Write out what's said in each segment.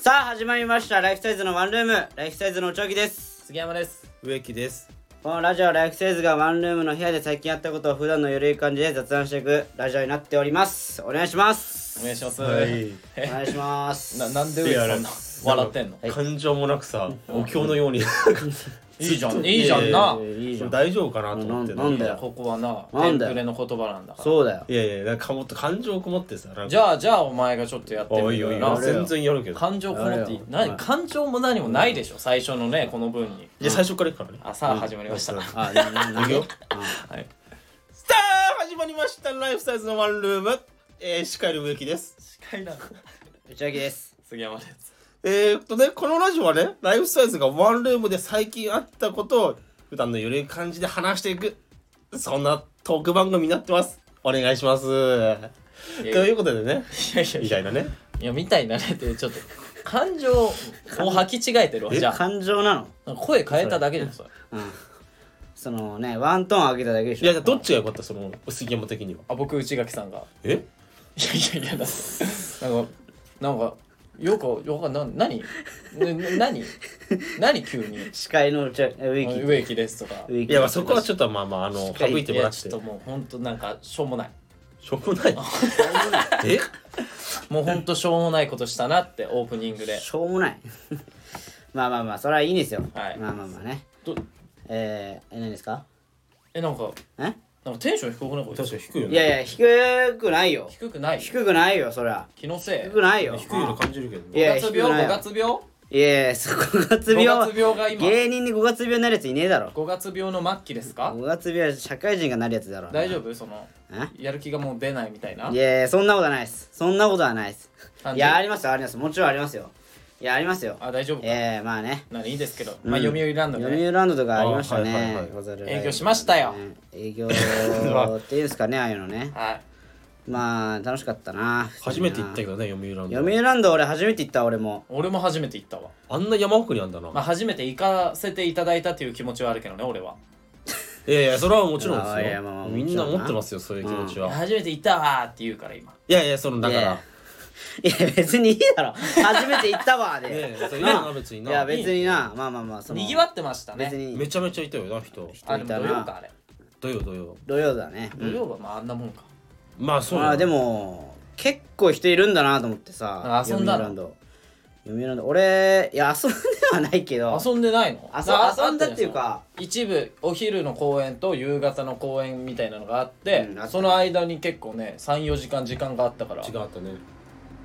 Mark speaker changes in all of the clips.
Speaker 1: さあ始まりましたライフサイズのワンルームライフサイズのおちょぎです
Speaker 2: 杉山です
Speaker 3: 植木です
Speaker 1: このラジオはライフサイズがワンルームの部屋で最近やったことを普段のゆるい感じで雑談していくラジオになっておりますお願いします
Speaker 2: お願いします、
Speaker 3: はい
Speaker 1: お願いし ます
Speaker 2: ななんで上さんな笑ってんの
Speaker 3: か感情もなくさお経のように
Speaker 2: いいじゃんいいじゃんな、
Speaker 1: いやいやいやいいじゃん
Speaker 3: 大丈夫かなと思って
Speaker 1: ななんだよ
Speaker 2: ここはな
Speaker 1: な
Speaker 2: テ
Speaker 1: ん
Speaker 2: ン
Speaker 1: だよ
Speaker 2: プレの言葉なんだから
Speaker 1: そうだよ
Speaker 3: いやいやなんかもっと感情こもってさなんか
Speaker 2: じゃあじゃあお前がちょっとやって
Speaker 3: お
Speaker 2: み
Speaker 3: いお
Speaker 2: よ
Speaker 3: い
Speaker 2: な
Speaker 3: おい全然やるけど
Speaker 2: 感情こもっていい
Speaker 1: あれよ
Speaker 2: 何
Speaker 1: はい
Speaker 2: 感情も何もないでしょ最初のねこの分に
Speaker 3: いや最初からいくからね
Speaker 2: あさあ始まりました
Speaker 3: うん
Speaker 2: は
Speaker 1: あなななん
Speaker 3: いく
Speaker 1: で
Speaker 3: よ
Speaker 2: い
Speaker 3: さあ始まりましたライフサイズのワンルームえー、司会の植木です
Speaker 2: 司会なの
Speaker 1: 打ち上げです
Speaker 2: 杉山です
Speaker 3: えー、っとねこのラジオはねライフサイズがワンルームで最近あったことを普段のゆるい感じで話していくそんなトーク番組になってますお願いしますと
Speaker 2: いや
Speaker 3: いうことでね
Speaker 2: いやいや
Speaker 3: み
Speaker 2: い
Speaker 3: た
Speaker 2: や
Speaker 3: いなね
Speaker 2: いやみたいになれてちょっと感情を履き違えてるわ
Speaker 3: え
Speaker 2: じゃあ
Speaker 1: 感情なの
Speaker 2: なんか声変えただけじゃんそれ
Speaker 1: うんそのねワントーン上げただけでし
Speaker 3: い
Speaker 1: ょ
Speaker 3: やじゃあどっちが良かったその杉山的には
Speaker 2: あ僕内垣さんが
Speaker 3: え
Speaker 2: いやいやいやだなんかなんかよくよくな何ね何何急に
Speaker 1: 司会の打ち上げウィキ
Speaker 2: 植木ですとか
Speaker 1: ウィ
Speaker 3: い
Speaker 1: キ
Speaker 3: やまあそこはちょっとまあまああの
Speaker 1: っか
Speaker 3: 省
Speaker 1: り
Speaker 3: いて
Speaker 2: い
Speaker 3: もら
Speaker 2: や
Speaker 3: っ
Speaker 2: ち
Speaker 3: て
Speaker 2: ょっともう本当なんかしょうもない
Speaker 3: しょうもない え
Speaker 2: もう本当しょうもないことしたなってオープニングで
Speaker 1: しょうもない まあまあまあそれはいいんですよ、
Speaker 2: はい
Speaker 1: まあまあまあね
Speaker 2: ど
Speaker 1: えー、え何ですか
Speaker 2: えなんか
Speaker 1: え
Speaker 2: なんかテンション低くないこれ
Speaker 3: 確かに低いよ
Speaker 1: い
Speaker 3: ね
Speaker 1: やいや低くないよ
Speaker 2: 低くない
Speaker 1: 低くないよそりゃ
Speaker 2: 気のせい
Speaker 1: 低くないよ
Speaker 3: 低いように感じるけど
Speaker 1: い
Speaker 3: ね
Speaker 1: や
Speaker 2: 5月
Speaker 1: 低くない
Speaker 2: 病
Speaker 1: よ
Speaker 2: 5月病
Speaker 1: いやいやそ5月病
Speaker 2: 五月病が今
Speaker 1: 芸人に5月病になるやついねえだろ
Speaker 2: 5月病の末期ですか
Speaker 1: 5月病は社会人がなるやつだろ
Speaker 2: 大丈夫その
Speaker 1: え
Speaker 2: やる気がもう出ないみたいない
Speaker 1: やいやそんなことはないですそんなことはないです
Speaker 2: 感
Speaker 1: い
Speaker 2: じ
Speaker 1: やありますよありますもちろんありますよいやありますよ
Speaker 2: あ大丈夫か
Speaker 1: ええまあね
Speaker 2: ならいいですけど
Speaker 1: うん
Speaker 2: まあ読売ランド
Speaker 1: 読
Speaker 2: ね
Speaker 1: 売ランドとかありました
Speaker 3: あはいはい
Speaker 1: ね
Speaker 3: はい
Speaker 2: 営業しましたよ
Speaker 1: 営業っていうんですかねああいうのね
Speaker 2: はい
Speaker 1: まあ楽しかったな
Speaker 3: 初めて行ったけどね読売ランド
Speaker 1: 読売ランド俺初めて行った俺も
Speaker 2: 俺も初めて行ったわ
Speaker 3: あんな山奥にあんだな、
Speaker 2: まあ、初めて行かせていただいたという気持ちはあるけどね俺はい
Speaker 3: やいやそれはもちろんで
Speaker 1: あい
Speaker 3: す
Speaker 1: や
Speaker 3: よ、
Speaker 1: まあまあ
Speaker 3: みんな
Speaker 1: もちろんな
Speaker 3: 持ってますよそういう気持ちは、い
Speaker 2: 初めて行ったわーって言うから今
Speaker 3: やいやそのだか
Speaker 1: いや
Speaker 3: ら
Speaker 1: いや別にいいだろ初めて行ったわ で、
Speaker 3: ねえそれいい
Speaker 1: な
Speaker 3: な別に
Speaker 1: いや
Speaker 3: な
Speaker 1: 別になまあまあまあその
Speaker 2: にぎわってました
Speaker 1: 別
Speaker 2: ね
Speaker 1: に
Speaker 3: めちゃめちゃいたよな人
Speaker 2: あでも
Speaker 1: 人いた
Speaker 2: 土
Speaker 1: な
Speaker 2: 曜かあれ
Speaker 3: どよどよ
Speaker 1: 土曜だね、う
Speaker 2: 土
Speaker 1: ん
Speaker 2: 曜はまああんなもんか
Speaker 3: まあそうだ
Speaker 1: ま
Speaker 3: よ
Speaker 1: あでも結構人いるんだなと思ってさ
Speaker 2: あ遊んだ
Speaker 1: 読売ラ
Speaker 2: の
Speaker 1: ンド読売ランド俺いや遊んではないけど
Speaker 2: 遊んでないの
Speaker 1: あそ
Speaker 2: な
Speaker 1: 遊んだっていうか
Speaker 2: あったじゃんその一部お昼の公演と夕方の公演みたいなのがあって、
Speaker 1: うんあった
Speaker 2: その間に結構ね34時間時間があったから
Speaker 3: 違ったね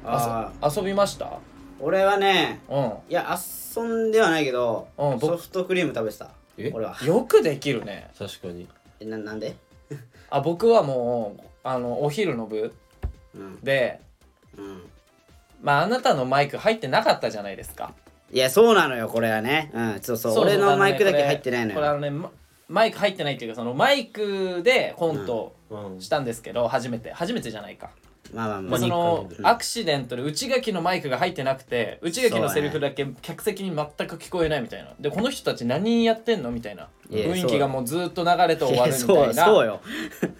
Speaker 1: あ
Speaker 2: あそ遊びました
Speaker 1: 俺はね
Speaker 2: うん
Speaker 1: いや遊んではないけど
Speaker 2: うん僕
Speaker 1: ソフトクリーム食べてた
Speaker 3: え
Speaker 1: 俺は
Speaker 2: よくできるね
Speaker 3: 確かに
Speaker 1: えななんで
Speaker 2: あ僕はもうあのお昼の部
Speaker 1: うん
Speaker 2: で
Speaker 1: うん
Speaker 2: まああなたのマイク入ってなかったじゃないですか
Speaker 1: いやそうなのよこれはねうんそうそう俺のマイクだけ入ってないの
Speaker 2: これあ
Speaker 1: よ
Speaker 2: のねママイク入ってないっていうかそのマイクでコント
Speaker 3: うん
Speaker 2: したんですけど、初めて初めてじゃないか、
Speaker 1: まあまあ
Speaker 2: ま
Speaker 1: ま
Speaker 2: あ、
Speaker 1: あ
Speaker 2: その
Speaker 3: うん
Speaker 2: アクシデントで内垣のマイクが入ってなくて内垣のセリフだけ客席に全く聞こえないみたいなでこの人たち何やってんのみたいない
Speaker 1: や
Speaker 2: 雰囲気がもうずっと流れて終わ
Speaker 1: い
Speaker 2: る
Speaker 1: や
Speaker 2: みた
Speaker 1: そう
Speaker 2: いな
Speaker 1: そうよ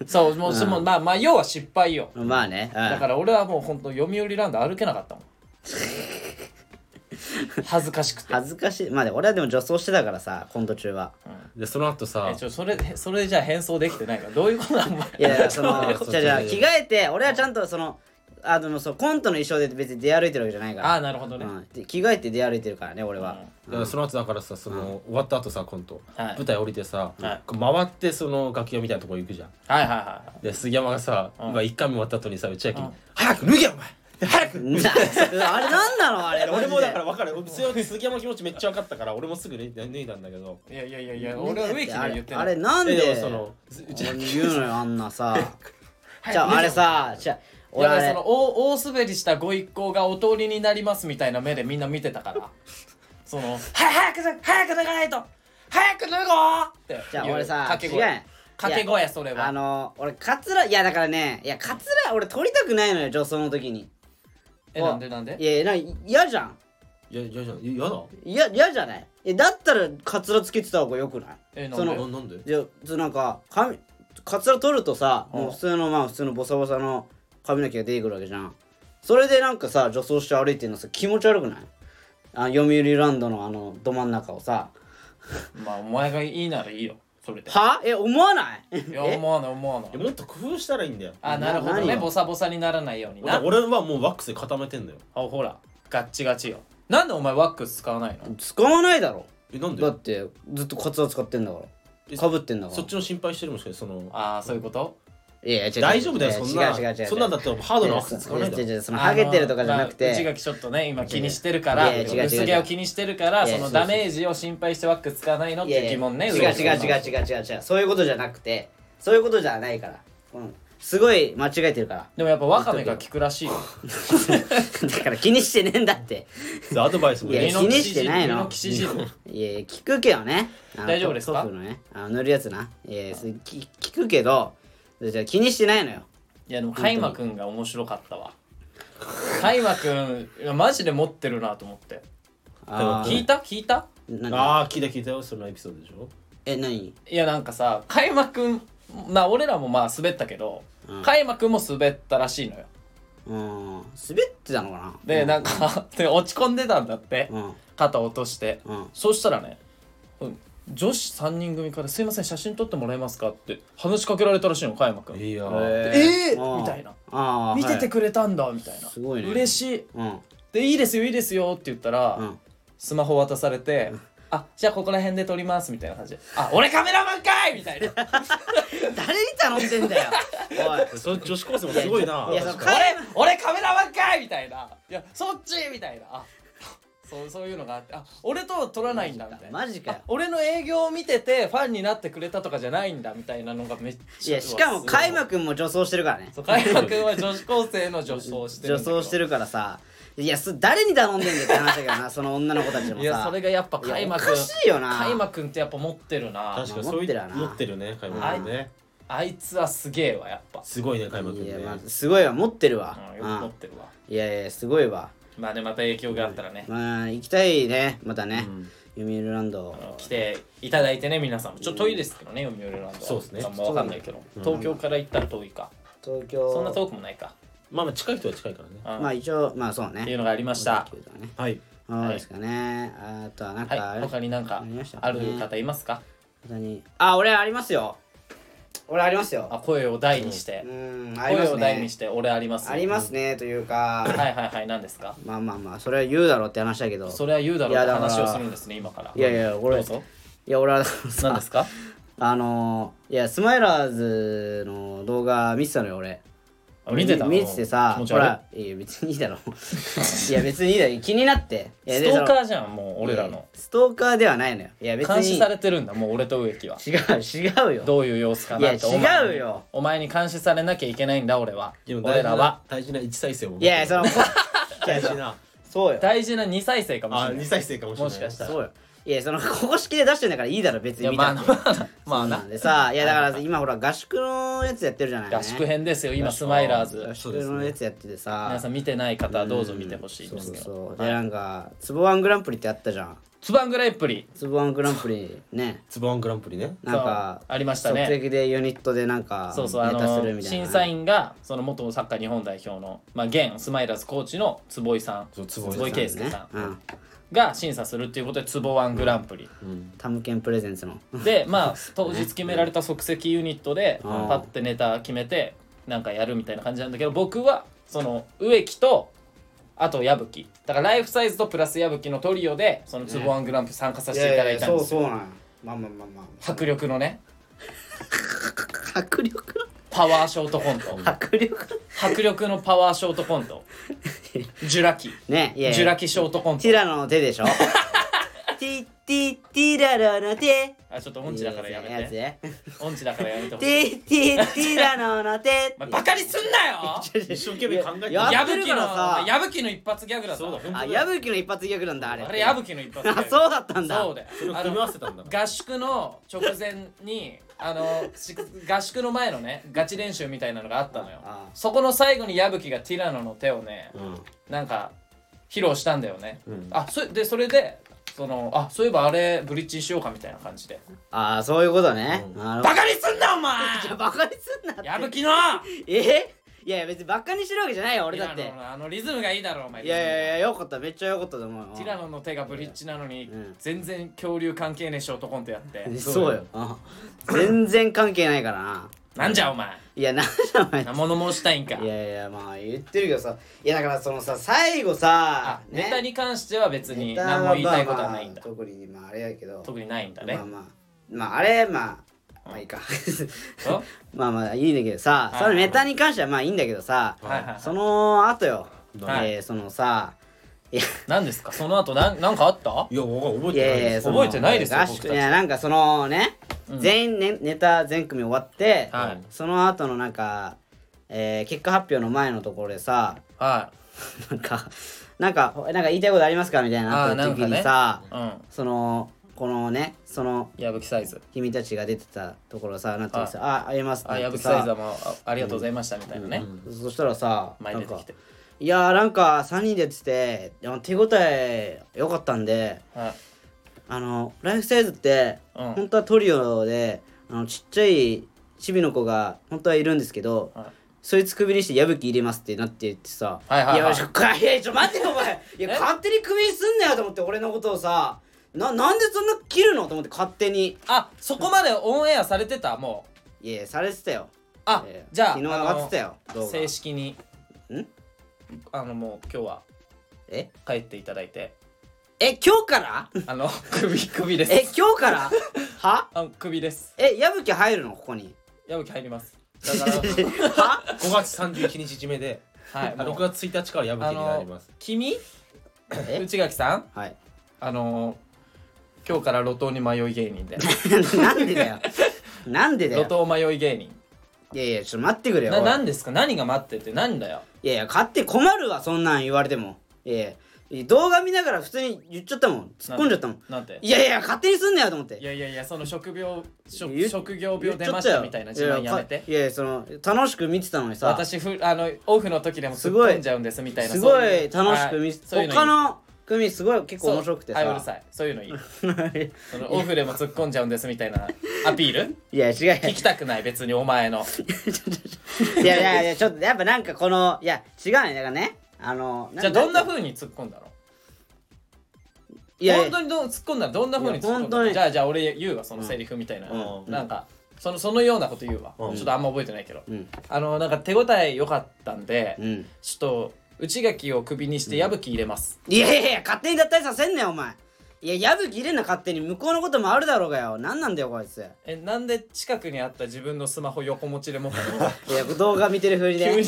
Speaker 2: そうもうそのまあまあ要は失敗よ
Speaker 1: まあね
Speaker 2: だから俺はもう本当読売ランド歩けなかったも ん恥ずかしくて、
Speaker 1: 恥ずかしいまあで俺はでも女装してたからさコント中は
Speaker 3: でその後さ
Speaker 2: えちょそれそれじゃあ変装できてないからどう いうことなのお前
Speaker 1: いやいやその
Speaker 3: そう
Speaker 1: じゃあじゃあ
Speaker 3: そう
Speaker 1: 着替えて俺はちゃんとそのあでもそうコントの衣装で別に出歩いてるわけじゃないから
Speaker 2: ああなるほどね、
Speaker 1: うんで着替えて出歩いてるからね俺は、
Speaker 3: だからその後だからさその、終わった後さコント、
Speaker 2: はい
Speaker 3: 舞台降りてさ、
Speaker 2: はい
Speaker 3: こう回ってその楽屋みたいなとこ行くじゃん
Speaker 2: はいはいはい
Speaker 3: で杉山がさ、
Speaker 2: ん
Speaker 3: まあ1回目終わった後にさ内明に「早く脱げお前早く!」
Speaker 1: なあれなんなのあれ
Speaker 3: 俺もだから
Speaker 1: マ
Speaker 3: 分かる強く杉山の気持ちめっちゃ分かったから俺もすぐ脱い脱いだんだけど
Speaker 2: いやいやいやいや
Speaker 1: ジで
Speaker 2: 俺は植木には言ってない
Speaker 1: あれあれなん
Speaker 3: えで
Speaker 1: で
Speaker 3: もその内
Speaker 1: 俺
Speaker 3: 明
Speaker 1: に言うのよあんな さ
Speaker 2: はい
Speaker 1: じゃああれ
Speaker 2: いや
Speaker 1: さじゃあ俺
Speaker 2: 俺
Speaker 1: あ
Speaker 2: は
Speaker 1: れ
Speaker 2: その大大滑りしたご一行がお通りになりますみたいな目でみんな見てたからその「はい早く脱早く脱がないと早く脱ごう!」っていう
Speaker 1: じゃあ俺さ
Speaker 2: 掛け
Speaker 1: 違うやん
Speaker 2: 声掛け声それ
Speaker 1: あ
Speaker 2: は
Speaker 1: の俺カツラいやだからねいやカツラ俺取りたくないのよ女装の時に
Speaker 2: えなんでなんで
Speaker 1: いやいやなんか嫌じゃん
Speaker 3: いやいやじゃんいややだ
Speaker 1: いや嫌じゃないえだったらカツラつけてた方がよくない
Speaker 2: えなん
Speaker 1: そ
Speaker 2: で
Speaker 1: の
Speaker 3: ななんで
Speaker 1: じゃそうなんか髪カツラ取るとさ
Speaker 2: うん
Speaker 1: もう普通のまあ普通のボサボサの髪の毛が出てくるわけじゃんそれでなんかさ女装して歩いてるのさ気持ち悪くないあ読売ランドのあのど真ん中をさ
Speaker 2: まあお前がいいならいいよそれで
Speaker 1: はえ思わない
Speaker 2: いや思わない思わない
Speaker 3: やもっと工夫したらいいんだよ
Speaker 2: あなるほど
Speaker 1: 何
Speaker 2: ね
Speaker 1: よ
Speaker 2: ボサボサにならないようになあ
Speaker 3: 俺はもうワックスで固めてんだよ
Speaker 2: ほらガッチガチよなんでお前ワックス使わないの
Speaker 1: 使わないだろ
Speaker 3: えなんで
Speaker 1: だってずっとカツラ使ってんだから
Speaker 3: え
Speaker 1: かぶってんだか
Speaker 3: そ
Speaker 1: ら
Speaker 3: っちの心配してるもしかしてその
Speaker 2: ああそういうこと
Speaker 1: いやいや違う違う
Speaker 3: 大丈夫だよ
Speaker 1: 違う
Speaker 3: そんな
Speaker 1: 違う違う違う
Speaker 3: そんなんだってハードなワックス使わないだ
Speaker 1: 違う
Speaker 3: ろ
Speaker 1: 違うそのハゲてるとかじゃなく
Speaker 2: あのまあ内
Speaker 1: て
Speaker 2: 垣ちょっとね今気にしてるから
Speaker 1: いやいや違う違う違う
Speaker 2: 薄毛を気にしてるから
Speaker 1: いや
Speaker 2: そ
Speaker 1: いや
Speaker 2: のダメージを心配してワックス使わないのっ
Speaker 1: い
Speaker 2: て
Speaker 1: やい
Speaker 2: いう
Speaker 1: や
Speaker 2: 疑問ね
Speaker 1: 違う
Speaker 2: 上野
Speaker 1: 違う
Speaker 2: さん
Speaker 1: 違う違う違う違うそういうことじゃなくてそういうことじゃないからうんすごい間違えてるから
Speaker 2: でもやっぱワカメが効くらしいよ
Speaker 1: だから気にしてねえんだって
Speaker 3: アドバイスも
Speaker 1: いや
Speaker 3: ね
Speaker 1: 気にしてないの
Speaker 2: ミノキシジルミノキシジル
Speaker 1: いやいや聞くけどねあの
Speaker 2: 大丈夫ですか
Speaker 1: 塗布のねあの塗るやつないやいやそれき聞くけどじゃあ気にしてないのよ
Speaker 2: いやでもカイマくんが面白かったわカイマくんいやマジで持ってるなと思って
Speaker 1: あ
Speaker 2: 聞
Speaker 1: ー
Speaker 2: いた聞いた
Speaker 1: 何
Speaker 3: ああ聞いた聞いたよそのエピソードでしょ
Speaker 1: え何
Speaker 2: いやなんかさカイマくんまあ俺らもまあ滑ったけど、
Speaker 1: うん
Speaker 2: カイマくんも滑ったらしいのよ
Speaker 1: うん滑ってたのかな
Speaker 2: で、なんか で落ち込んでたんだって、
Speaker 1: うん
Speaker 2: 肩落として、
Speaker 1: うん
Speaker 2: そうしたらねうん女子3人組から「すいません写真撮ってもらえますか?」って話しかけられたらしいのカイマくん
Speaker 3: いや
Speaker 2: え
Speaker 1: あー
Speaker 2: え
Speaker 3: ー
Speaker 2: ー、みたいな
Speaker 1: ああ
Speaker 2: 見ててくれたんだみたいな
Speaker 1: すごいね
Speaker 2: 嬉しい
Speaker 1: うん
Speaker 2: で「いいですよいいですよ」って言ったら、
Speaker 1: うん
Speaker 2: スマホ渡されて「あじゃあここら辺で撮ります」みたいな感じで「あ俺カメラマンかい!」みたいな「
Speaker 1: 誰に頼んでん だよおい
Speaker 3: その女子高生もすごいない
Speaker 1: やその
Speaker 2: 俺
Speaker 1: カイ
Speaker 2: 俺カメラマンかい!」みたいな「いやそっち!」みたいなあそうそういうのがあって「あ俺と撮らないんだ」みたいな
Speaker 1: マジかよ
Speaker 2: あ俺の営業を見ててファンになってくれたとかじゃないんだみたいなのがめっ
Speaker 1: い
Speaker 2: ちゃ
Speaker 1: やしかも開
Speaker 2: 幕
Speaker 1: 幕君も女装してるからね
Speaker 2: そう開幕君は女子高生の女装をしてる
Speaker 1: 女
Speaker 2: んだけど
Speaker 1: 装してるからさいやそ誰に頼んでんだよって話だけ どなその女の子たちもさ
Speaker 2: いやそれがやっぱ開幕
Speaker 1: いやおかしいよな
Speaker 2: 開幕君ってやっぱ持ってるな
Speaker 3: 確かにそうい
Speaker 1: まあ持ってるわ
Speaker 3: う
Speaker 1: な
Speaker 3: 持ってるね開幕君ね
Speaker 2: あいつはすげえわやっぱ、
Speaker 3: すごいね開幕君
Speaker 1: いや、
Speaker 3: ね
Speaker 1: まあ、すごいわ持ってるわ
Speaker 2: うん、よく持っ
Speaker 1: う
Speaker 2: てるわ
Speaker 1: んいやいやすごいわ
Speaker 2: まあねまた影響があったらね、
Speaker 1: まあ行きたいねまたね
Speaker 3: うん
Speaker 1: ユミルランド
Speaker 2: あの来ていただいてね皆さんもちょっと遠いですけどね読売ランドは
Speaker 3: そうですね
Speaker 2: あんま分かんないけど東京から行ったら遠いか
Speaker 1: 東京
Speaker 2: そんな遠くもないか
Speaker 3: まあまあ近い人は近いからね
Speaker 2: うん
Speaker 1: まあ一応まあそう
Speaker 2: っていう
Speaker 1: ね
Speaker 2: のがありました
Speaker 1: 東京だね
Speaker 3: はい
Speaker 1: そうですかねあとはなんかあ
Speaker 2: はい
Speaker 1: れ
Speaker 2: 他になんか
Speaker 1: ありました
Speaker 2: ある方いますか
Speaker 1: 本当にあ俺ありますよ俺ありますよ
Speaker 2: あ声を大にして
Speaker 1: う、んありま
Speaker 2: 声
Speaker 1: す
Speaker 2: を大に
Speaker 1: ね
Speaker 2: して俺あります
Speaker 1: ありますねというか
Speaker 2: はいはいはい何ですか
Speaker 1: まあまあまあそれは言うだろうって話だけど
Speaker 2: それは言うだろうっ
Speaker 1: いや
Speaker 2: て
Speaker 1: だから
Speaker 2: 話をするんですね今から
Speaker 1: いやいや俺
Speaker 2: どうぞ
Speaker 1: いや俺はさ
Speaker 2: 何ですか
Speaker 1: あのーいやスマイラーズの動画見てたのよ俺
Speaker 2: あ見てた
Speaker 1: 見ててさ
Speaker 2: 気持ち
Speaker 1: ほ
Speaker 2: 悪い
Speaker 1: らいや別にいいだろ いや別にいいだろ気になっていや
Speaker 2: ス
Speaker 1: で
Speaker 2: ト
Speaker 1: そ
Speaker 2: ー
Speaker 1: の
Speaker 2: カーじゃんもう俺ら
Speaker 1: いや
Speaker 2: の
Speaker 1: ストーカーではないのよいや別
Speaker 2: 監視
Speaker 1: に
Speaker 2: されてるんだもう俺と植木は
Speaker 1: 違う違うよ
Speaker 2: どういう様子かなって
Speaker 1: いや
Speaker 2: お前に
Speaker 1: 違うよ
Speaker 2: お前に監視されなきゃいけないんだ俺は
Speaker 3: でも大
Speaker 2: 俺
Speaker 3: 事
Speaker 2: ら
Speaker 3: な
Speaker 2: は
Speaker 3: 大事な一再生を持っ
Speaker 1: い
Speaker 3: てる
Speaker 1: やいやその いや
Speaker 3: 大
Speaker 1: い
Speaker 3: 事
Speaker 1: や
Speaker 3: な
Speaker 1: そうよ
Speaker 2: 大事な2再生かもし
Speaker 3: あ
Speaker 2: れな
Speaker 3: 二
Speaker 2: い
Speaker 3: 再生かもしれない
Speaker 2: もしかしたら
Speaker 1: そうよいやその公式で出してんだからいいだろ別
Speaker 2: い
Speaker 1: に
Speaker 2: や
Speaker 1: 見
Speaker 2: ま
Speaker 1: た
Speaker 2: あ
Speaker 1: って
Speaker 2: なまあなま
Speaker 1: なんでさいやだから今ほら合宿のやつやってるじゃな
Speaker 2: あ
Speaker 1: い、
Speaker 2: な合宿編ですよ今スマイラーズ
Speaker 1: 合宿のやつやっててさ
Speaker 2: 皆さん見てない方はどうぞ見てほしいんですけ
Speaker 1: そうそう
Speaker 2: ど
Speaker 1: でなんか「つぼワングランプリ」ってあったじゃん
Speaker 2: ツバングランプリ
Speaker 1: 「つぼワングランプリね」
Speaker 3: ツボワングランプリね
Speaker 1: なんか
Speaker 2: そうありましたね
Speaker 1: 即席でユニットでなんか
Speaker 2: そう
Speaker 1: ネ
Speaker 2: そうあ
Speaker 1: タする
Speaker 2: の
Speaker 1: みたいな
Speaker 2: 審査員がその元サッカー日本代表のまあ現スマイラーズコーチの坪井さ
Speaker 3: そうん坪井さん
Speaker 2: 坪井圭介
Speaker 1: ね
Speaker 2: さ
Speaker 1: うんん
Speaker 2: が審査するっていうことで坪ワングランプリ
Speaker 1: タムケンプレゼンツの
Speaker 2: でまあ当日決められた即席ユニットで
Speaker 1: うん
Speaker 2: パッてネタ決めてなんかやるみたいな感じなんだけど僕はその植木とあと矢吹だからライフサイズとプラス矢吹のトリオでそのツボワングランプリ参加させていただいたんです
Speaker 1: そ
Speaker 2: よ
Speaker 1: うなんやまあまあまあま
Speaker 2: 迫力のね
Speaker 1: あ迫力の
Speaker 2: パワーショートコント
Speaker 1: 迫力の
Speaker 2: 迫力のパワーショートコントジュラ紀
Speaker 1: ねい
Speaker 2: ジ
Speaker 1: やい
Speaker 2: ュラ
Speaker 1: や
Speaker 2: 紀ショートコント
Speaker 1: ティラノの手でし ょティティティラノの手
Speaker 2: あちょっと音痴だからやめて
Speaker 1: て
Speaker 2: 音痴だからやめてほしい
Speaker 1: ティティティラノの手
Speaker 2: お前バカにすんな よ
Speaker 3: 一生懸命考えてる
Speaker 1: や
Speaker 2: 矢
Speaker 1: ってる
Speaker 2: 吹
Speaker 1: か
Speaker 2: の
Speaker 1: らさ
Speaker 2: 矢吹の一発ギャグだった
Speaker 3: そうだ本当だ
Speaker 1: あ矢吹の一発ギャグなんだあれ
Speaker 2: あれ矢吹の一発ギャグ
Speaker 1: あそうだったんだ
Speaker 2: そうだよ
Speaker 3: それを
Speaker 2: あ
Speaker 3: 組み合
Speaker 2: の
Speaker 3: わせたんだ
Speaker 2: 合宿の直前にあのし合宿の前のねガチ練習みたいなのがあったのよ
Speaker 1: ああ
Speaker 2: そこの最後に矢吹がティラノの手をね
Speaker 3: うん
Speaker 2: なんか披露したんだよね、
Speaker 3: ん
Speaker 2: あそでそれでそのあそういえばあれブリッジしようかみたいな感じで
Speaker 1: ああそういうことね、
Speaker 3: うん
Speaker 1: なるほど
Speaker 2: バカにすんなお前
Speaker 1: じゃあバカにすんなって
Speaker 2: 矢吹の
Speaker 1: えいやいや別にバカにしてるわけじゃないよ俺だって
Speaker 2: ティラノのあのリズムがいいだろお前
Speaker 1: いやいやいやよかっためっちゃよかったと思うよ
Speaker 2: ティラノの手がブリッジなのに、
Speaker 1: うん
Speaker 2: 全然恐竜関係ねえショートコントやっ
Speaker 1: う
Speaker 2: て
Speaker 1: ん そうようん全然関係ないからな
Speaker 2: なんじゃお前
Speaker 1: いやなんじゃお前
Speaker 2: な物申したいんか
Speaker 1: いやいやまあ言ってるけどさいやだからそのさ最後さ
Speaker 2: あ
Speaker 1: ね
Speaker 2: ネタに関しては別に
Speaker 1: ネタ
Speaker 2: 何も言いたいことはないんだ、
Speaker 1: まあまあ特にまああれやけど
Speaker 2: 特にないんだね、
Speaker 1: まあまあまああれまあまあいいか まあまあいいんだけどさ
Speaker 2: はい
Speaker 1: そのネタに関してはまあいいんだけどさ
Speaker 2: はいはいはい
Speaker 1: その後よ
Speaker 2: はい
Speaker 1: えーそのさいや
Speaker 2: 何ですかその後なんなんかあった
Speaker 3: いや、わかんない覚え
Speaker 1: いやい
Speaker 3: て
Speaker 1: や
Speaker 3: ない
Speaker 1: い
Speaker 3: で
Speaker 1: や
Speaker 3: す。
Speaker 1: その
Speaker 2: 覚えてないですよ
Speaker 1: 合
Speaker 2: 僕た
Speaker 1: 宿
Speaker 2: ち
Speaker 1: いやなんかそのね、
Speaker 2: うん
Speaker 1: 全員、ね、ネタ全組終わって、
Speaker 2: はい
Speaker 1: その後のなんか、えー結果発表の前のところでさ
Speaker 2: は
Speaker 1: なんかなんかなんか言いたいことありますかみたいな
Speaker 2: あー
Speaker 1: なった時に
Speaker 2: い
Speaker 1: さ、
Speaker 2: うん
Speaker 1: そのこのねその
Speaker 2: 矢吹サイズ
Speaker 1: 君たちが出てたところさなんて言うんですよあありますって
Speaker 2: あ
Speaker 1: 言
Speaker 2: 矢
Speaker 1: って
Speaker 2: 吹サイズ
Speaker 1: さ
Speaker 2: はもうあありがとうございましたみたいなね、
Speaker 1: そしたらさ
Speaker 2: 前
Speaker 1: な
Speaker 2: に
Speaker 1: ん
Speaker 2: 出て
Speaker 1: か
Speaker 2: きて
Speaker 1: いやーなんか3人でやってていや手応え良かったんで
Speaker 2: はい
Speaker 1: あのライフサイズって、
Speaker 2: うん
Speaker 1: 本当はトリオであのちっちゃいチビの子が本当はいるんですけど、
Speaker 2: はい
Speaker 1: そいつ首にして矢吹入れますってなって言ってさ「
Speaker 2: はいはいはい
Speaker 1: やちょかいやちょ待ってよお前いや
Speaker 2: え
Speaker 1: 勝手に首にすんなよ」と思って俺のことをさななんでそんな切るのと思って勝手に
Speaker 2: あそこまでオンエアされてたもう
Speaker 1: いやいやされてたよ
Speaker 2: あ、
Speaker 1: えー
Speaker 2: じゃあ
Speaker 1: 昨日上がってたよ
Speaker 2: あの
Speaker 1: 動画
Speaker 2: 正式に
Speaker 1: ん
Speaker 2: あのもう今日は
Speaker 1: え
Speaker 2: 帰っていただいて
Speaker 1: え今日から
Speaker 2: あの首首です
Speaker 1: え今日からは
Speaker 2: あ首です
Speaker 1: え矢吹入るのここに
Speaker 2: 矢吹入りますだから
Speaker 1: は
Speaker 3: 5月31日締めで、
Speaker 2: はいもう
Speaker 3: 6月1日から矢吹
Speaker 2: あ
Speaker 3: になりま
Speaker 2: の
Speaker 3: す。
Speaker 2: 君
Speaker 1: え
Speaker 2: 内垣さん
Speaker 1: はい
Speaker 2: あの今日から路頭に迷い芸人で
Speaker 1: なんでだよなんでだ
Speaker 2: 路
Speaker 1: よ
Speaker 2: 頭迷い芸人
Speaker 1: いやいやちょっと待ってくれよ
Speaker 2: な
Speaker 1: おい
Speaker 2: 何ですか何が待ってて何だよ
Speaker 1: いやいや、勝手に困るわ、そんなん言われても。いやいや、動画見ながら普通に言っちゃったもん。突っ込んじゃったもん。
Speaker 2: なんて
Speaker 1: いやいや、勝手にすんなよと思って。
Speaker 2: いやいやいやその職病
Speaker 1: 言
Speaker 2: 職
Speaker 1: っ
Speaker 2: 職業病出ま
Speaker 1: 言っちゃっ
Speaker 2: し
Speaker 1: たよ
Speaker 2: みたいな自慢やめて
Speaker 1: いやいや、かいやその、楽しく見てたのにさ、
Speaker 2: 私ふあのオフの時でもすっ込んじゃうんですみたいな
Speaker 1: す
Speaker 2: そ
Speaker 1: ご
Speaker 2: う
Speaker 1: いう楽しく見て
Speaker 2: はい
Speaker 1: た。
Speaker 2: そういうのいい
Speaker 1: 他の組すごい結構
Speaker 2: そう
Speaker 1: 面白くて
Speaker 2: はいうる
Speaker 1: さ。
Speaker 2: さいそういうの いい
Speaker 1: い
Speaker 2: そのオフでも突っ込んじゃうんですみたいなア ピール
Speaker 1: や、違うよ。
Speaker 2: 聞きたくない別にお前の
Speaker 1: いやいやいや、ちょっとやっぱなんかこの、いや、違うね。だからね、あの、
Speaker 2: じゃあどんな
Speaker 1: ふう
Speaker 2: 風に突っ込んだの
Speaker 1: いやい
Speaker 2: 本当にどう突っ込んだのどんな風に突っ込ん
Speaker 1: いや本
Speaker 2: だ
Speaker 1: 当
Speaker 2: の
Speaker 1: に
Speaker 2: じゃあじゃあ俺言うわそのセリフみたいな、
Speaker 3: うん
Speaker 2: なんかそのそのようなこと言うわ、
Speaker 3: うん
Speaker 2: ちょっとあんま覚えてないけど、
Speaker 1: うん
Speaker 2: あのなんか手応え良かったんで、
Speaker 1: や、うん。
Speaker 2: ちょっと内垣をクビにして矢吹入れます、
Speaker 1: いやいやいや、勝手に脱退させんなよ、お前。いや、矢吹入れんな、勝手に。向こうのこともあるだろうがよ。なんなんだよ、こいつ。
Speaker 2: えなんで近くにあった自分のスマホ横持ちで持ったの
Speaker 1: いや動画見てるふりで
Speaker 2: 急に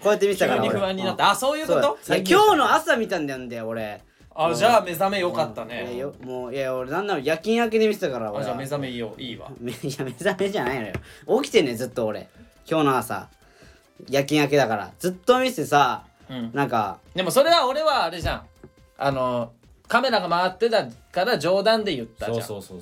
Speaker 1: こうやって見て
Speaker 2: 急
Speaker 1: たから
Speaker 2: に
Speaker 1: 俺
Speaker 2: 不安になってあそういう
Speaker 1: そう
Speaker 2: こ
Speaker 1: だ
Speaker 2: と
Speaker 1: よいや今日の朝見たんだよんだよ俺
Speaker 2: あじゃあ目覚め良かった
Speaker 1: いや
Speaker 2: ね、
Speaker 1: よもういや俺なんなの夜勤明けで見てたから俺
Speaker 2: あ
Speaker 1: は
Speaker 2: じゃあ目覚めいいよいいわ
Speaker 1: め いや目覚めじゃないのよ起きてんねんずっと俺今日の朝夜勤明けだからずっと見ててさ
Speaker 2: うん
Speaker 1: なんか
Speaker 2: でもそれは俺はあれじゃんあのカメラが回ってたから冗談で言ったじゃん
Speaker 3: うそうそう。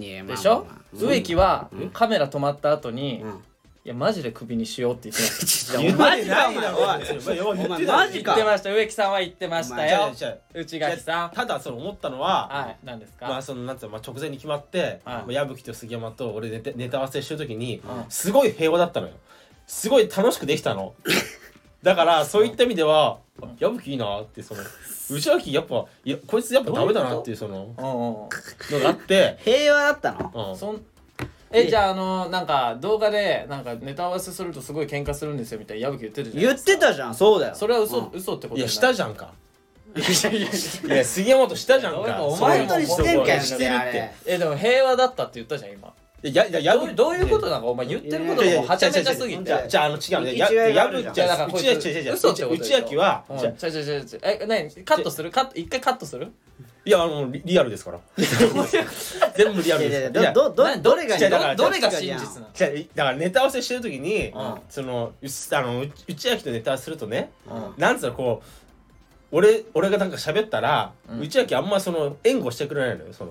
Speaker 1: いやまあ
Speaker 2: でしょ、
Speaker 1: まあまあ
Speaker 2: 植木はカメラ止まった後に、
Speaker 1: うん
Speaker 2: いやマジでクビにしようって言ってました
Speaker 1: いや
Speaker 3: 言
Speaker 1: お
Speaker 3: っ
Speaker 1: 前
Speaker 3: てないだろ、お前。
Speaker 1: お
Speaker 3: 言っ
Speaker 1: 前
Speaker 3: てない
Speaker 1: マジ
Speaker 2: 言
Speaker 1: か
Speaker 2: ってました植木さんは言ってました
Speaker 3: 違
Speaker 2: よ
Speaker 3: う違う
Speaker 2: 内垣さん
Speaker 3: ただその思ったのは、
Speaker 2: はい何ですか、
Speaker 3: まあそのなんつうのまあ直前に決まって、
Speaker 2: はい
Speaker 3: もう矢吹と杉山と俺でネタネタ合わせしてる時
Speaker 2: う
Speaker 3: に、
Speaker 2: ん
Speaker 3: すごい平和だったのよすごい楽しくでき たのだからそういった意味では、あ矢吹いいなってその内垣やっぱいやこいつやっぱダメだなっていうその
Speaker 2: うんうん
Speaker 3: のがあって、
Speaker 1: 平和だったの
Speaker 3: う
Speaker 2: うん
Speaker 3: ん、
Speaker 2: そんえじゃああのなんか動画でなんかネタ合わせするとすごい喧嘩するんですよみたいな矢吹言ってるじゃん
Speaker 1: 言ってたじゃんそうだよ
Speaker 2: それは嘘、
Speaker 1: うん
Speaker 2: 嘘ってことにな
Speaker 3: いや
Speaker 2: る
Speaker 3: したじゃんか
Speaker 2: いやいやいや
Speaker 3: いや杉山としたじゃん
Speaker 2: いや
Speaker 3: か
Speaker 2: お
Speaker 1: 本
Speaker 2: 前も
Speaker 1: 当にしてんかよ
Speaker 3: し
Speaker 1: そ
Speaker 3: て
Speaker 1: れ
Speaker 3: るっ
Speaker 1: あれ
Speaker 3: て
Speaker 2: えでも平和だったって言ったじゃん今
Speaker 3: いやいや矢
Speaker 2: どう
Speaker 3: 吹
Speaker 2: どういうことなのお前言ってることがもうはちゃめちゃすぎて
Speaker 3: じゃあじゃああの違うんだよ
Speaker 1: 行き違いが
Speaker 3: や
Speaker 1: あるじゃん
Speaker 3: 矢吹じゃ
Speaker 2: いやだ
Speaker 3: あ
Speaker 2: からこいつ
Speaker 3: 内垣違う違う違う
Speaker 2: 嘘ってことでしょ
Speaker 3: 内垣は、
Speaker 2: うん
Speaker 3: じゃあ
Speaker 2: ちゃちゃちゃちゃえ何カットするカット一回カットする
Speaker 3: いやあのリリアルです から。全部リア
Speaker 1: い
Speaker 3: ル
Speaker 1: やい
Speaker 3: で
Speaker 1: や
Speaker 3: すから。
Speaker 1: どどど
Speaker 2: 何ど
Speaker 1: どれ
Speaker 2: れ
Speaker 1: が
Speaker 2: が
Speaker 3: いやだから
Speaker 2: どどれが真実な
Speaker 3: じゃあいだからネタ合わせしてる時に、
Speaker 2: うん
Speaker 3: そのうすあのうち内明とネタ合わせするとね、
Speaker 2: の
Speaker 3: なんつうのこう俺俺がなんか喋ったら、
Speaker 2: うん
Speaker 3: 内明あんまその援護してくれないのよその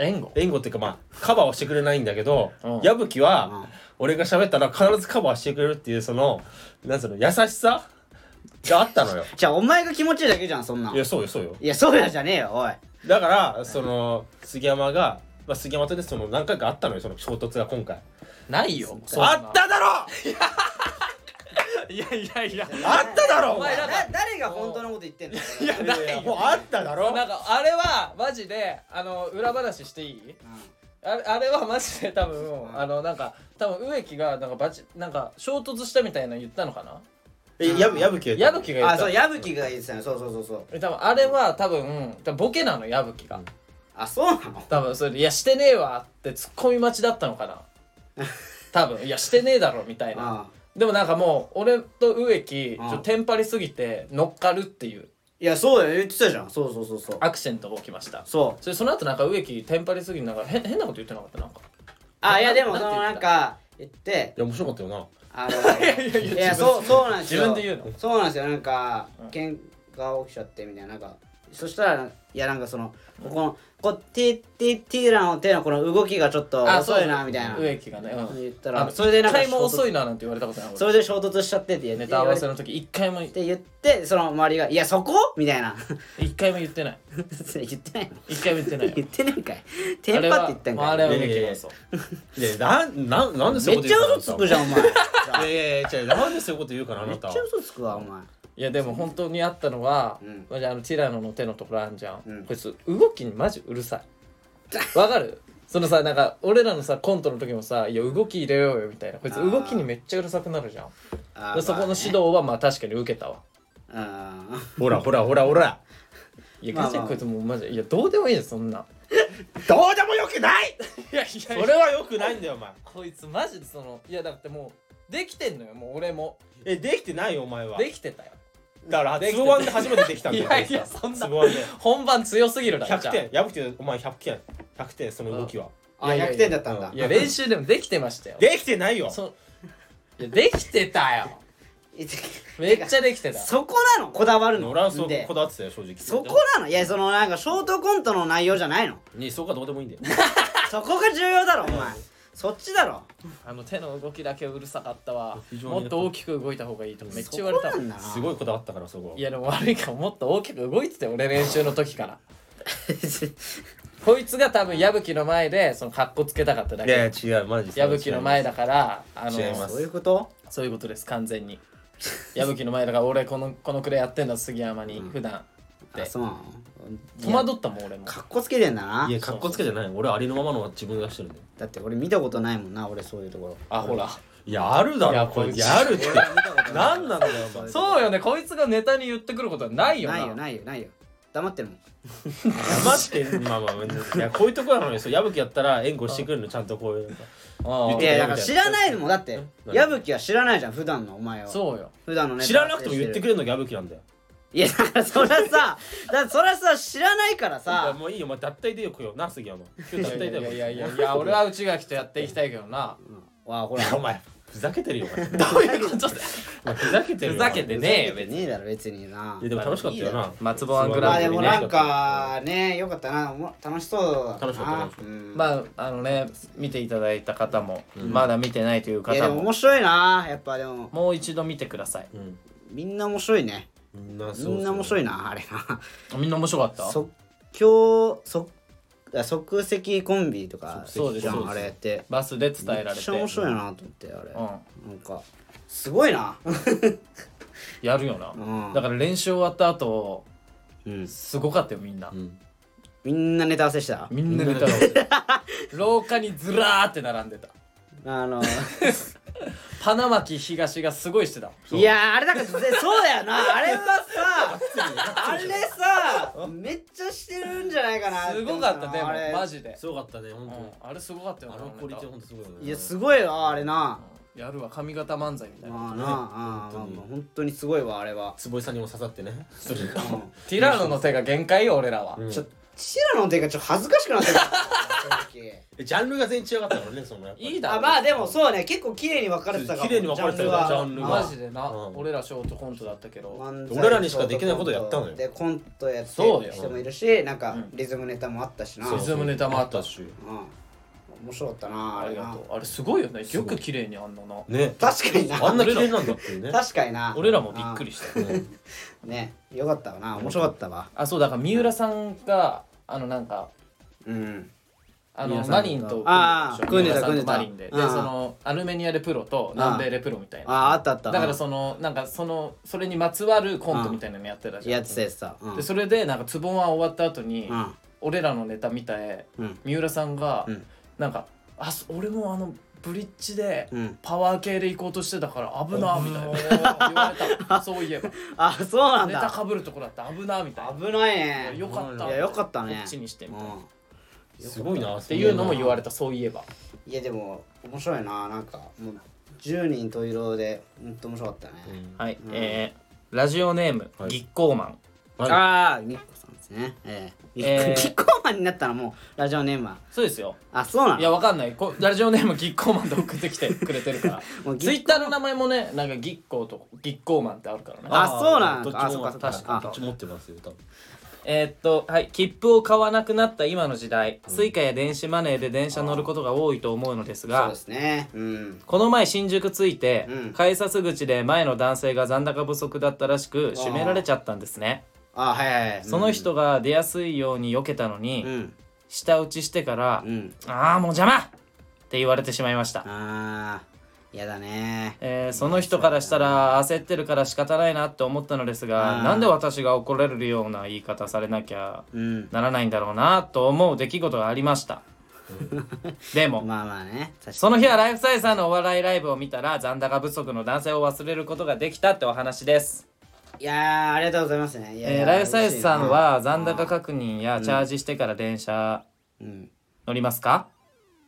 Speaker 2: 援護
Speaker 3: 援護っていうかまあカバーをしてくれないんだけど、
Speaker 2: うん
Speaker 3: 矢吹は、
Speaker 1: うん
Speaker 3: 俺が喋ったら必ずカバーしてくれるっていうそのなんつうの優しさがあったのよ。
Speaker 1: じゃあお前が気持ちいいだけじゃんそんなん
Speaker 3: いやそうよそうよ。
Speaker 1: いやそうやじゃねえよおい
Speaker 3: だからその杉山が、まあ、杉山とねその何回かあったのよその衝突が今回
Speaker 2: ないよ
Speaker 3: あっただろ
Speaker 2: いやいやいや
Speaker 3: あっただろ
Speaker 2: お
Speaker 3: お
Speaker 2: 前
Speaker 3: 前
Speaker 2: ら
Speaker 1: だ誰が本当のこと言ってんの
Speaker 2: いやない
Speaker 3: もう
Speaker 2: よ
Speaker 3: あっただろ
Speaker 2: なんかあれはマジであの裏話していいあれあれはマジで多分あのなんか多分植木がなんかバチなんか衝突したみたいなの言ったのかな
Speaker 3: えやぶやぶき
Speaker 2: 矢吹
Speaker 1: う
Speaker 2: が
Speaker 1: ん
Speaker 2: 言
Speaker 1: あ
Speaker 2: っ
Speaker 1: そう
Speaker 2: た
Speaker 1: 矢吹が言ってたのそうそうそうそう
Speaker 2: え多分あれは多分多分ボケなの矢吹が
Speaker 1: あそうなの
Speaker 2: 多分それで「いやしてねえわ」ってツッコミ待ちだったのかな 多分「いやしてねえだろ」みたいな
Speaker 1: ああ
Speaker 2: でもなんかもう俺と植木ち
Speaker 1: うん
Speaker 2: ょっとテンパりすぎて乗っかるっていう
Speaker 1: いやそうだよ言ってたじゃんそうそうそうそう
Speaker 2: アクセントが起きました
Speaker 1: そう
Speaker 2: それその後なんか植木テンパりすぎてなんか変変なこと言ってなかったなんか
Speaker 1: あいやでも
Speaker 2: なん
Speaker 1: そ
Speaker 2: て
Speaker 1: の
Speaker 2: 言
Speaker 1: な
Speaker 2: ってた
Speaker 1: んか言って
Speaker 3: や面白かったよな
Speaker 1: あ
Speaker 2: いや
Speaker 1: の
Speaker 2: いや
Speaker 1: い
Speaker 2: いや
Speaker 1: やそうそうなんです
Speaker 2: 自
Speaker 1: よ
Speaker 2: 分で言うの
Speaker 1: そうなんですよなんか
Speaker 2: うん
Speaker 1: 喧嘩起きちゃってみたいななんかそしたらいやなんかそのここのこうティティティーラの手のこの動きがちょっと遅いなみたいな
Speaker 2: 植木がね、うん
Speaker 1: 言ったら
Speaker 2: あの
Speaker 1: それでなんか
Speaker 2: 一回も遅
Speaker 1: 衝
Speaker 2: いななんて言われたことない俺
Speaker 1: それで衝突しちゃってって言って
Speaker 2: ネタ合わせの時一回も
Speaker 1: って言ってその周りが「いやそこ?」みたいな
Speaker 2: 一回も言ってない
Speaker 1: 言ってないの
Speaker 2: 一回も言ってないよ
Speaker 1: 言ってないんかいテ
Speaker 2: あ
Speaker 1: ン
Speaker 2: れ
Speaker 1: パっ
Speaker 2: は
Speaker 1: て言ったん
Speaker 2: もうあれ
Speaker 1: か
Speaker 2: はい植木の嘘
Speaker 3: いやなんなんなんでそうい
Speaker 1: め
Speaker 3: う
Speaker 1: っ
Speaker 3: こと
Speaker 1: ちゃ嘘
Speaker 3: 言うかな
Speaker 1: つくじゃんお前
Speaker 3: あなたいやいやいや違うなんでそういうこと言うかな あ
Speaker 1: め
Speaker 3: な
Speaker 1: ったちゃ嘘つくわお前
Speaker 2: いやでも本当にあったのは、
Speaker 1: うん
Speaker 2: マジあのティラノの手のところあんじゃん、
Speaker 1: うん
Speaker 2: こいつ動きにマジうるさいわかるそのさなんか俺らのさコントの時もさ「いや動き入れようよ」みたいなこいつ
Speaker 1: あー
Speaker 2: 動きにめっちゃうるさくなるじゃん
Speaker 1: あ
Speaker 2: で
Speaker 1: ー
Speaker 2: そこの
Speaker 1: まあ
Speaker 2: 指
Speaker 1: ね
Speaker 2: 導はまあ確かに受けたわ
Speaker 1: うん
Speaker 3: ほらほらほらほら
Speaker 2: いや
Speaker 1: まあまあ
Speaker 2: ガチでこいつもうマジでいやどうでもいいよそんな
Speaker 3: どうでもよくない
Speaker 2: いやい
Speaker 3: そ
Speaker 2: や
Speaker 3: れはよくないんだよお前
Speaker 2: こいつマジでそのいやだってもうできてんのよもう俺も
Speaker 3: えできてないよお前は
Speaker 2: できてたよ
Speaker 3: だから
Speaker 2: でき
Speaker 3: つ
Speaker 2: て
Speaker 3: ぶあんで初めてできたんだよ
Speaker 2: いやいやそんな
Speaker 3: つぶあんで
Speaker 2: 本番強すぎるだろ
Speaker 3: 100点やぶきてお前100点100点その動きは
Speaker 1: あ
Speaker 2: いやいやいや
Speaker 1: 100点だったんだ
Speaker 2: いや練習でもできてましたよ
Speaker 3: できてないよ
Speaker 2: そいやできてたよ
Speaker 1: いや
Speaker 2: めっちゃできてた
Speaker 1: そこなのこだわるの
Speaker 3: 俺はそう
Speaker 1: で
Speaker 3: こだわってたよ正直
Speaker 1: そこなのいやそのなんかショートコントの内容じゃ ないの
Speaker 3: にそこはどうでもいいんだよ
Speaker 1: そこが重要だろお前そっちだろ
Speaker 2: あの手の動きだけうるさかったわ
Speaker 3: 非常に
Speaker 2: もっと大きく動いた方がいいとかめっちゃ言われた
Speaker 1: そ
Speaker 2: わ
Speaker 1: こなんだな
Speaker 3: すごいこだわったからそこ
Speaker 2: いやでも悪いかももっと大きく動いてたよ俺練習の時からこいつが多分矢吹の前でその格好つけたかっただ
Speaker 3: いや
Speaker 2: け
Speaker 3: いや違うマジ
Speaker 2: 矢吹の前だからあの
Speaker 3: 違います
Speaker 1: そういうこと
Speaker 2: そういうことです完全に矢吹の前だから俺このこのくらいやってんだ杉山に普段で
Speaker 1: あそうなの
Speaker 2: 戸惑ったもん俺も
Speaker 1: かっこつけてんだない
Speaker 3: やかっこつけてない俺ありのままの自分がしてるんだよ
Speaker 1: だって俺見たことないもんな俺そういうところ
Speaker 2: あほら
Speaker 3: いやあるだ
Speaker 2: いや
Speaker 3: ろこれ
Speaker 2: こいつ
Speaker 3: やるって
Speaker 1: 俺は見たことない
Speaker 3: 何なんだよお前
Speaker 2: そうよねこいつがネタに言ってくることはないよな
Speaker 1: ないよないよないよ黙ってるもん
Speaker 3: 黙ってまあまあいやこういうとこなのにそう矢吹やったら援護してくれるのちゃんとこういうなんか
Speaker 2: ああ
Speaker 3: 言っ
Speaker 1: い
Speaker 3: て
Speaker 1: やだから知らないのもだって
Speaker 3: うん
Speaker 1: 矢吹は知らないじゃん普段のお前は
Speaker 2: そうよ
Speaker 1: 普段のね
Speaker 3: 知らなくても言って
Speaker 1: る
Speaker 3: くれるのが矢吹なんだよ
Speaker 1: いやだからそりゃさ だってそりゃさ知らないから
Speaker 3: いや
Speaker 1: さ
Speaker 3: もういいよお前脱退でよこよな杉山今日
Speaker 2: い
Speaker 3: 脱退
Speaker 2: や
Speaker 3: だ
Speaker 2: い
Speaker 3: よ
Speaker 2: やいやいやいや俺は内垣とやっていきたいけどな
Speaker 1: わあほら
Speaker 3: お前ふざけてるよお前
Speaker 2: どういうことだ
Speaker 3: お前ふざけてるよ
Speaker 2: ふざけてるねえよ別に
Speaker 1: ねえだろ別にない
Speaker 3: やでも楽しかったよな
Speaker 2: 松本アング
Speaker 1: ま
Speaker 2: ラ
Speaker 1: あ
Speaker 2: ン
Speaker 1: で
Speaker 2: プリ
Speaker 1: も
Speaker 2: ね
Speaker 1: なんかねよかったなおも楽しそうだな
Speaker 3: 楽しかった楽しかった
Speaker 1: うん
Speaker 2: まああのね見ていただいた方も、まだ見てないという
Speaker 1: いやで
Speaker 2: 方
Speaker 1: も
Speaker 2: も
Speaker 1: 面白いなやっぱでも
Speaker 2: もう一度見てください
Speaker 3: うん
Speaker 1: みんな面白いね
Speaker 3: みんな
Speaker 1: みんな面白
Speaker 3: い
Speaker 1: いなあれな
Speaker 2: みんな面白かった
Speaker 1: 即興即あ即席コンビとか
Speaker 2: そうです
Speaker 1: じゃ
Speaker 2: そうんで
Speaker 1: あ
Speaker 2: す
Speaker 1: れって
Speaker 2: バスで伝え
Speaker 1: め
Speaker 2: ら
Speaker 1: っ
Speaker 2: れ
Speaker 1: ち
Speaker 2: て
Speaker 1: ゃ面白いなと思ってあれ
Speaker 2: うん
Speaker 1: なんかすごいな
Speaker 2: やるよな、
Speaker 1: うん
Speaker 2: だから練習終わった後
Speaker 1: うん
Speaker 2: すごかったよみんな、
Speaker 1: みんなネタ合わせした
Speaker 2: みんな寝たら廊下にずらーって並んでた
Speaker 1: あ の
Speaker 2: パナマキ東がすごいしてた
Speaker 1: いやーあれだからそうだよなあれはさあれさめっちゃしてるんじゃないかな
Speaker 2: すごかったで
Speaker 1: あれ
Speaker 2: もマジです
Speaker 3: ごかったね
Speaker 2: う
Speaker 3: 本
Speaker 2: んあれすごかったよ
Speaker 3: 当に
Speaker 2: な
Speaker 3: あのクオリティ
Speaker 2: なんか
Speaker 3: 本当すごいよね
Speaker 1: いやすごいわあれな
Speaker 2: やるわ髪型漫才みたいな、
Speaker 1: まあなああまあ
Speaker 3: 本当に
Speaker 1: まあ本当にすごいわあれは
Speaker 3: 坪井さんにも刺さってねそれが
Speaker 2: ティラノの手が限界よ俺らは、
Speaker 3: うん
Speaker 1: ちょシラの手がちょっと恥ずかしくなってきた正直
Speaker 3: ジャンルが全然違かったからねそのやっぱり
Speaker 2: いいだろ
Speaker 1: あまあでもそうね結構綺麗に分かれてたかも
Speaker 3: 綺麗に分かれてたからジャンルが
Speaker 2: マジでな、
Speaker 3: うん
Speaker 2: 俺らショートコントだったけど、
Speaker 1: 漫才
Speaker 3: 俺らにしかできないことやったのよ
Speaker 1: でコントやって
Speaker 2: そう
Speaker 1: る
Speaker 2: よ
Speaker 1: 人もいるしなんか
Speaker 2: うん
Speaker 1: リズムネタもあったしな
Speaker 2: そううそリズムネタもあったし
Speaker 1: ん面白かったな
Speaker 2: あ
Speaker 1: あ
Speaker 2: り
Speaker 1: れ
Speaker 2: が
Speaker 1: な
Speaker 2: とうあれすごいよね
Speaker 3: す
Speaker 2: よ
Speaker 3: ごい
Speaker 2: く綺麗にあんのな
Speaker 3: ね
Speaker 1: 確かにな
Speaker 3: あんな綺麗なんだっていうね
Speaker 1: 確かにな
Speaker 2: 俺らもびっくりしたよ
Speaker 1: うんねよかったわな面白かったわ
Speaker 2: あそうだから三浦さんがあのなんか
Speaker 1: うん
Speaker 2: あの
Speaker 1: 皆さん
Speaker 2: マリンと
Speaker 1: あー
Speaker 2: 組んで
Speaker 1: 組んでた
Speaker 2: た組んでたマリ
Speaker 1: 組
Speaker 2: ン
Speaker 1: ん
Speaker 2: で
Speaker 1: で
Speaker 2: で
Speaker 1: た
Speaker 2: そ
Speaker 1: うん
Speaker 2: のアルメニアでプロと南米でプロみたいな
Speaker 1: ああったあった
Speaker 2: だからそのなんかそのそれにまつわるコントみたいなのやってたじゃん
Speaker 1: やってたやつさうん
Speaker 2: でそれでなんかツボンは終わった後に
Speaker 1: うん
Speaker 2: 俺らのネタ見たえ
Speaker 1: うん
Speaker 2: 三浦さんが
Speaker 1: うん
Speaker 2: なんか「あそ俺もあのブリッジで
Speaker 1: うん
Speaker 2: パワー系で行こうとしてたから危な」みたいな言わ れたそういえば
Speaker 1: あそうなん
Speaker 2: ネタ
Speaker 1: だ
Speaker 2: かぶるとこだった危なみたいな
Speaker 1: 危ないね
Speaker 2: よかった
Speaker 1: いやよかったね
Speaker 2: こっちにしてみたいなっ
Speaker 1: うん
Speaker 3: すごいなって
Speaker 2: いうのも言われたそういえば
Speaker 1: いやでも面白いななんかもう10人十色でほんと面白かったね、
Speaker 2: はいえーラジオネーム
Speaker 3: はい
Speaker 2: ぎっこうマン
Speaker 3: はい
Speaker 1: ああみっこさんですねええ
Speaker 2: えー
Speaker 1: キッコーマンになったのもうラジオネームは
Speaker 2: そうですよ
Speaker 1: あそうないの
Speaker 2: やわかんないこラジオネームぎっこうマンで送ってきてくれてるから
Speaker 1: もうぎっこ
Speaker 2: ツイッターの名前もねなんかぎっこうとぎっこうマンってあるからね
Speaker 1: あそうなん
Speaker 3: どっち
Speaker 1: だ
Speaker 3: も
Speaker 1: あそっかそっか
Speaker 2: 確かに
Speaker 1: あ
Speaker 3: こっち持ってますよ多分
Speaker 2: えーっとはい切符を買わなくなった今の時代、スイカや電子マネーで電車乗ることが多いと思うのです
Speaker 1: そう
Speaker 2: が
Speaker 1: ですねうん
Speaker 2: この前新宿着いて、
Speaker 1: うん
Speaker 2: 改札口で前の男性が残高不足だったらしく閉められちゃったんですね
Speaker 1: あはいはいはい
Speaker 2: その人が出やすいように避けたのに、
Speaker 1: うん
Speaker 2: 舌打ちしてから
Speaker 1: う、ん
Speaker 2: ああもう邪魔って言われてしまいました、
Speaker 1: あーやだね
Speaker 2: えーその人からしたら焦ってるから仕方ないなって思ったのですが
Speaker 1: あー
Speaker 2: なんで私が怒られるような言い方されなきゃ
Speaker 1: うん
Speaker 2: ならないんだろうなと思う出来事がありましたでも
Speaker 1: まあまあね確かに
Speaker 2: その日はライフサイズさんのお笑いライブを見たら残高不足の男性を忘れることができたってお話です、
Speaker 1: いやーありがとうございますねいやいや
Speaker 2: えーライフサイズさんは残高確認やチャージしてから電車
Speaker 1: うん
Speaker 2: 乗りますか、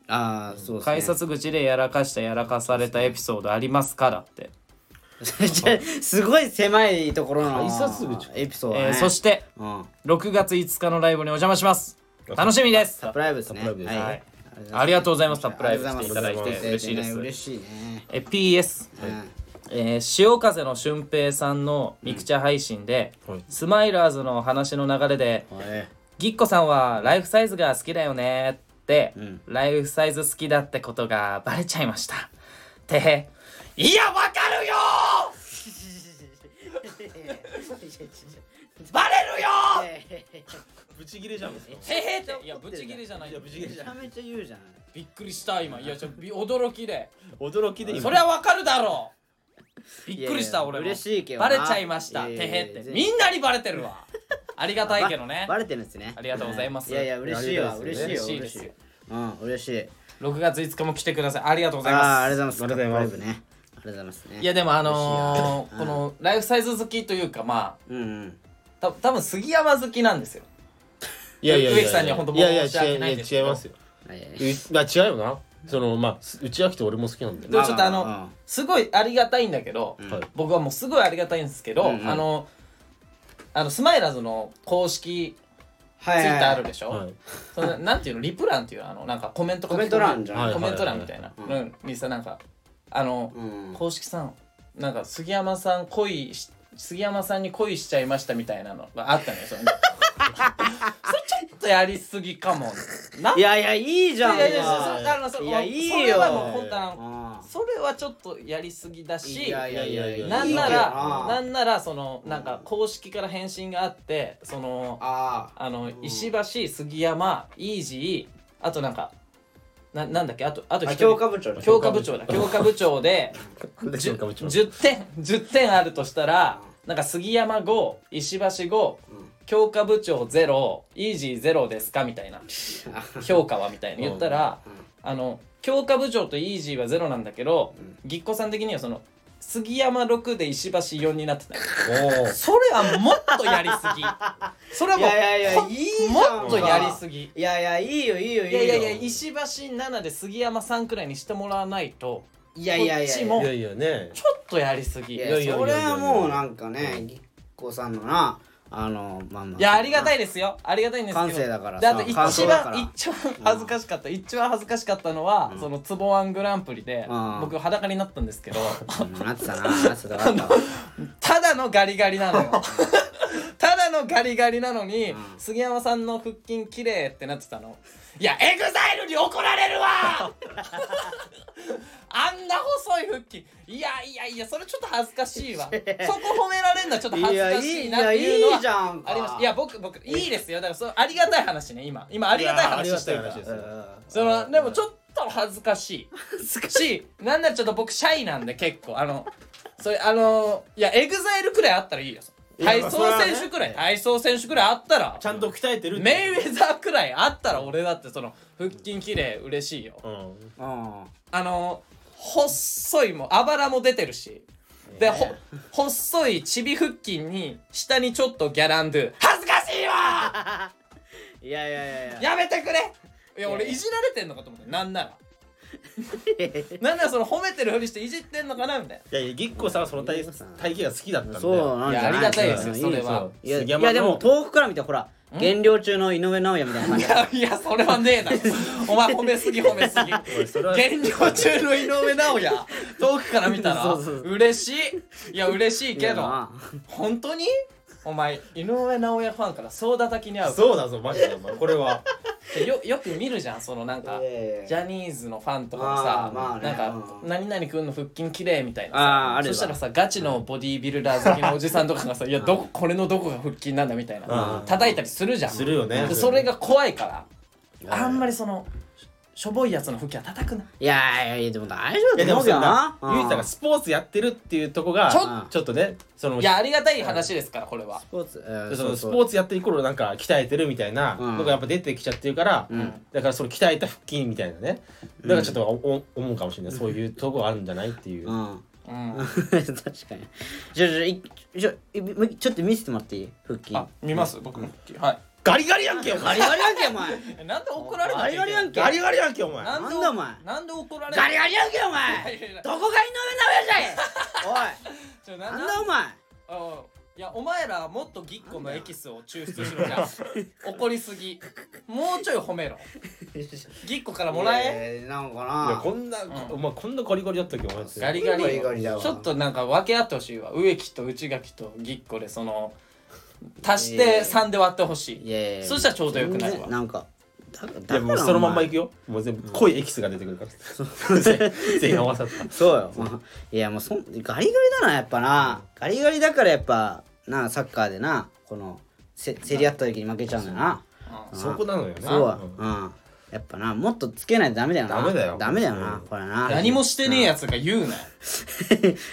Speaker 1: ああそうですね
Speaker 2: 改札口でやらかしたやらかされたエピソードありますからって、
Speaker 1: じゃあ すごい狭いところの
Speaker 3: 改札口
Speaker 1: エピソードだ
Speaker 2: えー
Speaker 1: ね
Speaker 2: そして
Speaker 1: うん
Speaker 2: 6月5日のライブにお邪魔します楽しみです
Speaker 1: サプライブですね
Speaker 3: サプライブですね
Speaker 1: はい
Speaker 2: ありがとうございますサプライブ
Speaker 1: ありがとう
Speaker 2: して
Speaker 1: ご
Speaker 2: いた
Speaker 1: ざい
Speaker 2: だい
Speaker 1: ま
Speaker 2: て嬉しいです
Speaker 1: 嬉しいね
Speaker 2: え PS、
Speaker 1: うん
Speaker 2: えー潮風の俊平さんのミクチャ配信で、
Speaker 3: はい
Speaker 2: スマイラーズの話の流れで
Speaker 1: はい
Speaker 2: ぎっこさんはライフサイズが好きだよねって、
Speaker 1: ん
Speaker 2: ライフサイズ好きだってことがバレちゃいましたてへいやわかるよーバレるよ
Speaker 3: ブチギレじゃんですか
Speaker 2: ーてへっていやぶち切れじゃない
Speaker 3: チギレ
Speaker 1: めちゃめちゃ言うじゃない
Speaker 2: びっくりした今いやちょび驚きで
Speaker 3: 驚きで今
Speaker 2: そりゃわかるだろうびっくりし
Speaker 1: いや
Speaker 2: た
Speaker 1: いや
Speaker 2: 俺も
Speaker 1: 嬉しいけど
Speaker 2: バ
Speaker 1: な
Speaker 2: レちゃいましたて
Speaker 1: い
Speaker 2: へ
Speaker 1: やいやいや
Speaker 2: って
Speaker 1: 全然
Speaker 2: みんなにバレてるわありがたいけどね
Speaker 1: バレてるんですね
Speaker 2: ありがとうございます
Speaker 1: いやいや嬉しいわ
Speaker 3: あり
Speaker 1: 嬉
Speaker 3: がた
Speaker 1: し
Speaker 3: い
Speaker 1: い
Speaker 3: で
Speaker 1: よ
Speaker 2: す
Speaker 1: 嬉し
Speaker 2: ね嬉しい
Speaker 1: い
Speaker 2: で
Speaker 1: うん嬉しい
Speaker 2: 6月5日も来てくださいありがとうござい
Speaker 1: あーあ
Speaker 2: ます
Speaker 1: りがとうございますサプライ
Speaker 3: ありがとうございます
Speaker 1: ブねありがとうございますね
Speaker 2: いやでもあのー
Speaker 1: 嬉しいな
Speaker 2: このライフサイズ好きというかまあ
Speaker 1: うんうん
Speaker 2: た多分杉山好きなんですよ
Speaker 3: いやいやいや
Speaker 2: 植木さんには本当
Speaker 3: いやいや
Speaker 2: 申し訳ないですけど
Speaker 3: 違う違いますよ
Speaker 1: はいはいう
Speaker 3: まあ違うよなそのまあす内秋って俺も好きなんだよ
Speaker 2: でもちょっとあの、
Speaker 1: まあまあまあ
Speaker 2: すごいありがたいんだけど、
Speaker 3: はい
Speaker 2: 僕はもうすごいありがたいんですけど、
Speaker 1: うんうん
Speaker 2: あのあのスマイラーズの公式
Speaker 1: は
Speaker 2: ツイ
Speaker 1: いはい
Speaker 2: ッターあるでしょ、
Speaker 3: はい
Speaker 2: そのなんていうのリプ欄っていうあのなんかコメント書
Speaker 1: コ
Speaker 2: き込む
Speaker 1: メント欄じゃ
Speaker 3: は
Speaker 1: ないい
Speaker 2: コメント欄みたいな、
Speaker 1: はいはい
Speaker 2: うんにさなんかあの、
Speaker 1: うん
Speaker 2: 公式さんなんか杉山さん恋し杉山さんに恋しちゃいましたみたいなのがあったのよそのそ れちょっとやりすぎかもない
Speaker 1: いやいやいいじゃん
Speaker 2: いやいや
Speaker 1: 今
Speaker 2: それあのそ
Speaker 1: いやいいよ
Speaker 2: それはもう本当あの
Speaker 1: あ
Speaker 2: それはちょっとやりすぎ
Speaker 1: ー
Speaker 2: だし
Speaker 1: いやいやいやいや
Speaker 2: なんない
Speaker 1: いよ
Speaker 2: らな
Speaker 1: あ
Speaker 2: んならそのなんか公式から返信があってその
Speaker 1: あ
Speaker 2: あの石橋杉山イージーあとなんかななんだっけあとあと
Speaker 1: あ
Speaker 2: 一
Speaker 1: 教
Speaker 2: 人
Speaker 1: 科部長だ
Speaker 2: 教科部長だ教科部 長で
Speaker 3: でなんかもちろん
Speaker 2: 10点10点あるとしたらなんか杉山5石橋5
Speaker 1: うん
Speaker 2: 教科部長0イージー0ですかみたいな評価はみたいな言ったら、
Speaker 1: うん
Speaker 2: あの教科部長とイージーは0なんだけど、ぎっこさん的にはその杉山6で石橋4になってた
Speaker 3: おー
Speaker 2: それはもっとやりすぎそれはもう
Speaker 1: いやいやいや
Speaker 2: ほん
Speaker 1: いいじゃん
Speaker 2: もっとやりすぎ
Speaker 1: いやいやいいよいいよいい
Speaker 2: い
Speaker 1: よ
Speaker 2: やいやいや石橋7で杉山さんくらいにしてもらわないと
Speaker 1: いやいやい
Speaker 2: こっ
Speaker 1: や
Speaker 2: ち
Speaker 1: い
Speaker 2: も
Speaker 1: や
Speaker 3: いやいやね
Speaker 2: ちょっとやりすぎ
Speaker 1: い
Speaker 2: い
Speaker 1: や
Speaker 2: や
Speaker 3: いやいやいや
Speaker 1: それはもうなんかねぎっこさんのなあのまあまあ
Speaker 2: ありがたいですよありがたいんですけど
Speaker 1: 感性だから
Speaker 2: であと
Speaker 1: さ
Speaker 2: 一
Speaker 1: 感想だから
Speaker 2: 番一番恥ずかしかった、一番恥ずかしかったのは、そのツボワングランプリで、
Speaker 1: うん
Speaker 2: 僕裸になったんですけど
Speaker 1: うんなってたななってたなってた
Speaker 2: ただのガリガリなのよただののガリガリなのに、
Speaker 1: ん
Speaker 2: 杉山さんの腹筋綺麗ってなってたのいやエグザイルに怒られ るわあんな細い腹筋いやいやいやそれちょっと恥ずかしいわそこ褒められるのはちょっと 恥ずかしいなっていう
Speaker 1: いや
Speaker 2: の
Speaker 1: いいいやいいじゃん
Speaker 2: は
Speaker 1: か
Speaker 2: ありますいや僕僕いいですよだからそうありがたい話ね今今ありがたい話してるから
Speaker 3: いやありがたい話です
Speaker 2: そ
Speaker 3: よ
Speaker 2: のでもちょっと恥ずかしいしなんならちょっと僕シャイなんで結構あのそれあのいやエグザイルくらいあったらいいよ
Speaker 3: いや
Speaker 2: 体操
Speaker 3: まあそ
Speaker 2: 選
Speaker 3: れは
Speaker 2: 手
Speaker 3: ね
Speaker 2: くらい体操選手くらいあったら
Speaker 3: ちゃんと鍛えてるって
Speaker 2: メイウェザーくらいあったら俺だってその腹筋綺麗嬉しいよ
Speaker 3: うん
Speaker 1: うん
Speaker 2: あの細いもんあばらも出てるしで、ほ細いチビ腹筋に下にちょっとギャランドゥ恥ずかしいわ
Speaker 1: いやいやいやいや
Speaker 2: やめてくれいや俺いじられてんのかと思ってなんな らなんならその褒めてるふりしていじってんのかなみたい
Speaker 3: いやいやぎっこさんはその体
Speaker 1: ぎっこさん
Speaker 3: 体型が好きだったんで
Speaker 1: そうなんじゃない
Speaker 2: いやありがたいですよそれはい
Speaker 1: やい
Speaker 3: 杉
Speaker 1: や
Speaker 3: 山の
Speaker 1: でも遠くから見たらほら減量中の井上尚弥みたいな感
Speaker 2: な。
Speaker 1: じ
Speaker 2: いやいやそれはねえ なお前褒めすぎ褒めすぎ
Speaker 3: おいそれは
Speaker 2: 減量中の井上尚弥遠くから見 たら
Speaker 1: そうそうそう
Speaker 2: 嬉しいいや嬉しいけ
Speaker 1: いや
Speaker 2: ど
Speaker 1: な
Speaker 2: 本当にお前井上尚弥ファンから総叩きに遭う
Speaker 3: そうだぞマジでお前これ は
Speaker 2: でよよく見るじゃんそのなんか
Speaker 1: いやいやいや
Speaker 2: ジャニーズのファンとかもさ、
Speaker 1: あーまあね
Speaker 2: なんか、
Speaker 1: うん
Speaker 2: 何々くんの腹筋綺麗みたい
Speaker 1: あー
Speaker 2: なさ
Speaker 1: あるわ
Speaker 2: そしたらさガチのボディービルダー好きのおじさんとかがさ「いやどここれのどこが腹筋なんだ」みたいな
Speaker 3: うん
Speaker 2: 叩いたりするじゃん
Speaker 3: するよね
Speaker 2: でそれが怖いからあんまりそのししょぼいやつの腹筋は叩くない
Speaker 1: やいやいやでも大丈夫
Speaker 3: い
Speaker 1: だ
Speaker 3: やで
Speaker 1: と思
Speaker 3: も
Speaker 1: うけど
Speaker 3: さ
Speaker 1: な
Speaker 3: ゆうじさんがスポーツやってるっていうとこが
Speaker 2: ちょ
Speaker 1: っ
Speaker 3: ちょっとねその
Speaker 2: いやありがたい話ですからこれは
Speaker 1: スポーツうん
Speaker 3: そのス
Speaker 1: そう
Speaker 3: ポーツやってる頃なんか鍛えてるみたいな
Speaker 1: うん
Speaker 3: のがやっぱ出てきちゃってるから、
Speaker 1: ん
Speaker 3: だからその鍛えた腹筋みたいなねだからちょっとおお思うかもしれないそういうとこあるんじゃないっていう、
Speaker 1: うん
Speaker 2: うん
Speaker 1: 確かにちょちょいちょいもう一ちょっと見せてもらっていい腹筋
Speaker 2: あ見ます僕の腹筋はい
Speaker 3: ガリガリやんけお
Speaker 1: ガ
Speaker 3: 前
Speaker 1: リガリやんけお前
Speaker 2: えなんで怒られなきゃいけ
Speaker 1: ガリガリやんけ
Speaker 3: ガリガリやんけお前
Speaker 2: な
Speaker 1: なんだお前
Speaker 2: なんで怒られ
Speaker 1: ガリガリやんけお前
Speaker 2: いやいやいや
Speaker 1: どこが井上尚弥じゃい
Speaker 2: ちょ
Speaker 1: お
Speaker 2: ない
Speaker 1: なんだお前
Speaker 2: あいやお前らもっとぎっこのエキスを抽出しろじゃ ん怒りすぎもうちょい褒めろぎっこからもらえ
Speaker 1: えーなんか
Speaker 3: いや
Speaker 1: な
Speaker 3: こんな、お前こんなガリガリだったっけお前って
Speaker 2: ガリガリ
Speaker 1: ガリガリだわ
Speaker 2: ちょっとなんか分け合ってほしいわ植木と内垣とぎっこでその足して3で割ってほしい
Speaker 1: いやいやいや
Speaker 2: そしたらちょうどよくな
Speaker 1: 全
Speaker 2: る
Speaker 1: 然
Speaker 2: わ
Speaker 1: なんかだだ
Speaker 3: い
Speaker 1: か
Speaker 3: や
Speaker 1: ら
Speaker 3: もうそのまんまい
Speaker 1: く
Speaker 3: くよもう全部濃いエキスが出てくるから 全員合わさった
Speaker 1: そうよいやもうそんガリガリだなやっぱなガリガリだからやっぱなサッカーでなこのせ競り合った時に負けちゃうんだよな
Speaker 2: うん
Speaker 3: そこなのよな
Speaker 1: そうや
Speaker 3: ん
Speaker 1: うんやっぱなもっとつけないとダメだよな
Speaker 3: ダメだよ
Speaker 1: ダメだよ
Speaker 3: う
Speaker 1: なんこれな
Speaker 2: 何もしてねえやつが言うなよ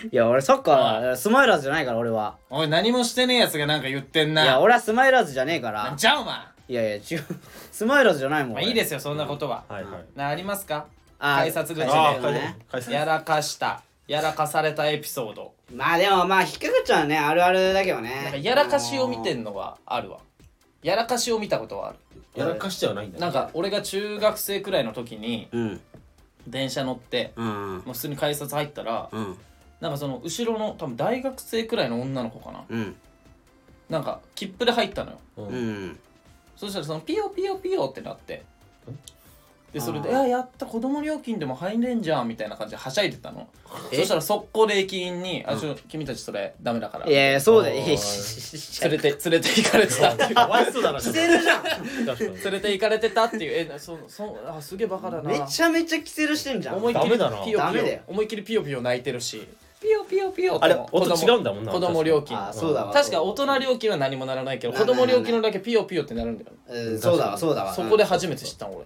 Speaker 1: いや俺サッカースマイラーズじゃないから俺は
Speaker 2: おい何もしてねえやつがなんか言ってん
Speaker 1: いや
Speaker 2: な
Speaker 1: 俺はスマイラーズじゃねえから
Speaker 2: じゃあお前
Speaker 1: いやいや違うスマイラーズじゃないもん
Speaker 2: まあ
Speaker 1: 俺
Speaker 2: いいですよそんなことは
Speaker 3: はいはい
Speaker 2: なありますか
Speaker 1: あ
Speaker 2: 改札口で
Speaker 1: あ
Speaker 3: あ
Speaker 1: ー
Speaker 3: あ
Speaker 1: ね
Speaker 3: 解散
Speaker 2: やらかしたやらかされたエピソード
Speaker 1: まあでもまあ引っかかっちゃうねあるあるだけどね
Speaker 2: なんかやらかしを見てんのはあるわやらかしを見たことはある
Speaker 3: やらかしてはないんだ
Speaker 2: なんか俺が中学生くらいの時に
Speaker 1: うん
Speaker 2: 電車乗って
Speaker 1: うん
Speaker 2: もう普通に改札入ったら
Speaker 1: うん
Speaker 2: なんかその後ろの多分大学生くらいの女の子かな
Speaker 1: うん
Speaker 2: なんか切符で入ったのよ
Speaker 3: う
Speaker 1: うんん
Speaker 2: そしたらそのピヨピヨピヨってなってでそれで「
Speaker 1: あ
Speaker 2: い
Speaker 1: ー
Speaker 2: ややった子供料金でも入れんじゃん」みたいな感じではしゃいでたのそ
Speaker 1: え
Speaker 2: したら速攻で駅員に「あちょ君たちそれダメだから」
Speaker 1: いやいやそうだよ
Speaker 3: お
Speaker 1: い
Speaker 3: ー
Speaker 1: やいやいやいや
Speaker 2: 連れて連れて行かれてたっていう
Speaker 3: かわいそうだな着
Speaker 1: 着てるじゃん
Speaker 2: 連れて行かれてたっていうえそうそうあすげえバカだな
Speaker 1: めちゃめちゃキセルしてんじゃん
Speaker 2: 思いっきり
Speaker 3: ダメだな
Speaker 2: ピヨ
Speaker 1: ダ
Speaker 2: ピ
Speaker 1: メだ
Speaker 2: ヨ
Speaker 1: よ
Speaker 2: 思いっきりピヨピヨ泣いてるしピヨピヨピヨ
Speaker 3: あれ
Speaker 2: 子供
Speaker 3: 音違うんだもんな
Speaker 2: 子供料金
Speaker 1: あそうだわ
Speaker 2: 確か大人料金は何もならないけど
Speaker 1: なら
Speaker 2: 子
Speaker 1: ない
Speaker 2: 供料金のだけピヨピヨってなるんだよ
Speaker 1: うんそうだわそうだわ
Speaker 2: そこで初めて知ったの俺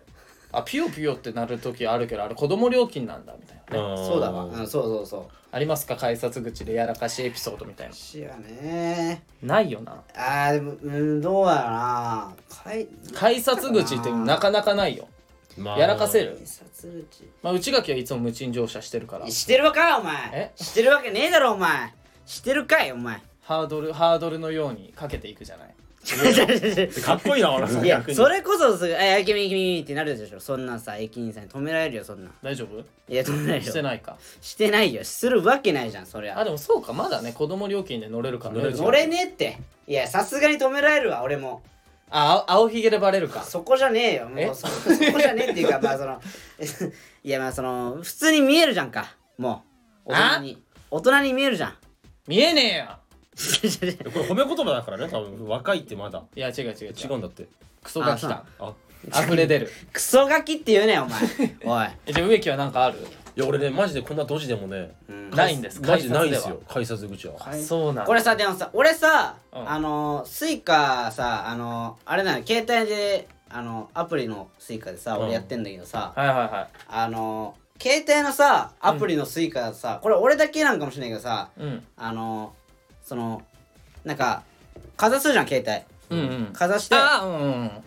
Speaker 2: あピヨピヨってなる時あるけどあれ子供料金なんだみたいな
Speaker 1: う
Speaker 2: ね
Speaker 1: ん
Speaker 3: そ
Speaker 1: そうだわうんそうそうそう
Speaker 2: ありますか改札口でやらかしエピソードみたいな
Speaker 1: しやね
Speaker 2: ないよな
Speaker 1: あーでもうんどうやろなかい
Speaker 2: 改札口ってなかなかないよ
Speaker 3: ま
Speaker 2: やらかせる
Speaker 1: 改札口
Speaker 2: まあ内垣はいつも無賃乗車してるから
Speaker 1: してるわかお前
Speaker 2: え
Speaker 1: してるわけねえだろお前してるかいお前
Speaker 2: ハードルハードルのようにかけていくじゃない
Speaker 3: かっこいいな俺
Speaker 1: いや
Speaker 3: 逆に
Speaker 1: それこそすぐ「え君君」ってなるでしょそんなんさ駅員さんに止められるよそんなん
Speaker 2: 大丈夫
Speaker 1: いや止められるよ
Speaker 2: してないか
Speaker 1: してないよするわけないじゃんそり
Speaker 2: あ
Speaker 1: ゃ
Speaker 2: でもそうかまだね子供料金で乗れるから
Speaker 3: 乗れる
Speaker 1: 乗れねえっていやさすがに止められるわ俺も
Speaker 2: あ青青ひげでバレるか
Speaker 1: そこじゃねえよも
Speaker 2: え
Speaker 1: うそそこじゃねえっていうかまあその いやまあその普通に見えるじゃんかもう大人に大人に見えるじゃん
Speaker 2: 見えねえや
Speaker 3: これ褒め言葉だからね多分若いってまだ
Speaker 2: いや違う違う違
Speaker 3: 違
Speaker 2: う
Speaker 3: うんだって
Speaker 2: クソが来た
Speaker 3: あ
Speaker 2: 溢れ出る
Speaker 1: クソガキって言うねお 前おい
Speaker 2: えじゃあ植木は何かある
Speaker 3: いや俺ねマジでこんなドジでもね
Speaker 2: ないんですか
Speaker 3: マジでないですよ改札口は
Speaker 2: そうなんだ
Speaker 1: これさでもさ俺さ、
Speaker 2: うん
Speaker 1: あのスイカさあのあれなの携帯であのアプリのスイカでさ、
Speaker 3: うん
Speaker 1: 俺やってんだけどさ
Speaker 2: はいはいは
Speaker 1: あの携帯のさアプリのスイカさ、これ俺だけなんかもしれないけどさ
Speaker 2: いうん
Speaker 1: あのそのなんかかざすじゃん携帯
Speaker 2: うんうん
Speaker 1: かざして
Speaker 2: ああうんうん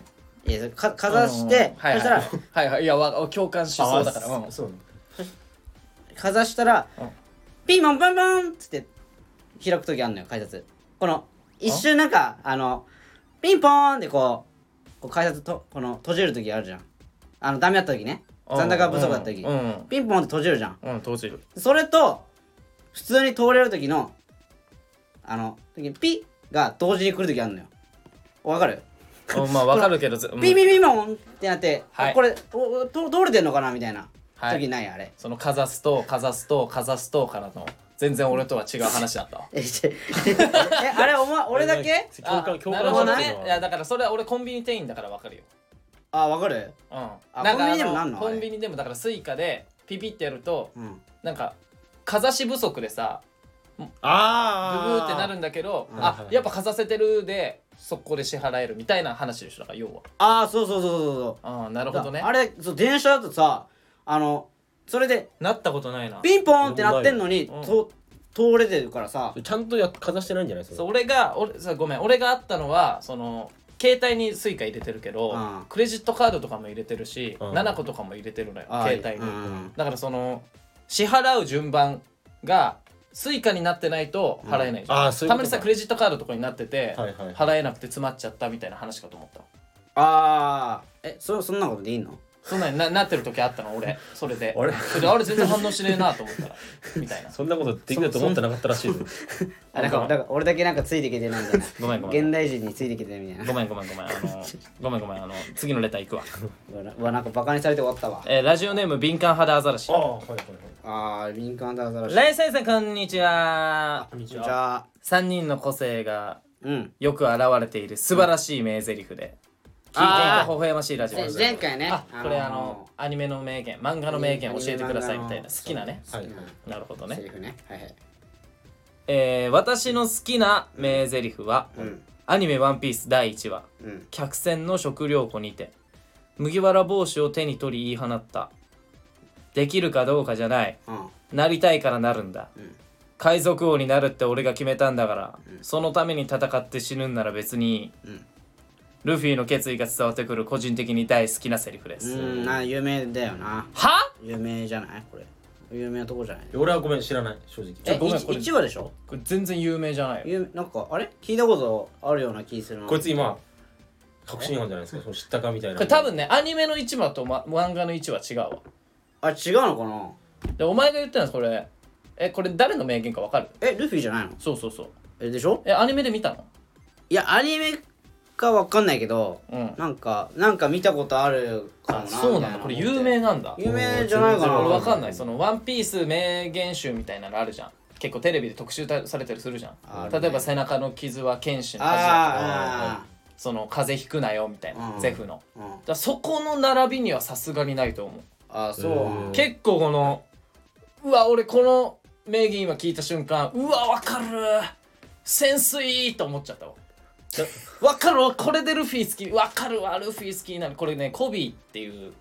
Speaker 1: いやそれかかざして、
Speaker 2: はいはい、
Speaker 1: そしたら
Speaker 2: はいはいいやわ共感しそうだからうん
Speaker 3: そう
Speaker 1: かざしたら、
Speaker 2: うん
Speaker 1: ピンポンパンパンっつって開く時あんのよ改札この一瞬なんかあのピンポーンでこうこう改札とこの閉じる時あるじゃんあのダメだった時ね残高不足だった時、
Speaker 2: うんうん
Speaker 1: ピンポンって閉じるじゃん
Speaker 2: うん閉じる
Speaker 1: それと普通に通れる時のあの時にピッが同時に来る時あるのよわかる
Speaker 2: うんまあわかるけどずうん
Speaker 1: ピピピモンってなって、
Speaker 2: はい
Speaker 1: これおおと通れてんのかなみたいな
Speaker 2: はい
Speaker 1: 時ないあれ
Speaker 2: そのかざすとかざすとかざすとからの全然俺とは違う話だったわ
Speaker 1: えちえあれお前俺だけ
Speaker 3: 共感共
Speaker 2: なる
Speaker 3: 感
Speaker 1: る
Speaker 2: ほ
Speaker 1: ほ
Speaker 2: ど
Speaker 1: ど
Speaker 2: ね
Speaker 1: ね
Speaker 2: いやだからそれは俺コンビニ店員だからわかるよ
Speaker 1: あわかる
Speaker 2: うん
Speaker 1: あ
Speaker 2: なん
Speaker 1: コ
Speaker 2: か
Speaker 1: ンビニでもなんの
Speaker 2: あコ
Speaker 1: あれ
Speaker 2: ンビニでもだからスイカでピピってやると
Speaker 1: うん
Speaker 2: なんかかざし不足でさブブ
Speaker 3: ああ
Speaker 2: ーってなるんだけど
Speaker 1: あー
Speaker 2: あやっぱかざせてるで速攻で支払えるみたいな話でしょだから要は
Speaker 1: ああそうそうそうそうそう
Speaker 2: ああなる
Speaker 1: そ
Speaker 2: ほ
Speaker 1: う
Speaker 2: どね
Speaker 1: あれそう電車だとさあのそれで
Speaker 2: なったことないな
Speaker 1: ピンポーンってなってんのに、
Speaker 2: うん
Speaker 1: と通れてるからさ
Speaker 3: ちゃんとやかざしてないんじゃないです
Speaker 2: そう
Speaker 3: か
Speaker 2: 俺が俺さごめん俺があったのはその携帯にスイカ入れてるけど、
Speaker 1: うん
Speaker 2: クレジットカードとかも入れてるし、
Speaker 3: うん
Speaker 2: 7個とかも入れてるのよ
Speaker 1: あー
Speaker 2: 携帯
Speaker 1: う
Speaker 2: に、
Speaker 1: ん
Speaker 2: だからその支払う順番がスイカになってないと払えないじゃん
Speaker 3: ああそういう
Speaker 2: たま
Speaker 3: こと
Speaker 2: にさ
Speaker 3: か
Speaker 2: クレジットカードとかになってて、
Speaker 3: はいはい
Speaker 2: 払えなくて詰まっちゃったみたいな話かと思った
Speaker 1: ああえそそんなことでいいの
Speaker 2: そんなにななってる時あったの俺それで
Speaker 3: あれ
Speaker 2: それであれ全然反応しねえなと思ったらみたいな
Speaker 3: そんなことできると思ってなかったらしいぞ
Speaker 1: あなんかだから俺だけなんかついてきてないんだな
Speaker 2: ごめんごめん
Speaker 1: 現代人についてきてないみたいな
Speaker 2: ごめんごめんごめんあのごめんごめんあの次のレター行くわ
Speaker 1: うわなうわなんかバカにされて終わったわ
Speaker 2: えーラジオネーム敏感肌アザラシ
Speaker 3: ああはいはいはい
Speaker 1: あー敏感だから
Speaker 2: ライサイさんこんにちは
Speaker 3: こんに
Speaker 1: じゃあ
Speaker 2: 3人の個性が
Speaker 1: うん
Speaker 2: よく現れている素晴らしい名台詞で聞いていた
Speaker 1: あ
Speaker 2: 微笑ましいラジオ
Speaker 1: 前前回ね
Speaker 2: あこれあのアニメの名言漫画の名言教えてくださいみたいな好きなね
Speaker 1: 好きな
Speaker 2: なるほど
Speaker 1: セ
Speaker 2: ね
Speaker 1: リフねはいはい
Speaker 2: えー私の好きな名台詞は
Speaker 1: うん
Speaker 2: アニメ「ワンピース第1話
Speaker 1: うん
Speaker 2: 客船の食料庫にて麦わら帽子を手に取り言い放ったできるかどうかじゃない
Speaker 1: うん
Speaker 2: なりたいからなるんだ、
Speaker 1: ん
Speaker 2: 海賊王になるって俺が決めたんだから、そのために戦って死ぬんなら別にいい、
Speaker 1: うん
Speaker 2: ルフィの決意が伝わってくる個人的に大好きなセリフです、
Speaker 1: うんな有名だよな
Speaker 2: は
Speaker 1: 有名じゃないこれ有名なとこじゃない
Speaker 3: 俺はごめん知らない正直
Speaker 1: え
Speaker 2: ごめん
Speaker 1: 一
Speaker 2: これ
Speaker 1: 一話でしょ
Speaker 2: これ全然有名じゃないよ
Speaker 1: 有なんかあれ聞いたことあるような気するな
Speaker 3: こいつ今確信犯じゃないですかその知ったかみたいな
Speaker 2: これ多分ねアニメの1話と、ま、漫画の1話違うわ
Speaker 1: あ違うのかな
Speaker 2: でお前が言ってたのこれえこれ誰の名言かわかる
Speaker 1: えルフィじゃないの
Speaker 2: そうそうそう
Speaker 1: えでしょ
Speaker 2: えアニメで見たの
Speaker 1: いやアニメかわかんないけど
Speaker 2: うん
Speaker 1: なんかなんか見たことあるかも
Speaker 2: あ
Speaker 1: な
Speaker 2: そうなんだ
Speaker 1: み
Speaker 2: こ
Speaker 1: た
Speaker 2: れ
Speaker 1: い思って
Speaker 2: 有名なんだ
Speaker 1: 有名じゃないかな
Speaker 2: 俺わかん
Speaker 1: い
Speaker 2: ないその「ワンピース名言集みたいなのあるじゃん結構テレビで特集されたりするじゃん、
Speaker 1: あるね
Speaker 2: 例えば背中の傷は剣士の恥だとか
Speaker 1: あ
Speaker 2: その風邪ひくなよみたいな、
Speaker 1: うん
Speaker 2: ゼフの
Speaker 1: ーあーうん
Speaker 2: だからそこの並びにはさすがにないと思う、
Speaker 1: あーそうなんだ
Speaker 3: ん
Speaker 2: 結構このうわ俺この名言今聞いた瞬間うわわかるセンスいいと思っちゃったわわかるわこれでルフィ好きわかるわルフィ好きになるこれねコビーっていう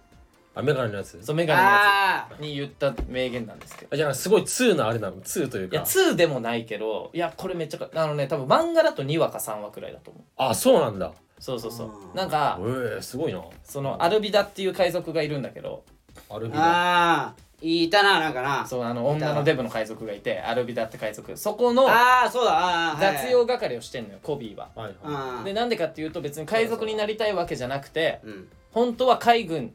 Speaker 3: アメガネのやつ
Speaker 2: そうメガネのや
Speaker 1: あ
Speaker 2: つに言った名言なんですけど
Speaker 3: あじゃあすごい2なあれなの2という
Speaker 2: いや
Speaker 3: か
Speaker 2: 2でもないけどいやこれめっちゃかあのね多分漫画だと2話か3話くらいだと思う
Speaker 3: あそうなんだ
Speaker 2: そうそうそう
Speaker 1: うん
Speaker 2: なんか
Speaker 3: ええすごいな
Speaker 2: そのアルビダっていう海賊がいるんだけど
Speaker 3: アル
Speaker 1: ー
Speaker 3: ビナ
Speaker 1: あーいたななんかな
Speaker 2: そうあの女のデブの海賊がいてアルビダって海賊そこの
Speaker 1: ああそうだあーはい
Speaker 2: 雑用係をしてんのよコビーは。
Speaker 3: はいは
Speaker 1: あー
Speaker 2: でなんでかっていうと別に海賊になりたいわけじゃなくて
Speaker 1: うん
Speaker 2: 本当は海軍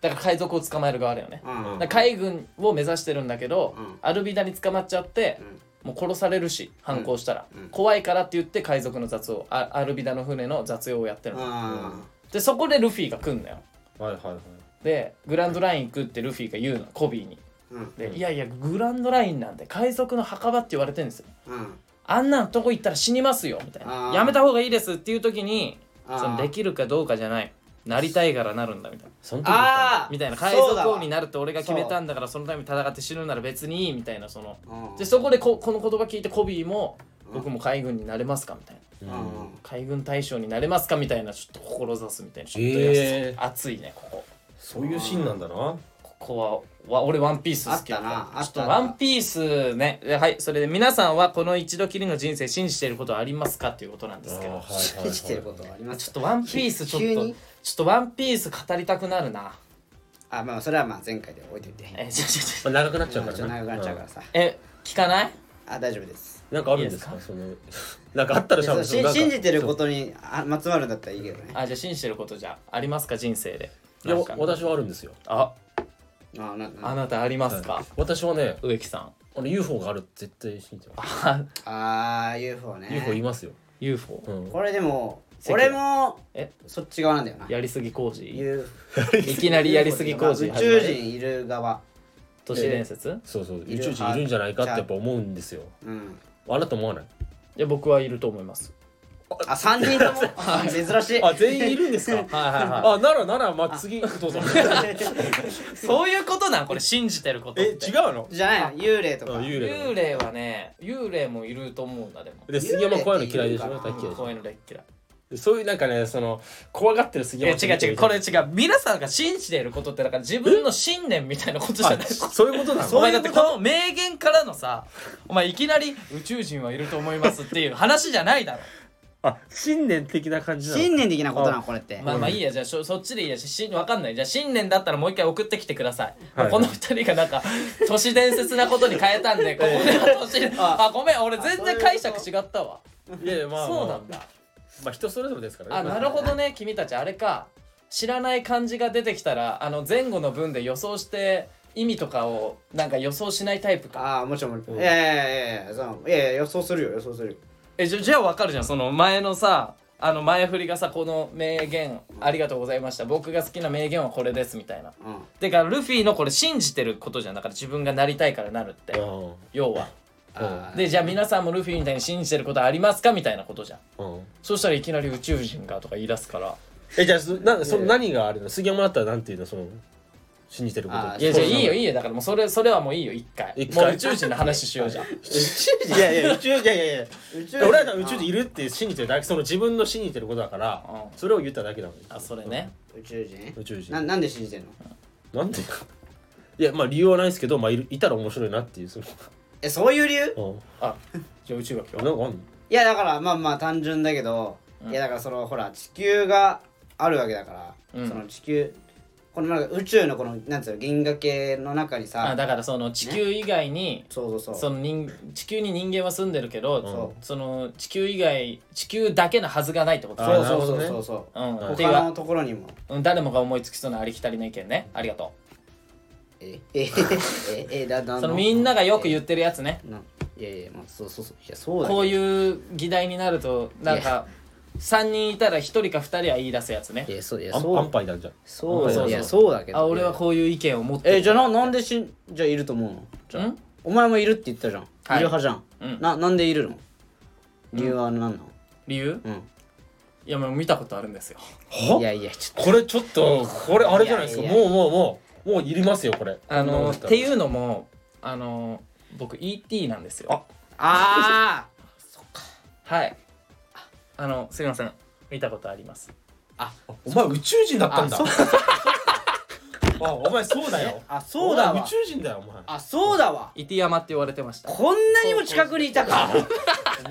Speaker 2: だから海賊を捕まえる側だよね。
Speaker 1: うん
Speaker 2: だから海軍を目指してるんだけど、
Speaker 1: うん
Speaker 2: アルビダに捕まっちゃって、
Speaker 1: ん
Speaker 2: もう殺されるし反抗したら、
Speaker 1: うん
Speaker 2: 怖いからって言って海賊の雑用あアルビダの船の雑用をやってるの、
Speaker 1: あ
Speaker 2: でそこでルフィが来んのよ
Speaker 3: いはいはいはい
Speaker 2: でグランドライン行くってルフィが言うのコビーに
Speaker 1: ーうん
Speaker 2: で、いやいやグランドラインなんて海賊の墓場って言われてるんですよ
Speaker 1: うん
Speaker 2: あんなとこ行ったら死にますよみたい
Speaker 1: あ
Speaker 2: な
Speaker 1: ー
Speaker 2: やめた方がいいですっていう時に
Speaker 1: あー
Speaker 2: そのできるかどうかじゃないなりたいからなるんだみたいなその時
Speaker 1: あー
Speaker 2: みたいな海賊
Speaker 1: そうだ
Speaker 2: 王
Speaker 1: わ
Speaker 2: になるって俺が決めたんだからそのために戦って死ぬなら別にいいみたいなその
Speaker 1: うん
Speaker 2: でそこでここの言葉聞いてコビーも
Speaker 1: うん
Speaker 2: 僕も海軍になれますかみたいな
Speaker 1: うん
Speaker 2: 海軍大将になれますかみたいなちょっと志すみたいなちょっと
Speaker 3: へ
Speaker 2: 優し
Speaker 3: ー
Speaker 2: 熱いねここ
Speaker 3: そういうシーンなんだな
Speaker 2: ここはわ俺ワンピース好きだから
Speaker 1: あったな
Speaker 2: ちょっと
Speaker 1: あったあ
Speaker 2: ワ
Speaker 1: った
Speaker 2: ンピースねえはいそれで皆さんはこの一度きりの人生信じていることはありますかということなんですけど
Speaker 1: 信じてることはあります
Speaker 2: ちょっとワンピースちょ
Speaker 1: 急
Speaker 2: っと
Speaker 1: に
Speaker 2: ちょっとワンピース語りたくなるな
Speaker 1: あまあそれはまあ前回で置いといて
Speaker 2: えちょちょちょ
Speaker 3: まあ長くなっちゃう
Speaker 1: ま
Speaker 3: か
Speaker 1: あちょ
Speaker 3: ら
Speaker 1: っと長くなっちゃうか
Speaker 3: う
Speaker 1: らさ
Speaker 2: え聞かない
Speaker 1: あ大丈夫です
Speaker 3: んなんかあるんですかそのなんかあったら
Speaker 1: い
Speaker 3: し
Speaker 1: や
Speaker 3: ゃ
Speaker 1: そ
Speaker 3: べ
Speaker 1: うし信じてることにあまつわるんだったらいいけどね
Speaker 2: あじゃあ信じてることじゃありますか人生で
Speaker 3: いや
Speaker 2: なんか
Speaker 3: 私はあるんですよ
Speaker 2: あ
Speaker 1: あなな
Speaker 2: あなたありますか、
Speaker 3: 私はね
Speaker 2: 植木さん
Speaker 3: あの UFO があるって絶対信じてま
Speaker 2: あ
Speaker 1: あー UFO ね
Speaker 3: す UFO いますよ
Speaker 2: UFO
Speaker 3: うん
Speaker 1: これでも
Speaker 2: 関
Speaker 1: 俺も
Speaker 2: え
Speaker 1: そっち側なんだよな
Speaker 2: やりすぎ工事
Speaker 1: U-
Speaker 2: いきなりやりすぎ工事
Speaker 1: まあ宇宙人いる側
Speaker 2: 都市伝説
Speaker 3: そうそう
Speaker 1: い
Speaker 3: 宇
Speaker 1: る
Speaker 3: 宙人いるんじゃないかってやっぱ思うんですよ
Speaker 1: うん
Speaker 3: あなた思わない
Speaker 2: いや僕はいると思います
Speaker 1: あ三人とも珍しい
Speaker 3: あ全員いるん ですか
Speaker 2: はいはいはい
Speaker 3: あならならまあ次どうぞ
Speaker 2: そういうことなんこれ信じてることっ
Speaker 3: え
Speaker 2: て
Speaker 3: 違うの
Speaker 1: じゃないの幽霊と
Speaker 3: あ
Speaker 1: か
Speaker 3: 幽
Speaker 2: 幽
Speaker 3: 霊
Speaker 2: 霊はね幽霊もいると思うんだでも
Speaker 3: で杉山怖いの嫌いでしょ
Speaker 1: 幽霊って
Speaker 3: 大
Speaker 1: 言うかな
Speaker 3: 嫌いでしょ
Speaker 2: こういうの大っ嫌い
Speaker 3: でそういうなんかねその怖がってる杉
Speaker 2: いや
Speaker 3: 山
Speaker 2: 違う違うこれ違う皆さんが信じていることってだから自分の信念みたいなことじゃない
Speaker 3: そういうことなの
Speaker 2: お前だってこの名言からのさお前いきなり宇宙人はいると思いますっていう話じゃないだろ
Speaker 3: あ信念的な感じなの
Speaker 1: 信念的なことなのこれって
Speaker 2: まあまあいいやじゃあそそっちでいいやししわかんないじゃあ新年だったらもう一回送ってきてください、
Speaker 3: はい
Speaker 2: この二人がなんか都市伝説なことに変えたん でここでは都市伝あごめん俺全然解釈違ったわ
Speaker 3: いやいやまあまあ
Speaker 2: そうなんだ
Speaker 3: まあ人それぞれですから
Speaker 2: あなるほどね君たちあれか知らない漢字が出てきたらあの前後の文で予想して意味とかをなんか予想しないタイプか
Speaker 1: ああもちろんもちろんいやいやいやいやそのいやいや予想するよ予想するよ
Speaker 2: えじゃじゃあわかるじゃんその前のさあの前振りがさこの名言ありがとうございました僕が好きな名言はこれですみたいな
Speaker 1: うん
Speaker 2: てかルフィのこれ信じてることじゃんだから自分がなりたいからなるって要は
Speaker 1: あー
Speaker 2: でじゃあ皆さんもルフィみたいに信じてることありますかみたいなことじゃん
Speaker 3: うんうん
Speaker 2: そしたらいきなり宇宙人がとか言い出すから
Speaker 3: えじゃあそなその何があるの杉山だったらなんていうのその信じてるこ
Speaker 1: あ
Speaker 3: と
Speaker 1: ー
Speaker 2: いやじゃあ
Speaker 1: そう
Speaker 2: いいよいいよだからもうそれそれはもういいよ一回
Speaker 3: 一回
Speaker 2: もう宇宙人の話しようじゃん
Speaker 3: いやいや宇宙いやいやいや
Speaker 1: 宇宙
Speaker 3: で俺らが宇宙人いるって信じてるだけその自分の信じてることだから、
Speaker 2: うん
Speaker 3: それを言っただけなのに
Speaker 2: あそれね
Speaker 1: 宇宙人
Speaker 3: 宇宙人
Speaker 1: ななんで信じてんの
Speaker 3: なんていうか いやまあ理由はないですけどまあいるいたら面白いなっていうその、
Speaker 1: えそういう理由
Speaker 3: うん
Speaker 2: あじゃあ宇宙が今
Speaker 3: なん
Speaker 2: 日
Speaker 3: かあんの
Speaker 1: いやだからまあまあ単純だけど、いやだからそのほら地球があるわけだから、
Speaker 2: うん
Speaker 1: その地球このなんか宇宙のこのなんつうの銀河系の中に
Speaker 2: あ
Speaker 1: さ
Speaker 2: だからその地球以外に
Speaker 1: そうそうそ
Speaker 2: そうの人地球に人間は住んでるけど
Speaker 1: そ
Speaker 2: その地球以外地球だけのはずがないってこと
Speaker 3: あ
Speaker 1: そう
Speaker 3: な
Speaker 1: そ
Speaker 3: る
Speaker 1: う
Speaker 3: ほ
Speaker 1: そ
Speaker 3: ど
Speaker 1: う
Speaker 3: ね
Speaker 1: そうそう
Speaker 2: うんっていう
Speaker 1: 他
Speaker 2: か
Speaker 1: のところにも
Speaker 2: うん誰もが思いつきそうなありきたりな意見ねありがと
Speaker 1: ええええだだ
Speaker 2: うそのみんながよく言
Speaker 1: う
Speaker 2: ってるやつね
Speaker 1: いやいやまあそうそうそういやそうだ
Speaker 2: こう
Speaker 1: う
Speaker 2: いう議題になるとなん
Speaker 1: い
Speaker 2: か3人いたら1人か2人は言い出すやつね
Speaker 1: いやそういや
Speaker 3: あん
Speaker 1: そ
Speaker 3: 安
Speaker 1: う
Speaker 3: 牌なんじゃん
Speaker 1: そうだ
Speaker 2: そうそう
Speaker 1: よいやそうだけど
Speaker 2: あ俺はこういう意見を持ってる
Speaker 1: えじゃあななんでしんじゃあいると思うのじゃあ
Speaker 2: ん
Speaker 1: お前もいるって言ったじゃん、
Speaker 2: はい
Speaker 1: いる派じゃん、
Speaker 2: うん
Speaker 1: ななんでいるの理由は何なの、
Speaker 2: 理由
Speaker 1: うん
Speaker 2: いやもう見たことあるんですよ
Speaker 1: い
Speaker 3: は
Speaker 1: やいやちょっ
Speaker 3: これちょっとこれあれじゃないですか
Speaker 1: いやいや
Speaker 3: もうもうもうもういりますよこれ
Speaker 2: あのって
Speaker 3: う
Speaker 2: いうのもあの僕 ET なんですよ
Speaker 1: とああ
Speaker 2: はいあのすいません見たことあります
Speaker 3: お前宇宙人だったんだ あお前そうだよ
Speaker 1: あそうだ
Speaker 3: お前宇
Speaker 1: わ
Speaker 3: 宙人だよお前
Speaker 1: あそうだわ
Speaker 2: ET 山って言われてました
Speaker 1: こんなにも近くにいたか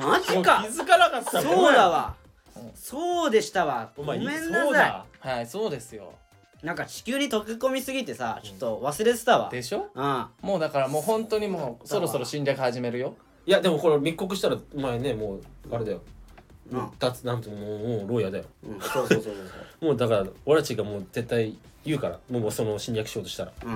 Speaker 1: マジか
Speaker 3: もう気づかなかった
Speaker 1: そうだ
Speaker 3: わ
Speaker 1: わそうでしたわ
Speaker 3: お
Speaker 1: ごめ
Speaker 3: 前
Speaker 1: ん
Speaker 3: そ
Speaker 1: な
Speaker 3: う
Speaker 1: さ
Speaker 3: だ
Speaker 1: い
Speaker 2: はいそうですよ
Speaker 1: なんか地球に溶け込みすぎてさちょっと忘れてたわ
Speaker 2: でしょ
Speaker 1: うん
Speaker 2: もうだからもう本当にもうそろそろ侵略始めるよ
Speaker 3: いやでもこれ密告したらお前ねもうあれだよ
Speaker 1: うん
Speaker 3: 脱なんてもうもう牢屋だよ
Speaker 1: うんそうそうそうそう
Speaker 3: もうだから俺たちがもう絶対言うからもうその侵略しようとしたら
Speaker 1: そううん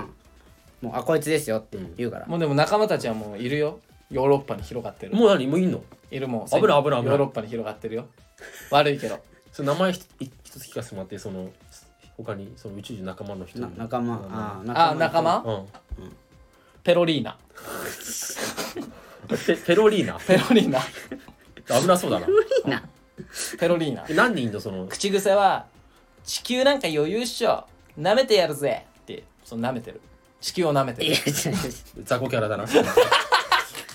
Speaker 1: もうあこいつですよって言うから
Speaker 2: もうでも仲間たちはもういるよヨーロッパに広がってる
Speaker 3: もう何もういんの
Speaker 2: いるもう
Speaker 3: 危ない危ない危ない
Speaker 2: ヨーロッパに広がってるよ悪いけど
Speaker 3: その名前ひ一つ聞かせてもらってその他にその宇宙人仲間の人
Speaker 1: な仲間あー
Speaker 2: あ
Speaker 1: 仲
Speaker 2: 仲
Speaker 1: 間
Speaker 2: 間ペロリーナ
Speaker 3: ペペロリーナ
Speaker 2: ペロリーナ。
Speaker 3: 危なそうだな
Speaker 1: ーナ
Speaker 2: ペロリーナ
Speaker 3: え。何人いんのその
Speaker 2: 口癖は、地球なんか余裕っしょ。舐めてやるぜって、その舐めてる。地球を舐めて
Speaker 1: いや
Speaker 2: る。
Speaker 1: 違う違う
Speaker 3: 雑魚キャラだな雑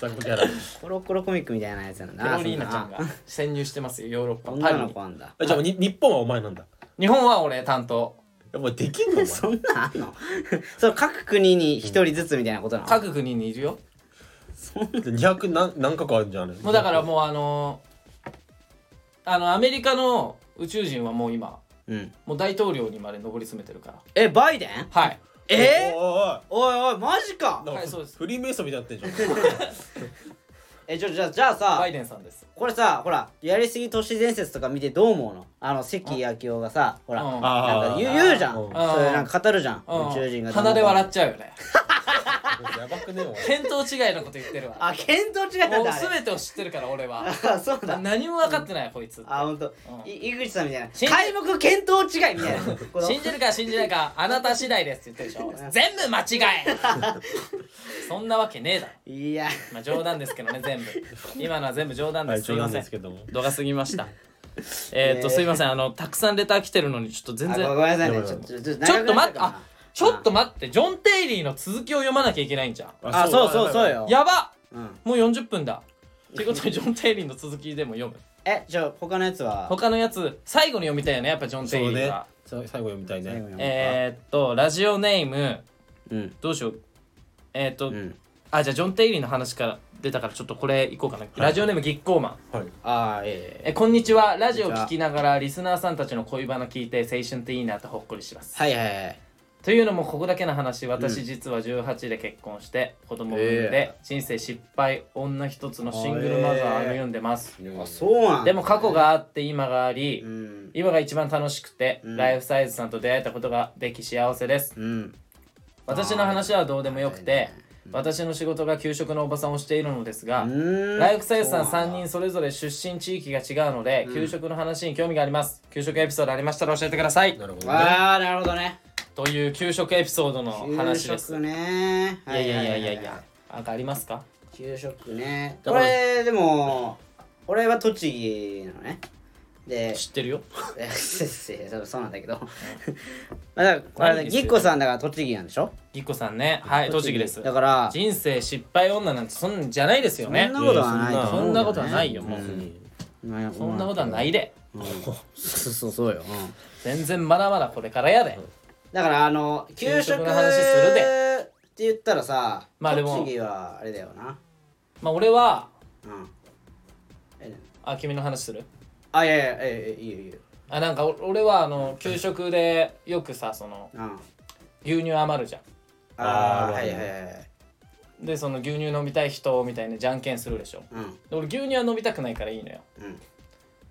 Speaker 3: 魚キャラ
Speaker 1: コロコロコミックみたいなやつやな
Speaker 2: ペロリーナちゃん
Speaker 1: そ
Speaker 2: が潜入してますよ、ヨーロッパ。
Speaker 1: ん
Speaker 2: パ
Speaker 1: な
Speaker 2: リ
Speaker 1: 女の
Speaker 2: に
Speaker 1: 子。なんだ
Speaker 3: あじゃあもうに日本はお前なんだ
Speaker 2: 日本は俺担当。
Speaker 3: お前できんのお 前
Speaker 1: そんなんあんのその各国に一人ずつみたいなことなの、
Speaker 2: 各国にいるよ。
Speaker 3: 200何何カ国あるんじゃんあれ
Speaker 2: もうだからもうあのーあのアメリカの宇宙人はもう今
Speaker 1: うん、
Speaker 2: もう大統領にまで上り詰めてるから
Speaker 1: えバイデン
Speaker 2: はい
Speaker 1: えー、
Speaker 3: おいおい
Speaker 1: おいおいマジか
Speaker 3: おいなん
Speaker 2: はい
Speaker 3: か
Speaker 2: そうです
Speaker 3: フリーメイソンみたいになってん じ
Speaker 1: えじゃじゃじゃあさ
Speaker 2: バイデンさんです
Speaker 1: これさほらやりすぎ都市伝説とか見てどう思うのあの関明夫がさほら
Speaker 2: う
Speaker 1: なん
Speaker 2: ん
Speaker 1: か言う
Speaker 3: あ
Speaker 1: 言うじゃん
Speaker 3: うん
Speaker 1: それなんか語るじゃん
Speaker 2: うん
Speaker 1: 宇宙人が
Speaker 2: 鼻で笑っちゃうよね
Speaker 3: ゃんやばくねお前
Speaker 2: 見当違いのこと言ってるわ
Speaker 1: あ見当違いだ
Speaker 2: も
Speaker 1: っ
Speaker 2: う
Speaker 1: たあれ
Speaker 2: 全てを知ってるから俺 は
Speaker 1: あそうだ
Speaker 2: 何も分かってないこいつ
Speaker 1: あ本当
Speaker 2: うん
Speaker 1: い井口さんみたいな
Speaker 2: 信じ
Speaker 1: 開幕見当違いみたいなこの
Speaker 2: 信じるか信じないかあなた次第ですって言ってる でしょ全部間違えそんなわけねえだろ
Speaker 1: いや
Speaker 2: まあ冗談ですけどね全部今のは全部冗談で
Speaker 3: は
Speaker 2: す、
Speaker 3: い
Speaker 2: す
Speaker 3: 冗
Speaker 2: いま
Speaker 3: 談
Speaker 2: せ
Speaker 3: で
Speaker 2: ん
Speaker 3: すけども
Speaker 2: 度が過ぎました。えーっと、
Speaker 1: えー
Speaker 2: すいません、あの、たくさんレター来てるのに、ちょっと全
Speaker 1: あ
Speaker 2: 然
Speaker 1: ご。めんなさいね
Speaker 3: でも
Speaker 1: ちょっとちょっと
Speaker 2: ちょっと待って、
Speaker 1: 長くなちゃうか
Speaker 2: あ
Speaker 1: な、
Speaker 2: ちょっと待って、ジョン・テイリーの続きを読まなきゃいけないんじゃん。
Speaker 1: あそうそうそうよ
Speaker 2: やば
Speaker 1: うん
Speaker 2: もう40分だ。ということで、ジョン・テイリーの続きでも 読む。
Speaker 1: えじゃあ他のやつは
Speaker 2: 他のやつ、最後に読みたいよね、やっぱジョン・テ
Speaker 3: そ
Speaker 2: イ
Speaker 3: う
Speaker 2: リー
Speaker 3: ね
Speaker 2: が。
Speaker 3: さ最後読みたい
Speaker 1: 最後
Speaker 3: ね
Speaker 1: に
Speaker 2: えーっと、ラジオネーム、
Speaker 1: うん
Speaker 2: どうしよう。えーっと、
Speaker 1: うん
Speaker 2: あ、じゃあ、ジョン・テイリーの話から出たから、ちょっとこれいこうかな。ラジオネーム、ギッコーマン。
Speaker 3: はい
Speaker 1: ああええ
Speaker 2: えこんにちはラジオを聞きながらリスナーさんたちの恋バナ聞いて青春っていいなとほっこりします
Speaker 1: はいはいはい
Speaker 2: というのもここだけの話私実は18で結婚して子供を産んで人生失敗女一つのシングルマザーを歩んでます
Speaker 1: あそうなんだ
Speaker 2: でも過去があって今があ
Speaker 1: う
Speaker 2: り
Speaker 1: ん
Speaker 2: 今が一番楽しくて
Speaker 1: うん
Speaker 2: ライフサイズさんと出会えたことができ幸せです
Speaker 1: うん
Speaker 2: 私の話はどうでもよくて
Speaker 1: うん
Speaker 2: 私の仕事が給食のおばさんをしているのですがラ
Speaker 1: ラ
Speaker 2: イフサイズさん3人
Speaker 1: そ
Speaker 2: それぞれ出身地域が違うので、給食の話に興味があります。給食エピソードありましたら教えてください
Speaker 3: な。るほ
Speaker 1: う
Speaker 3: ど
Speaker 1: なん
Speaker 3: ね
Speaker 1: だああなるほどね
Speaker 2: という給食エピソードの話で
Speaker 1: 給
Speaker 2: す。
Speaker 1: 食ね
Speaker 2: いやいやいやいやいや、なんかありますか
Speaker 1: 給食ね
Speaker 3: だ
Speaker 1: こ
Speaker 3: から
Speaker 1: れでも俺は栃木なのねで
Speaker 2: 知ってるよ。
Speaker 1: え そうそうなんだけどまあだからこ
Speaker 2: 何
Speaker 1: れ
Speaker 2: に
Speaker 1: ね
Speaker 2: する
Speaker 1: ぎっこさんだから栃木なんでしょ
Speaker 2: ぎっこさんね。はい、栃木です。
Speaker 1: だから
Speaker 2: 人生失敗女なんてそんじゃないですよ
Speaker 1: そん
Speaker 2: ね
Speaker 1: な。ことはないと
Speaker 2: そ
Speaker 1: 思うんけどね
Speaker 2: なことはないよ、もう。
Speaker 1: うん
Speaker 2: そんなことはないで。
Speaker 1: うんそうそうそうようん
Speaker 2: 全然まだまだこれからやで。
Speaker 1: だからあの給食
Speaker 2: 給食
Speaker 1: の
Speaker 2: の
Speaker 1: 話
Speaker 2: 話
Speaker 1: す
Speaker 2: す
Speaker 1: る
Speaker 2: る
Speaker 1: でって言ったらさ、
Speaker 2: まあでも
Speaker 1: 栃木はあれだよな
Speaker 2: まあ俺は、
Speaker 1: うんえ
Speaker 2: あ、君の話する
Speaker 1: あいやいやええいいよいいよ
Speaker 2: あ、なんかお俺はあの、給食でよくさ、その、
Speaker 1: うん
Speaker 2: 牛乳余るじゃん。
Speaker 1: あ
Speaker 3: あ
Speaker 1: あ
Speaker 3: ー
Speaker 1: はいはいはい
Speaker 2: でその牛乳飲みたい人みたいなじゃんけんするでしょ
Speaker 1: うん
Speaker 2: で俺牛乳は飲みたくないからいいのよ
Speaker 1: うん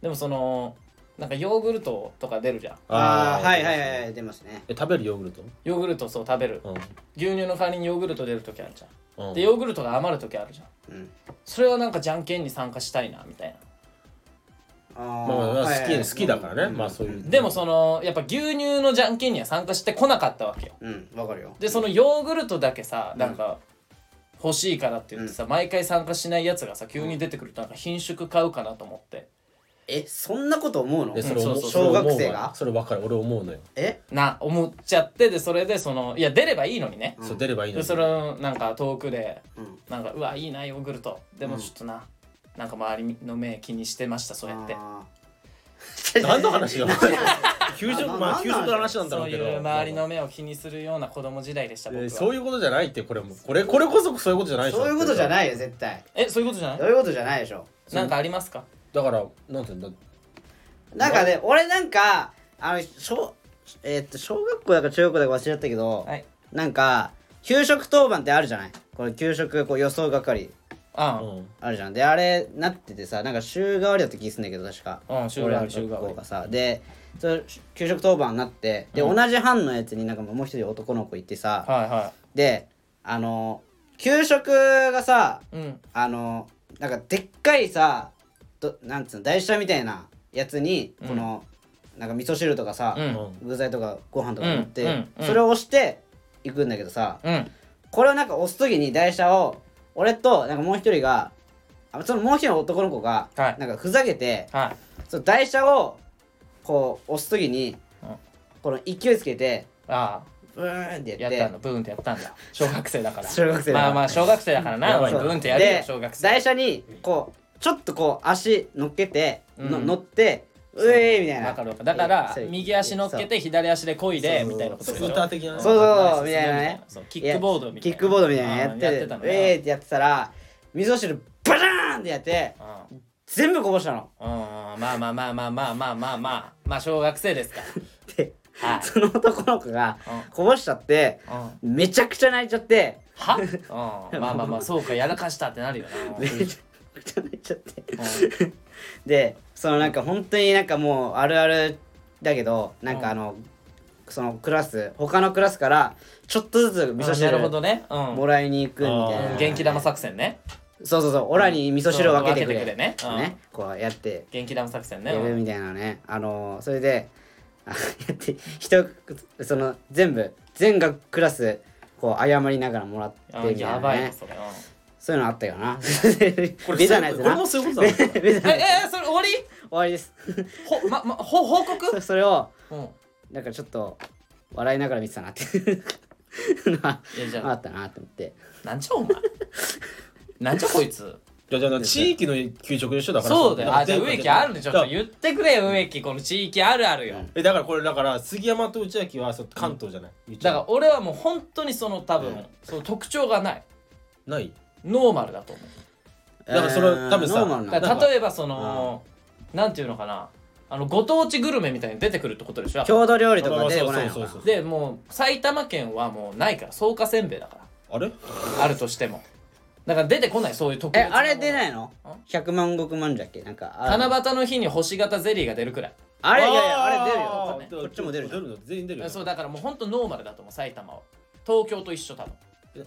Speaker 2: でもそのなんかヨーグルトとか出るじゃん
Speaker 1: ああはいはいはい出ますね
Speaker 3: え食べるヨーグルト
Speaker 2: ヨーグルトそう食べる
Speaker 3: うん
Speaker 2: 牛乳の代わりにヨーグルト出る時あるじゃ
Speaker 3: うん
Speaker 2: んでヨーグルトが余る時あるじゃん
Speaker 1: うん
Speaker 2: それはなんかじゃんけんに参加したいなみたい
Speaker 1: あ
Speaker 3: まあまあ
Speaker 1: ー
Speaker 3: 好
Speaker 1: はいはい
Speaker 3: き好きだからねまあそういう
Speaker 2: なでもそのやっぱ牛乳のじゃんけんには参加してこなかったわけよ
Speaker 1: うんわかるよ
Speaker 2: でそのヨーグルトだけさなんか欲しいからって言ってさ毎回参加しないやつがさ急に出てくるとなんか品種買うかなと思って
Speaker 1: えそんなこと思うの
Speaker 3: えそれ
Speaker 2: うん
Speaker 3: 思う
Speaker 2: そうそ
Speaker 1: 小
Speaker 2: う
Speaker 3: それ思う
Speaker 1: 学生
Speaker 3: わ
Speaker 1: が
Speaker 3: それ分かる俺思うのよ
Speaker 1: え
Speaker 2: な思っちゃってでそれでそのいや出ればいいのにね、
Speaker 1: うん
Speaker 3: そう出ればいいの
Speaker 2: で
Speaker 3: に
Speaker 2: それをなんか遠くで
Speaker 1: うん
Speaker 2: なんかうわいいなヨーグルトでもちょっとな、なんか周りの目気にしてましたそうやって
Speaker 1: あ
Speaker 3: 何の話よ給食
Speaker 1: あ
Speaker 3: ま
Speaker 1: な
Speaker 3: あ給食の話なんだろ
Speaker 2: そうう
Speaker 3: け
Speaker 2: いう
Speaker 3: ど
Speaker 2: 周りの目を気にするような子供時代でした僕は、
Speaker 3: えーそういうことじゃないってこれもこれこれこそそういうことじゃない
Speaker 1: ー
Speaker 3: でしょ
Speaker 1: そういうことじゃ
Speaker 3: い
Speaker 1: ないよ絶対
Speaker 2: えそういうことじゃな
Speaker 1: そ
Speaker 2: いう
Speaker 1: いうことじゃないでしょ
Speaker 2: なんかありますか
Speaker 3: だからなんていうんだ
Speaker 1: なんかね俺なんかあの小えーっと小学校だか中学校だか忘れちゃったけど、
Speaker 2: はい
Speaker 1: なんか給食当番ってあるじゃないこれ給食こう予想係
Speaker 2: あ
Speaker 3: うん
Speaker 1: あるじゃんであれなっててさなんか週替わりだった気がするんだけど確か
Speaker 2: うん週替わ
Speaker 1: 俺
Speaker 2: り
Speaker 1: らの
Speaker 2: 週替わり
Speaker 1: 学校がさでその給食当番になってで、同じ班のやつになんかもう一人男の子いてさ、
Speaker 2: あはいは
Speaker 1: であの給食がさ
Speaker 2: いうん
Speaker 1: あのなんかでっかいさどなんつうの台車みたいなやつにこの、なんか味噌汁とかさ、
Speaker 2: うん
Speaker 3: うん
Speaker 1: 具材とかご飯とか持って、
Speaker 2: うんうんうん
Speaker 1: それを押していくんだけどさ、
Speaker 2: うん
Speaker 1: これをなんか押す時に台車を俺となんかもう一人があそのもう一人の男の子が
Speaker 2: はい
Speaker 1: なんかふざけて、
Speaker 2: はい
Speaker 1: その台車をこう押すときに、
Speaker 2: うん
Speaker 1: この勢いつけて
Speaker 2: あ
Speaker 1: ブーンって
Speaker 2: あ
Speaker 1: やっ
Speaker 2: やってたんだブーンってやったんだ小学生だから
Speaker 1: 小学生だか
Speaker 2: ま
Speaker 1: ら
Speaker 2: あまあ小学生だからなお前
Speaker 1: そ
Speaker 2: ブ
Speaker 1: う
Speaker 2: ーンってやるよ
Speaker 1: で
Speaker 2: 小学生
Speaker 1: 台車にこうちょっとこう足乗っけて、の
Speaker 2: うん
Speaker 1: 乗ってうえーみたいな
Speaker 2: わかるわかるだから
Speaker 1: そう
Speaker 2: 右足乗っけて左足で漕いでみたいなこと
Speaker 3: ス
Speaker 2: で
Speaker 3: ク
Speaker 2: しょ
Speaker 3: ーター的なね
Speaker 1: そうそうそう
Speaker 2: あ
Speaker 1: みたいなね
Speaker 2: そうキックボードみたい
Speaker 1: キ
Speaker 2: な
Speaker 1: ックボードみたいなのや
Speaker 2: う
Speaker 1: っ
Speaker 2: ん
Speaker 1: て
Speaker 2: やってたの
Speaker 1: うえーってやってたら水を汁バラーンってやって
Speaker 2: うん
Speaker 1: 全部こぼしたの
Speaker 2: うんまあまあまあまあまあまあまあまあまあ小学生ですか
Speaker 1: で
Speaker 2: らはい
Speaker 1: その男の子が
Speaker 2: う
Speaker 1: こぼしちゃって
Speaker 2: うん
Speaker 1: めちゃくちゃ泣いちゃって
Speaker 2: は、うん、まあまあまあそうかやらかしたってなるよな、
Speaker 1: めちゃくちゃ泣いちゃってでそのなんか本当になんかもうあるあるだけどなんかあのそのクラス他のクラスからちょっとずつ味噌
Speaker 2: なるほ
Speaker 1: 汁
Speaker 2: どね、うん、
Speaker 1: もらいに行くみたい
Speaker 3: あ
Speaker 1: な
Speaker 3: ー
Speaker 2: 元気玉作戦ね
Speaker 1: そうそうそうオラに味噌汁を分けてくれ,、
Speaker 2: うん分けてくれねうん
Speaker 1: ねこうやって
Speaker 2: 元気玉作戦ね
Speaker 1: やるみたいなのねあのそれであやって人その全部全学クラスこう謝りながらもらって
Speaker 2: う
Speaker 1: み
Speaker 2: ん
Speaker 1: たい
Speaker 2: や
Speaker 1: な
Speaker 2: ばいね
Speaker 1: ね
Speaker 2: それ、うん
Speaker 1: そういうのあったよな
Speaker 3: これ
Speaker 1: ベタなやつ
Speaker 3: これ
Speaker 1: な
Speaker 3: もそういうことなのか
Speaker 1: ベタな
Speaker 2: え
Speaker 1: や
Speaker 2: えそれ終わり
Speaker 1: つ終わりです
Speaker 2: ほ、ま、ま、ほ報告、
Speaker 1: それを
Speaker 2: うん、
Speaker 1: なんかちょっと笑いながら見てたなっていうのは
Speaker 2: えじゃあ
Speaker 1: あったなと思って
Speaker 2: なんじゃお前なんじゃこいつ
Speaker 3: いやじゃあ地域の給食でしょだから
Speaker 2: そうだよあじゃあ
Speaker 3: 全部
Speaker 2: 植木あるねちょっと
Speaker 3: だ
Speaker 2: 言ってくれよ植木この地域あるあるよ
Speaker 3: えだからこれだから杉山と内明はそう関東じゃない、
Speaker 2: だから俺はもう本当にその多分その特徴がない
Speaker 3: らない
Speaker 2: ノーマルだと思う
Speaker 3: だからその多分さ
Speaker 1: ノーマルな
Speaker 2: だから例えばそのなんていうのかなあのご当地グルメみたいに出てくるってことでしょ
Speaker 1: 郷土料理とか出てこないのか
Speaker 3: そう
Speaker 1: な
Speaker 3: そうそうそう
Speaker 2: でもう埼玉県はもうないから草加せんべいだか
Speaker 3: あれ
Speaker 2: らあるとしてもだから出てこないそういう特
Speaker 1: え
Speaker 2: 別なもの
Speaker 1: あれ出ないの
Speaker 2: あ
Speaker 1: 百万石万じゃっけなんかある
Speaker 2: 七夕の日に星型ゼリーが出るくらい
Speaker 1: あれいやいや
Speaker 3: ー
Speaker 1: あれ出るよ
Speaker 2: わかんない
Speaker 1: こっちも出るじゃん
Speaker 3: 出るの全員出るよ
Speaker 2: そうだからもうほんとノーマルだと思う埼玉は東京と一緒多分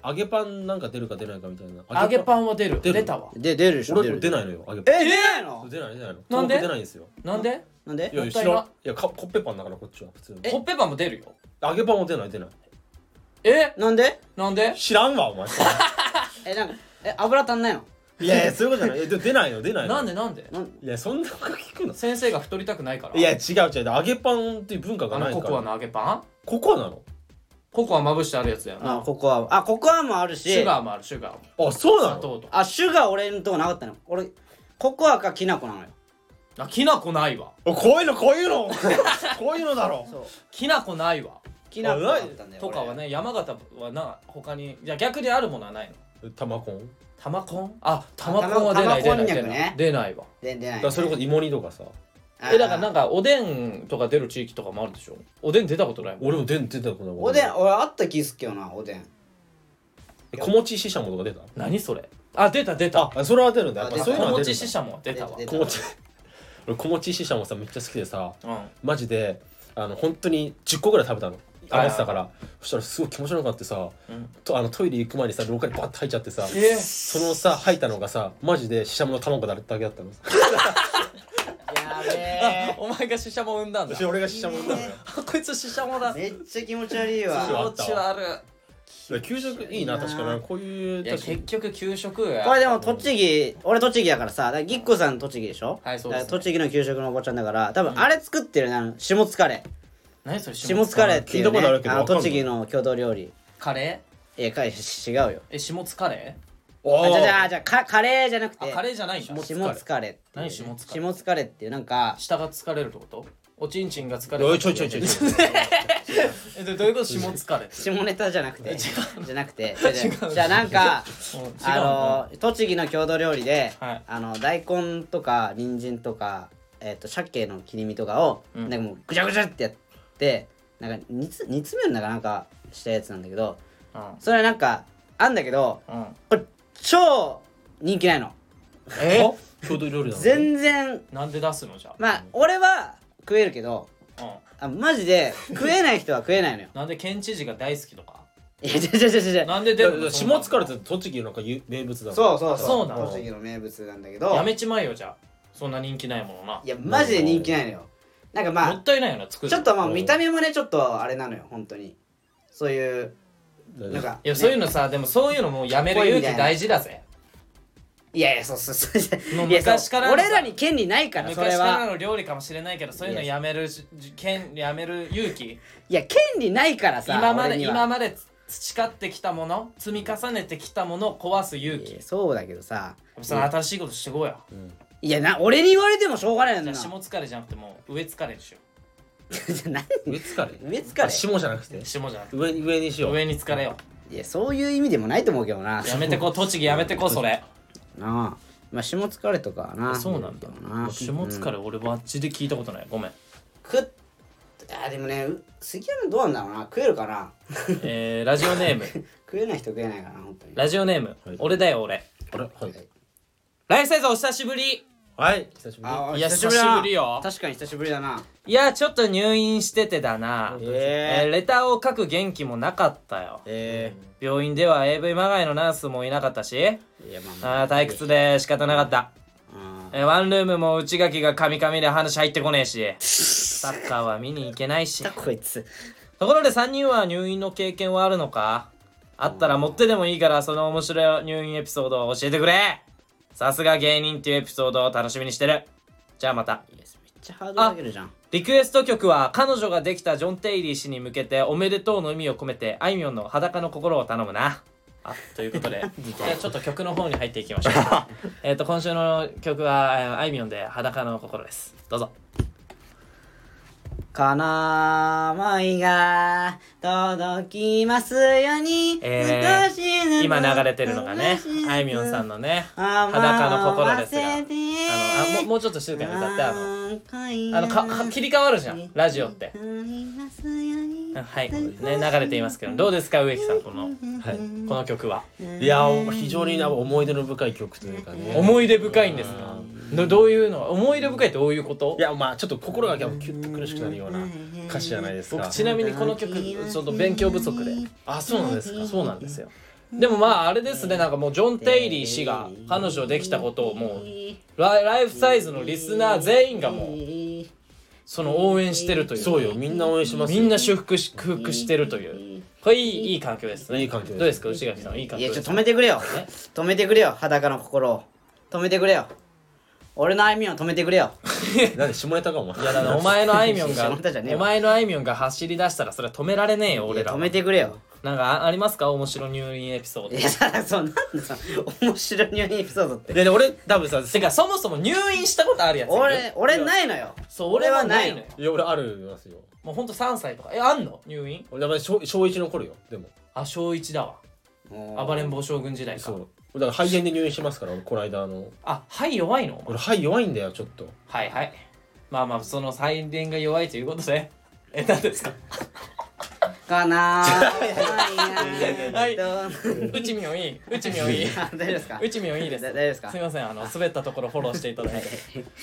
Speaker 3: 揚げパンなんか出るか出ないかみたいな
Speaker 2: 揚げパンは出る
Speaker 3: 出る
Speaker 2: 出たわ
Speaker 1: で出るでしょ
Speaker 3: 俺出
Speaker 1: い
Speaker 3: ないのよ揚げパン
Speaker 1: え出ないの
Speaker 3: 出ない出ないの
Speaker 2: なんで
Speaker 3: 東北出ないんですよ
Speaker 2: なんで
Speaker 1: なんで
Speaker 3: いやいや
Speaker 2: もった
Speaker 3: 知
Speaker 2: い
Speaker 3: ら
Speaker 2: なん
Speaker 3: いやかコッペパンだからこっちは普通に
Speaker 2: コッペパンも出るよ
Speaker 3: 揚げパンも出ない出ない
Speaker 2: え
Speaker 1: なんで
Speaker 2: なんで
Speaker 3: 知らんわお前
Speaker 1: えなんかえ油足んないの
Speaker 3: いやい やそういうことじゃないいやでも出ないの出ないの
Speaker 2: なんでなんで
Speaker 1: なん
Speaker 3: いやそんなこと聞くの
Speaker 2: 先生が太りたくないから
Speaker 3: いや違う違う揚げパンっていう文化
Speaker 2: あ
Speaker 3: がな
Speaker 2: の
Speaker 3: いか
Speaker 2: コ
Speaker 3: ら
Speaker 2: コアの揚げパン
Speaker 3: ココアなの
Speaker 2: ココアまぶしてあるやつだよな
Speaker 1: あココアあココアもあるし
Speaker 2: シュガーもあるシュガーも
Speaker 3: あそうな
Speaker 2: 砂
Speaker 3: の
Speaker 2: 糖とか
Speaker 1: あシュガー俺のとこなかったの俺ココアかきな粉なのよ
Speaker 2: あきな粉ないわ
Speaker 3: おこういうのこういうの こういうのだろ
Speaker 1: そう
Speaker 2: きな粉ないわ
Speaker 1: きな粉だったんだよ
Speaker 2: とかはね山形はな他にじゃあ逆にあるものはないの
Speaker 3: 玉コン
Speaker 2: 玉こんあ玉こんは出ない出
Speaker 1: 玉玉
Speaker 2: ない
Speaker 1: こんにゃ
Speaker 2: 出
Speaker 1: く
Speaker 2: な
Speaker 1: ね
Speaker 2: い出ないわ
Speaker 1: 俺で出な
Speaker 3: だ
Speaker 1: い
Speaker 3: からそれこそ芋煮とかさ
Speaker 2: えだからなん
Speaker 1: か
Speaker 2: かおでんとか出る地域とかもあるでしょおでん出たことないもん
Speaker 3: 俺も出ん出たことない
Speaker 1: おでん俺あった気すっけよなおでん
Speaker 3: え小餅ししゃもとか出た
Speaker 2: 何それあ出た出た
Speaker 3: ああそれは出るんだやっぱ
Speaker 1: あ
Speaker 3: そういうの
Speaker 2: 小
Speaker 3: は出るん
Speaker 2: 餅
Speaker 3: だ
Speaker 2: ししゃも出たわ
Speaker 1: 出
Speaker 3: 小餅 俺小餅ししゃもさめっちゃ好きでさ
Speaker 2: うん
Speaker 3: マジであの本当に10個ぐらい食べたの
Speaker 2: はい
Speaker 3: あれてたからそしたらすごい気持ち悪くなってさ、
Speaker 2: うん
Speaker 3: とあのトイレ行く前にさ廊下にバッて入っちゃってさ
Speaker 2: え
Speaker 3: そのさ吐いたのがさマジでししゃもの卵だけだったの
Speaker 1: やべ
Speaker 2: あお前がししゃも産ん だんだ
Speaker 3: 私俺がししゃもの
Speaker 1: ね
Speaker 2: あこいつししゃもだ
Speaker 1: えめっちゃ気持ち悪い
Speaker 2: 気
Speaker 1: わ
Speaker 2: 持ち悪
Speaker 3: 給食いいな確かなこうい
Speaker 2: いういや
Speaker 3: 確か
Speaker 2: 結
Speaker 3: に
Speaker 2: 局給食
Speaker 1: これでも栃木俺栃木だからさだからぎっこさん栃木でしょ
Speaker 2: はいそうですね
Speaker 1: だから栃木の給食のおばちゃんだから多分あれ作ってるねあの下津カレー
Speaker 2: 何それ
Speaker 1: 下津カレーっていう
Speaker 3: 聞いたことある
Speaker 1: ね
Speaker 3: けど
Speaker 1: あの
Speaker 3: わかんない
Speaker 1: 栃木の郷土料理
Speaker 2: カレー
Speaker 1: えかいし違うよ
Speaker 2: え下津カレ
Speaker 1: あじゃあじゃ
Speaker 3: あ
Speaker 1: あじゃあカカレーじゃなく
Speaker 2: ーあ
Speaker 1: て
Speaker 2: カレーじゃないんだ
Speaker 1: 下津カレーっていうね
Speaker 2: 何下津カレー
Speaker 1: 下津カレーっていうなんか
Speaker 2: 下が疲れるってことおちんちんが疲れ
Speaker 3: ーお
Speaker 2: る
Speaker 3: いちょいちょいちょいちょい
Speaker 2: えどどういうこと下疲れ
Speaker 1: 下ネタじゃなくてじゃなくてじゃあじゃあなんか
Speaker 2: うん違う
Speaker 1: あの栃木の郷土料理で、
Speaker 2: はい
Speaker 1: あの大根とか人参とか、えっと鮭の切り身とかを、
Speaker 2: うん
Speaker 1: なんかもうぐちゃぐちゃってやってなんか煮つ煮詰めるんだかなんかしたやつなんだけど
Speaker 2: の
Speaker 1: それはなんかあんだけど
Speaker 2: うんうん
Speaker 1: これ超人気ないの
Speaker 2: え
Speaker 3: あ郷土料理なの
Speaker 1: 全然
Speaker 2: なんで出すのじゃ
Speaker 1: まあ俺は食えるけど
Speaker 2: あ、
Speaker 1: あ
Speaker 2: うん、
Speaker 1: マジで食えない人は食え ないのよ
Speaker 2: なんで県知事が大好きとか
Speaker 1: いや違う違う違う違う
Speaker 2: なんで出
Speaker 3: だ
Speaker 2: る
Speaker 3: か
Speaker 2: の
Speaker 3: ら
Speaker 2: そ
Speaker 3: 下
Speaker 2: んなの
Speaker 3: 疲れって栃木のなんか有名物だもん
Speaker 1: そうそう
Speaker 2: そ
Speaker 1: そうう
Speaker 2: なの
Speaker 1: 栃木の名物なんだけど
Speaker 2: やめちまえよじゃあそんな人気ないものない
Speaker 1: やマジで人気ないのよなんかま
Speaker 2: も
Speaker 1: あ
Speaker 2: ったいないよな作る
Speaker 1: ちょっとまあ
Speaker 3: うん
Speaker 1: 見た目もねちょっとあれなのよ本当にそういうなんか
Speaker 2: いやそういうのさでもそういうのもうやめる
Speaker 1: こういう
Speaker 2: 勇
Speaker 1: みたい
Speaker 2: 気
Speaker 1: な
Speaker 2: 大事だぜ
Speaker 1: いやいやそうそうそう
Speaker 2: もう
Speaker 1: いや
Speaker 2: 昔から
Speaker 1: そう
Speaker 2: のさ
Speaker 1: 俺らに権利ないからそれ
Speaker 2: 昔から
Speaker 1: は
Speaker 2: の料理かもしれないけどそういうのやめるしけんやめる勇気
Speaker 1: いや権利ないからさ
Speaker 2: 今ま
Speaker 1: 俺
Speaker 2: で
Speaker 1: には
Speaker 2: 今まで培ってきたもの積み重ねてきたものを壊す勇
Speaker 1: い
Speaker 2: 気
Speaker 1: やそうだけどさ
Speaker 2: その新しいことしてこうや
Speaker 1: いやな俺に言われてもしょうがないよ
Speaker 2: じゃ
Speaker 1: な
Speaker 2: あ下疲れじゃなくてもう上疲れでしょ
Speaker 1: 何
Speaker 3: 上疲れ
Speaker 1: 上疲れ
Speaker 3: あ下じゃなくて
Speaker 2: 下じゃなくて
Speaker 3: 上上にしよう
Speaker 2: 上に疲れよ
Speaker 1: いやそういう意味でもないと思うけどな
Speaker 2: やめてこう栃木やめてこうそれ
Speaker 1: なあまあ下疲れとかはな
Speaker 2: そうなんだ
Speaker 1: けどな
Speaker 2: 下疲れ俺マッチで聞いたことないごめん
Speaker 1: 食っあでもねう杉山どうなんだろうな食えるかな
Speaker 2: えーラジオネー ム
Speaker 1: 食えない人食えないかな本当に
Speaker 2: ラジオネーム
Speaker 3: はい
Speaker 2: 俺だよ俺
Speaker 3: あれはい
Speaker 2: ライフサイズお久しぶり
Speaker 3: はい久しぶり
Speaker 1: あ
Speaker 2: いや
Speaker 1: だ
Speaker 2: 久しぶりよ
Speaker 1: 確かに久しぶりだない
Speaker 2: やちょっと入院しててだなえーレターを書く元気もなかったよ
Speaker 1: え
Speaker 2: 病院では AV まがいのナースもいなかったし
Speaker 1: えいやまあまあ
Speaker 2: あー退屈で仕方なかった
Speaker 1: あ
Speaker 2: えーワンルームも内垣がカミカミで話入ってこねえしサッカーは見に行けないし
Speaker 1: ーこいつ
Speaker 2: ところで3人は入院の経験はあるのかあったら持ってでもいいからその面白い入院エピソードを教えてくれさすが芸人っていうエピソードを楽しみにしてるじゃあまた
Speaker 1: いやめっちゃハードル上げるじゃん
Speaker 2: リクエスト曲は彼女ができたジョン・テイリー氏に向けておめでとうの意味を込めてあいみょんの裸の心を頼むな あということでじゃあちょっと曲の方に入っていきましょうえっ と今週の曲はえーあいみょんで裸の心ですどうぞ
Speaker 1: この思いが届きますように、
Speaker 2: えー
Speaker 1: 少しずつ
Speaker 2: 今流れてるのがねあいみょんさん
Speaker 1: の
Speaker 2: のね
Speaker 1: あ
Speaker 2: 裸の心ですが
Speaker 1: 合わせて
Speaker 2: あのあもうもうちょっと静かに歌ってあの
Speaker 1: の
Speaker 2: あのかか切り替わるじゃんラジオってはいね流れていますけどどうですか植木さんこの
Speaker 3: はい
Speaker 2: この曲はい
Speaker 3: や非常に思い出の深い曲というかね
Speaker 2: 思い出深いんですがどどういうの思い出深いってどういうこと
Speaker 3: いやまあちょっと心がキュッと苦しくなるような歌詞じゃないですか
Speaker 2: 僕ちなみにこの曲ちょっと勉強不足で
Speaker 3: あそうなんですか
Speaker 2: そうなんですよでもまああれですねなんかもうジョン・テイリー氏が彼女できたことをもうライライフサイズのリスナー全員がもうその応援してるという
Speaker 3: そうよみんな応援します
Speaker 2: みんな祝福し祝福してるというこれいいいい環境ですね
Speaker 3: いい環境です
Speaker 2: どうですか内垣さんいい環
Speaker 1: い
Speaker 2: 境
Speaker 1: や
Speaker 2: で
Speaker 1: ちょ
Speaker 2: す
Speaker 1: っと止めてくれよ止めてくれよ裸の心を止めてくれよ俺の歩みを止めてくれよ
Speaker 3: なんで下ネタかお前
Speaker 2: いやだからお前のあいみょ んが
Speaker 1: 下ネタじゃねえわ
Speaker 2: お前のあいみょんが走り出したらそれは止められねえよ
Speaker 1: いや
Speaker 2: 俺ら
Speaker 1: 止
Speaker 2: は
Speaker 1: めてくれよ
Speaker 2: なんかあありますか面白入院エピソード
Speaker 1: いやだからそうなんだ面白い入院エピソードって
Speaker 3: で俺多分さ
Speaker 2: てかそもそも入院したことあるやついる
Speaker 1: 俺俺ないのよ
Speaker 2: そう俺はないのよ
Speaker 3: いや俺あるますよ
Speaker 2: もうほんと3歳とかえあんの入院
Speaker 3: 俺だから小小一の頃よでも
Speaker 2: あ小1だわ
Speaker 1: もう
Speaker 2: 暴れん坊将軍時代か
Speaker 3: そうだから肺炎で入院してますから俺この間あの
Speaker 2: あはい弱いのお前
Speaker 3: 俺肺弱いんだよちょっと
Speaker 2: はいはいまあまあその再電が弱いということで え何ですか
Speaker 1: かなぁ
Speaker 2: はい
Speaker 1: どう
Speaker 2: うちみょんいいうちみょんいい
Speaker 1: あ大丈夫ですか
Speaker 2: うちみょんいいです
Speaker 1: だ大丈夫ですか
Speaker 2: すいませんあの滑ったところフォローしていただいて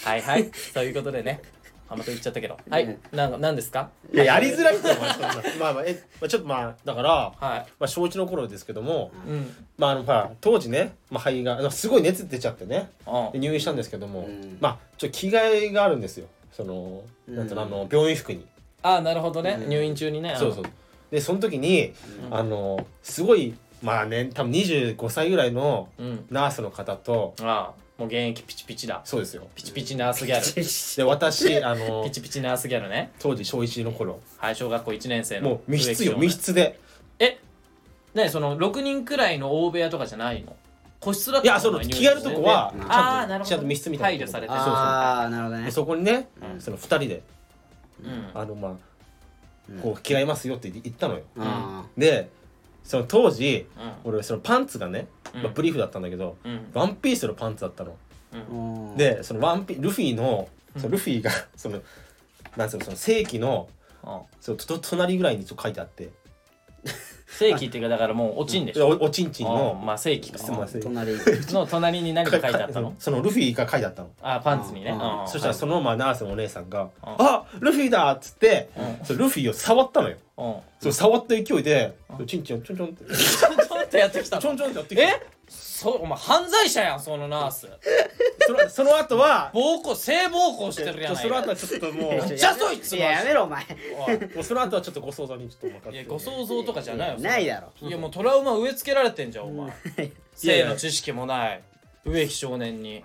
Speaker 2: はいはいということでねあまた言っちゃったけどは
Speaker 1: うん
Speaker 2: いななんですか
Speaker 3: いややりづらいってお前そんなまあまあえ、まあ、ちょっとまあだから、
Speaker 2: は
Speaker 3: まあ、小一の頃ですけども
Speaker 2: いうん
Speaker 3: まああのまあ当時ね、まあ、肺があのすごい熱出ちゃってね
Speaker 2: あ
Speaker 3: で入院したんですけども、
Speaker 1: うん
Speaker 3: まあちょっと着替えがあるんですよそのなんと
Speaker 1: うん
Speaker 3: あの病院服に、
Speaker 2: あなるほどね入院中にね
Speaker 3: そうそうでその時に、あのすごいまあね多分25歳ぐらいの
Speaker 2: うん
Speaker 3: ナースの方と
Speaker 2: ああもう現役ピチピチだ
Speaker 3: そうですよ
Speaker 2: ピチピチナースギャル
Speaker 3: で私あの
Speaker 2: ピチピチナースギャルね
Speaker 3: 当時小一の頃
Speaker 2: はい小学校1年生の
Speaker 3: もう密室
Speaker 2: 植
Speaker 3: よ
Speaker 2: 木少年
Speaker 3: 密室で
Speaker 2: えねその6人くらいの大部屋とかじゃないの個室だっ
Speaker 3: い
Speaker 2: た
Speaker 3: やその着替えるとこは
Speaker 1: うん
Speaker 3: ち
Speaker 2: あ
Speaker 3: ゃ
Speaker 2: ーなるほ
Speaker 3: んと
Speaker 2: ど
Speaker 3: ちゃんと密室みたいなとこ
Speaker 2: 配慮されてる
Speaker 3: そうそう
Speaker 1: ああなるほどね
Speaker 3: でそこにね、
Speaker 1: うん
Speaker 3: その2人で
Speaker 2: うん
Speaker 3: あのまあ
Speaker 1: うん
Speaker 3: こう着替えますよって言ったのよ、
Speaker 1: うんあ
Speaker 3: でその当時
Speaker 2: う
Speaker 3: 俺そのパンツがね、
Speaker 2: うん
Speaker 3: まあ、ブリーフだったんだけど、
Speaker 2: んうん
Speaker 3: ワンピースのパンツだったの、
Speaker 1: ー
Speaker 3: でそのワンピルフィの
Speaker 2: ん
Speaker 3: そのルフィが そのなんつうのその正規の
Speaker 2: あ
Speaker 3: そのと隣ぐらいにちょっと書いてあって
Speaker 2: 正規っていうかだからもう落ちんでしょ
Speaker 3: おおちんちん
Speaker 2: ああ
Speaker 3: の
Speaker 2: まあ正規か
Speaker 3: すいません
Speaker 1: 隣
Speaker 2: の隣に何か書いてあった
Speaker 3: か
Speaker 2: の
Speaker 3: かそのルフィが 書いてあったの
Speaker 2: あパンツにね
Speaker 1: うん
Speaker 2: ああ
Speaker 3: そしたら
Speaker 2: はい
Speaker 3: そのまあナースのお姉さんが「
Speaker 2: うん
Speaker 3: あルフィだ!」っつって、そのルフィを触ったのよ
Speaker 2: うん
Speaker 3: そう触った勢いで、ちんちんちょんちょんって
Speaker 2: ちょんとやってきたの
Speaker 3: ちょんちょんってやってきた
Speaker 2: えそうお前犯罪者やんそのナース
Speaker 3: そのその後は
Speaker 2: 暴行性暴行してるや
Speaker 3: ち
Speaker 2: ない
Speaker 3: ょその後
Speaker 2: か
Speaker 3: はちょっ ともう
Speaker 2: なんじゃそいつ
Speaker 1: いややめろお前
Speaker 2: おい
Speaker 3: もうその後はちょっとご想像にちょっとお任せ
Speaker 2: いやご想像とかじゃないよそれ
Speaker 1: ないだろ
Speaker 2: いやもうトラウマ植え付けられてんじゃんお 前性の知識もない植木少年に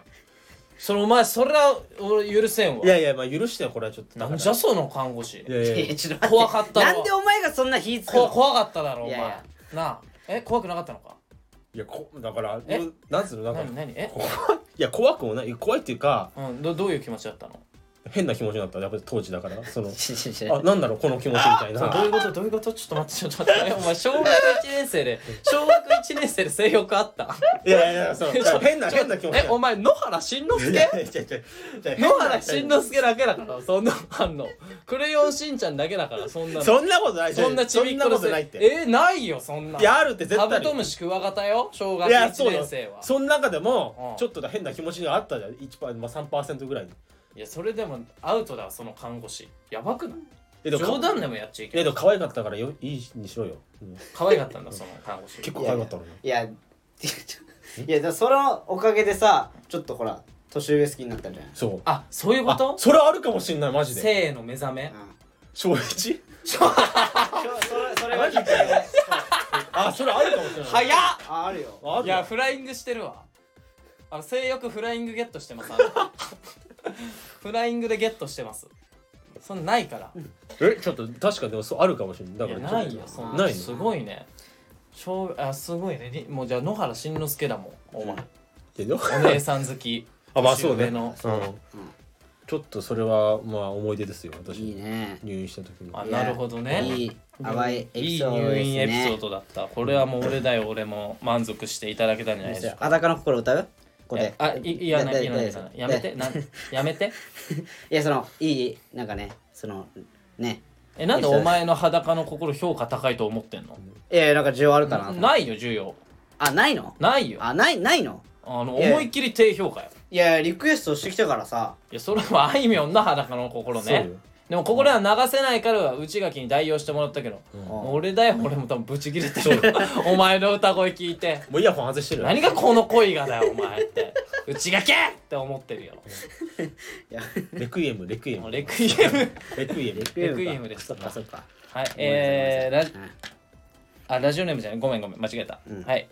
Speaker 2: それお前それは俺許せんわ
Speaker 3: いやいやまあ許してよこれはちょっと
Speaker 2: な
Speaker 3: だから
Speaker 2: んじゃその看護師
Speaker 3: いやいやい
Speaker 1: いや
Speaker 3: や
Speaker 1: ちょっと待って
Speaker 2: 怖かったわ
Speaker 1: なんでお前がそんな火つく
Speaker 2: こ
Speaker 1: の
Speaker 2: 怖かっただろお
Speaker 1: い
Speaker 2: 前
Speaker 1: やいや
Speaker 2: なあえ怖くなかったのか
Speaker 3: いやこだから
Speaker 2: え
Speaker 3: うんなんつうのなんか
Speaker 2: 何何え
Speaker 3: 怖いいや怖くもない怖いっていうか
Speaker 2: うんどどういう気持ちだったの
Speaker 3: 変な気持ちになったやっぱり当時だか らその
Speaker 1: ちょ
Speaker 3: あなんだろうこの気持ちみたい
Speaker 2: そうどういう
Speaker 3: な
Speaker 2: ことどういうことちょっと待ってちょっと待ってお前小学1年生で小学1年生で性欲あった
Speaker 3: いやいやいやそう
Speaker 2: ちょ
Speaker 3: 変な
Speaker 2: ちょ
Speaker 3: 変な気持ち
Speaker 2: えお前野原しんのす
Speaker 3: いや
Speaker 2: け
Speaker 3: いやいやいやいや
Speaker 2: 野原しんのすけだけだからそんな反応クレヨンしんちゃんだけだからそんなの
Speaker 3: そんなことない
Speaker 2: そんなちびっこ
Speaker 3: そんな
Speaker 2: の
Speaker 3: こと
Speaker 2: せ
Speaker 3: ないっ
Speaker 2: い
Speaker 3: て
Speaker 2: えないよそんない
Speaker 3: やあるって絶対
Speaker 2: カ
Speaker 3: ある
Speaker 2: ブトムシクワガタよ小学
Speaker 3: いや
Speaker 2: 1
Speaker 3: そうだ
Speaker 2: 年
Speaker 3: よ
Speaker 2: 生は
Speaker 3: その中で
Speaker 2: う
Speaker 3: も
Speaker 2: ん
Speaker 3: ちょっと変な気持ちがあったじゃん1パー、まあ、3%ぐらい
Speaker 2: いやそれでもアウトだわその看護師やばくない
Speaker 3: えでも
Speaker 2: 冗談でもやっちゃい
Speaker 3: いや
Speaker 2: け
Speaker 3: で
Speaker 2: ない
Speaker 3: も可愛かったからよいいにしろよ、うん
Speaker 2: 可愛かったんだその看護師
Speaker 3: 結構可愛かったのね
Speaker 1: いやい やだからそのおかげでさちょっとほら年上好きになったんじゃない
Speaker 3: そう
Speaker 2: あそういうこ
Speaker 3: あ
Speaker 2: と
Speaker 3: それあるかもしんないマジで
Speaker 2: 性の目覚め
Speaker 3: 小一
Speaker 1: それそれ
Speaker 3: マジかよあそれあるかもしれない
Speaker 2: 早っ
Speaker 1: ああるよ
Speaker 3: ある
Speaker 2: いやフライングしてるわあの性欲フライングゲットしてますあのフライングでゲットしてますそんなないから
Speaker 3: えちょっと確かでもそうあるかもしれないだ
Speaker 2: い
Speaker 3: か
Speaker 2: や
Speaker 3: ら
Speaker 2: ないよ
Speaker 3: ちょっと
Speaker 2: そん
Speaker 3: な
Speaker 2: ない
Speaker 3: の
Speaker 2: すごいね小あすごいねりもうじゃあ野原しんのすけだもんお前
Speaker 3: けど
Speaker 2: お姉さん好き
Speaker 3: あまあそうね
Speaker 2: 年上の
Speaker 3: うんちょっとそれはまあ思い出ですよ私
Speaker 1: いいね
Speaker 3: 入院した時の
Speaker 2: あなるほどね
Speaker 1: いい淡いエ
Speaker 2: い
Speaker 1: ピ
Speaker 2: い
Speaker 1: ソード
Speaker 2: 入
Speaker 1: です
Speaker 2: 院エピソー
Speaker 1: ね
Speaker 2: ドだったこれはもう俺だよ俺も満足していただけたんじゃないでしょうか
Speaker 1: 裸の心歌うこれ
Speaker 2: あいいや
Speaker 1: だ
Speaker 2: な
Speaker 1: だ
Speaker 2: いいらないい
Speaker 1: だ
Speaker 2: らないやめてなやめて
Speaker 1: いやそのいいなんかねそのね
Speaker 2: えなんでお前の裸の心評価高いと思ってんの
Speaker 1: いやなんか需要あるかなと
Speaker 2: ないよ需要
Speaker 1: あないの
Speaker 2: ないよあ
Speaker 1: あないないの
Speaker 2: の
Speaker 1: いやいや
Speaker 2: 思いっきり低評価よ
Speaker 1: いやリクエストしてきたからさ
Speaker 2: いやそれはあいみょんな裸の心
Speaker 3: そう
Speaker 2: ね
Speaker 3: よ
Speaker 2: でもここでは流せないから内垣に代用してもらったけど、俺だよ俺も多分ブチギレてる お前の歌声聞いて
Speaker 3: もうイヤホン外してる
Speaker 2: 何がこの恋がだよお前って内垣って思ってるよ
Speaker 1: いや
Speaker 3: レクイエムレクイエ
Speaker 2: もう
Speaker 3: ム
Speaker 2: レクイエム
Speaker 3: レクイエム
Speaker 2: レクイエムです
Speaker 1: そっかそっか
Speaker 2: はいえー、ラ
Speaker 1: うん
Speaker 2: あラジオネームじゃないごめんごめん間違えた、
Speaker 1: うん
Speaker 2: はい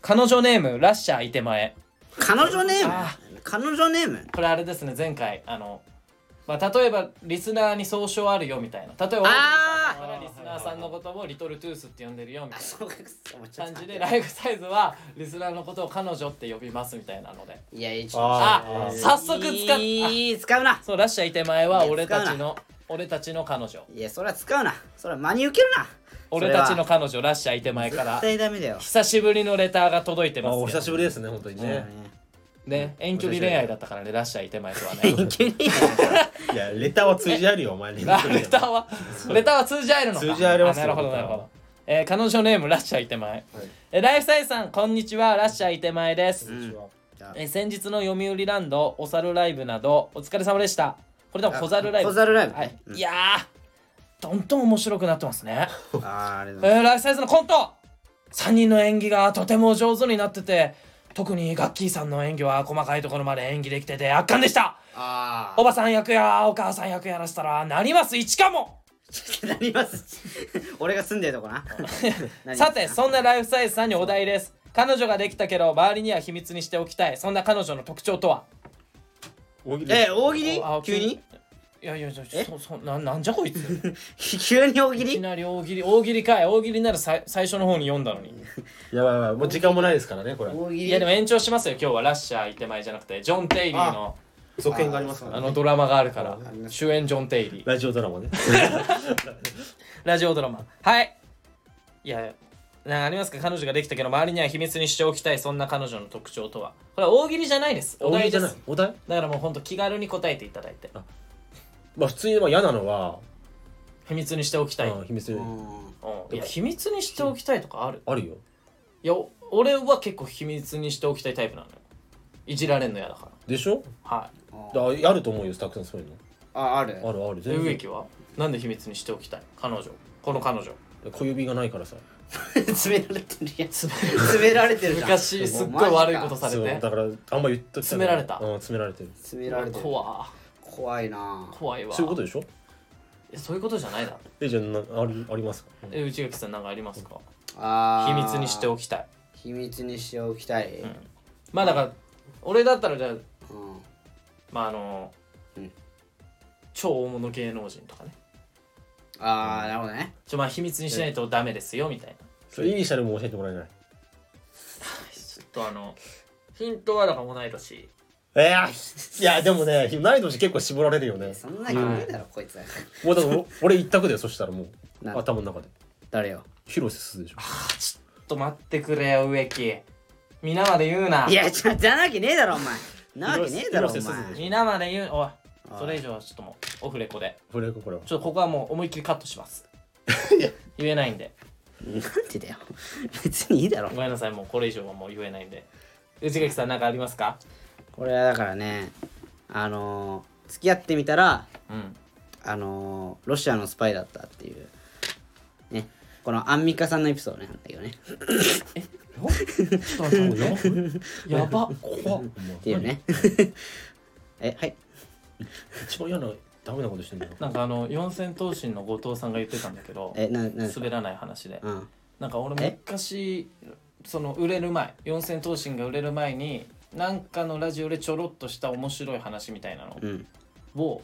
Speaker 2: 彼女ネームラッシャーいてまえ
Speaker 1: 彼女ネー
Speaker 2: あ
Speaker 1: ム彼女ネーム
Speaker 2: これあれですね前回あのまあ例えばリスナーに総称あるよみたいな例えば
Speaker 1: あー
Speaker 2: 大泉さんはリスナーさんのことをリトルトゥースって呼んでるよみたい
Speaker 1: そうかそう
Speaker 2: な感じでライフサイズはリスナーのことを彼女って呼びますみたいなので
Speaker 1: いやいい
Speaker 2: あ
Speaker 3: あー
Speaker 2: 早速使っ
Speaker 1: いい使うな
Speaker 2: そうラッシャーいてまえはい
Speaker 1: や
Speaker 2: 俺たちの俺たちの彼女
Speaker 1: いやそれは使うなそれは真に受けるな
Speaker 2: 俺たちの
Speaker 1: そ
Speaker 2: 彼女ラッシャーいてまえ
Speaker 1: れ
Speaker 2: か
Speaker 1: は
Speaker 2: ら
Speaker 1: 絶対ダメだよ
Speaker 2: 久しぶりのレターが届いてま
Speaker 3: あ
Speaker 2: す
Speaker 3: お
Speaker 2: けど
Speaker 3: 久しぶりですね本当にね
Speaker 2: ね遠距離恋愛だったからねラッシャーいてまえとはね
Speaker 1: 遠距離
Speaker 3: いやレターは通じあるよお前レ
Speaker 2: あレターはレターは通じ合えるのか
Speaker 3: 通じ合えますよ
Speaker 2: あなるほどなるほど、えー彼女ネームラッシャーいてまえ、えーライフサイズさんこんにちはラッシャーいてまえです、
Speaker 1: ん
Speaker 2: えー先日の読売ランドお猿ライブなどお疲れ様でしたこれでも小猿ライブ
Speaker 1: 小猿ライブ
Speaker 2: はい
Speaker 1: うん
Speaker 2: いやーどんどん面白くなってますね、
Speaker 1: あーあれだ
Speaker 2: えーライフサイズのコント3人の演技がとても上手になってて特にガッキーさんの演技は細かいところまで演技できてて圧巻でした
Speaker 1: あ
Speaker 2: おばさん役やお母さん役やらせたらなります一かも
Speaker 1: あなります 俺が住んでるとこ な何
Speaker 2: さてそんなライフサイズさんにお題です彼女ができたけど周りには秘密にしておきたいそんな彼女の特徴とは
Speaker 3: 大喜利
Speaker 1: え大喜利
Speaker 2: おあ
Speaker 1: 急に
Speaker 2: いやいやちょ
Speaker 1: え
Speaker 2: そそななんじゃこいつ
Speaker 1: 急に大喜
Speaker 2: いき
Speaker 1: 利
Speaker 2: なり大喜利大喜利かい大喜利ならさい最初の方に読んだのに
Speaker 3: やばいやばいもう時間もないですからねこれ
Speaker 1: 大喜利
Speaker 2: いやでも延長しますよ今日はラッシャーいてまいじゃなくてジョン・テイリーの
Speaker 3: 続編がありますか
Speaker 2: あ
Speaker 3: らね
Speaker 2: のドラマがあるから
Speaker 1: あります
Speaker 2: 主演ジョン・テイリー
Speaker 3: ラジオドラマね
Speaker 2: ラジオドラマはいいやなんかありますか彼女ができたけど周りには秘密にしておきたいそんな彼女の特徴とはこれは大喜利じゃないです お
Speaker 3: 大喜
Speaker 2: 題
Speaker 3: 利じ
Speaker 2: で
Speaker 3: ゃ
Speaker 2: す
Speaker 3: ないお題
Speaker 2: だからもうほんと気軽に答えていただいて
Speaker 3: まあ普通にまあ嫌なのは
Speaker 2: 秘密にしておきたい、
Speaker 3: うん秘密
Speaker 1: う
Speaker 3: に
Speaker 1: ん
Speaker 2: うんいや秘密にしておきたいとかある
Speaker 3: あるよ
Speaker 2: いやお俺は結構秘密にしておきたいタイプなのよいじられんのやだか
Speaker 3: でしょ
Speaker 2: らは
Speaker 3: だあると思うよたくさんそういう
Speaker 1: あある
Speaker 3: のあるある
Speaker 2: いで
Speaker 3: 全
Speaker 2: 植
Speaker 3: 然
Speaker 2: 木はなんで秘密にしておきたい彼女この彼女
Speaker 3: 小指がないからさ
Speaker 1: 詰められてるやん詰められてるじゃん
Speaker 2: 昔すっごい悪いことされ
Speaker 3: そうだ
Speaker 2: て
Speaker 3: からあんま言っときたく
Speaker 2: 詰
Speaker 3: ない
Speaker 2: められた
Speaker 3: うん詰められてる
Speaker 1: 詰められてる
Speaker 2: 怖
Speaker 1: 怖いな
Speaker 2: 怖いわ
Speaker 3: そういうことでしょ
Speaker 2: えそういうことじゃないだろ
Speaker 3: えじゃあなありありますか
Speaker 2: え内垣さんなんかありますか
Speaker 1: あ
Speaker 2: 秘
Speaker 1: ー
Speaker 2: 密にしておきたい
Speaker 1: 秘密にしておきたい、うん
Speaker 2: まあだから俺だったらじゃあまああの、
Speaker 1: うん
Speaker 2: 超大物芸能人とかね
Speaker 1: ああなるほどね
Speaker 2: ちょまあ秘密にしないとダメですよみたいな
Speaker 3: それイニシャルも教えてもらえない
Speaker 2: ちょっとあのヒントはだから同い年
Speaker 3: えー、いやでもね難易度して結構絞られるよね
Speaker 1: そんなに無理だろ、こいつ
Speaker 3: もうだからお俺一択だよそしたらもう
Speaker 1: なる
Speaker 3: 頭の中で
Speaker 1: 誰よ
Speaker 3: 広瀬すずでしょ
Speaker 2: ちょっと待ってくれよ植木皆まで言うない
Speaker 1: やちょじゃなわけねえだろお前なわけねえだろお前
Speaker 3: 広瀬すずでしょ
Speaker 2: 皆まで言うおい
Speaker 1: おい
Speaker 2: それ以上はちょっともうオフレコで
Speaker 3: これこれは
Speaker 2: ちょっとここはもう思いっきりカットします
Speaker 3: いや
Speaker 2: 言え ないんで
Speaker 1: なんでだよ別にいいだろ
Speaker 2: ごめんなさいもうこれ以上はもう言えないんで内垣さんなんかありますか
Speaker 1: これはだからねあのー、付き合ってみたら
Speaker 2: うん
Speaker 1: あのー、ロシアのスパイだったっていうねこのアンミカさんのエピソードねなんだけどね
Speaker 2: やば
Speaker 3: 怖っ
Speaker 1: っていうねえはい
Speaker 3: 一番嫌なダメなことしてんだよ
Speaker 2: なんかあの四千頭身の後藤さんが言ってたんだけど
Speaker 1: えななんですか
Speaker 2: 滑らない話で
Speaker 1: うん
Speaker 2: なんか俺
Speaker 1: え
Speaker 2: 昔その売れる前四千頭身が売れる前になんかのラジオでちょろっとした面白い話みたいなの
Speaker 1: うん
Speaker 2: を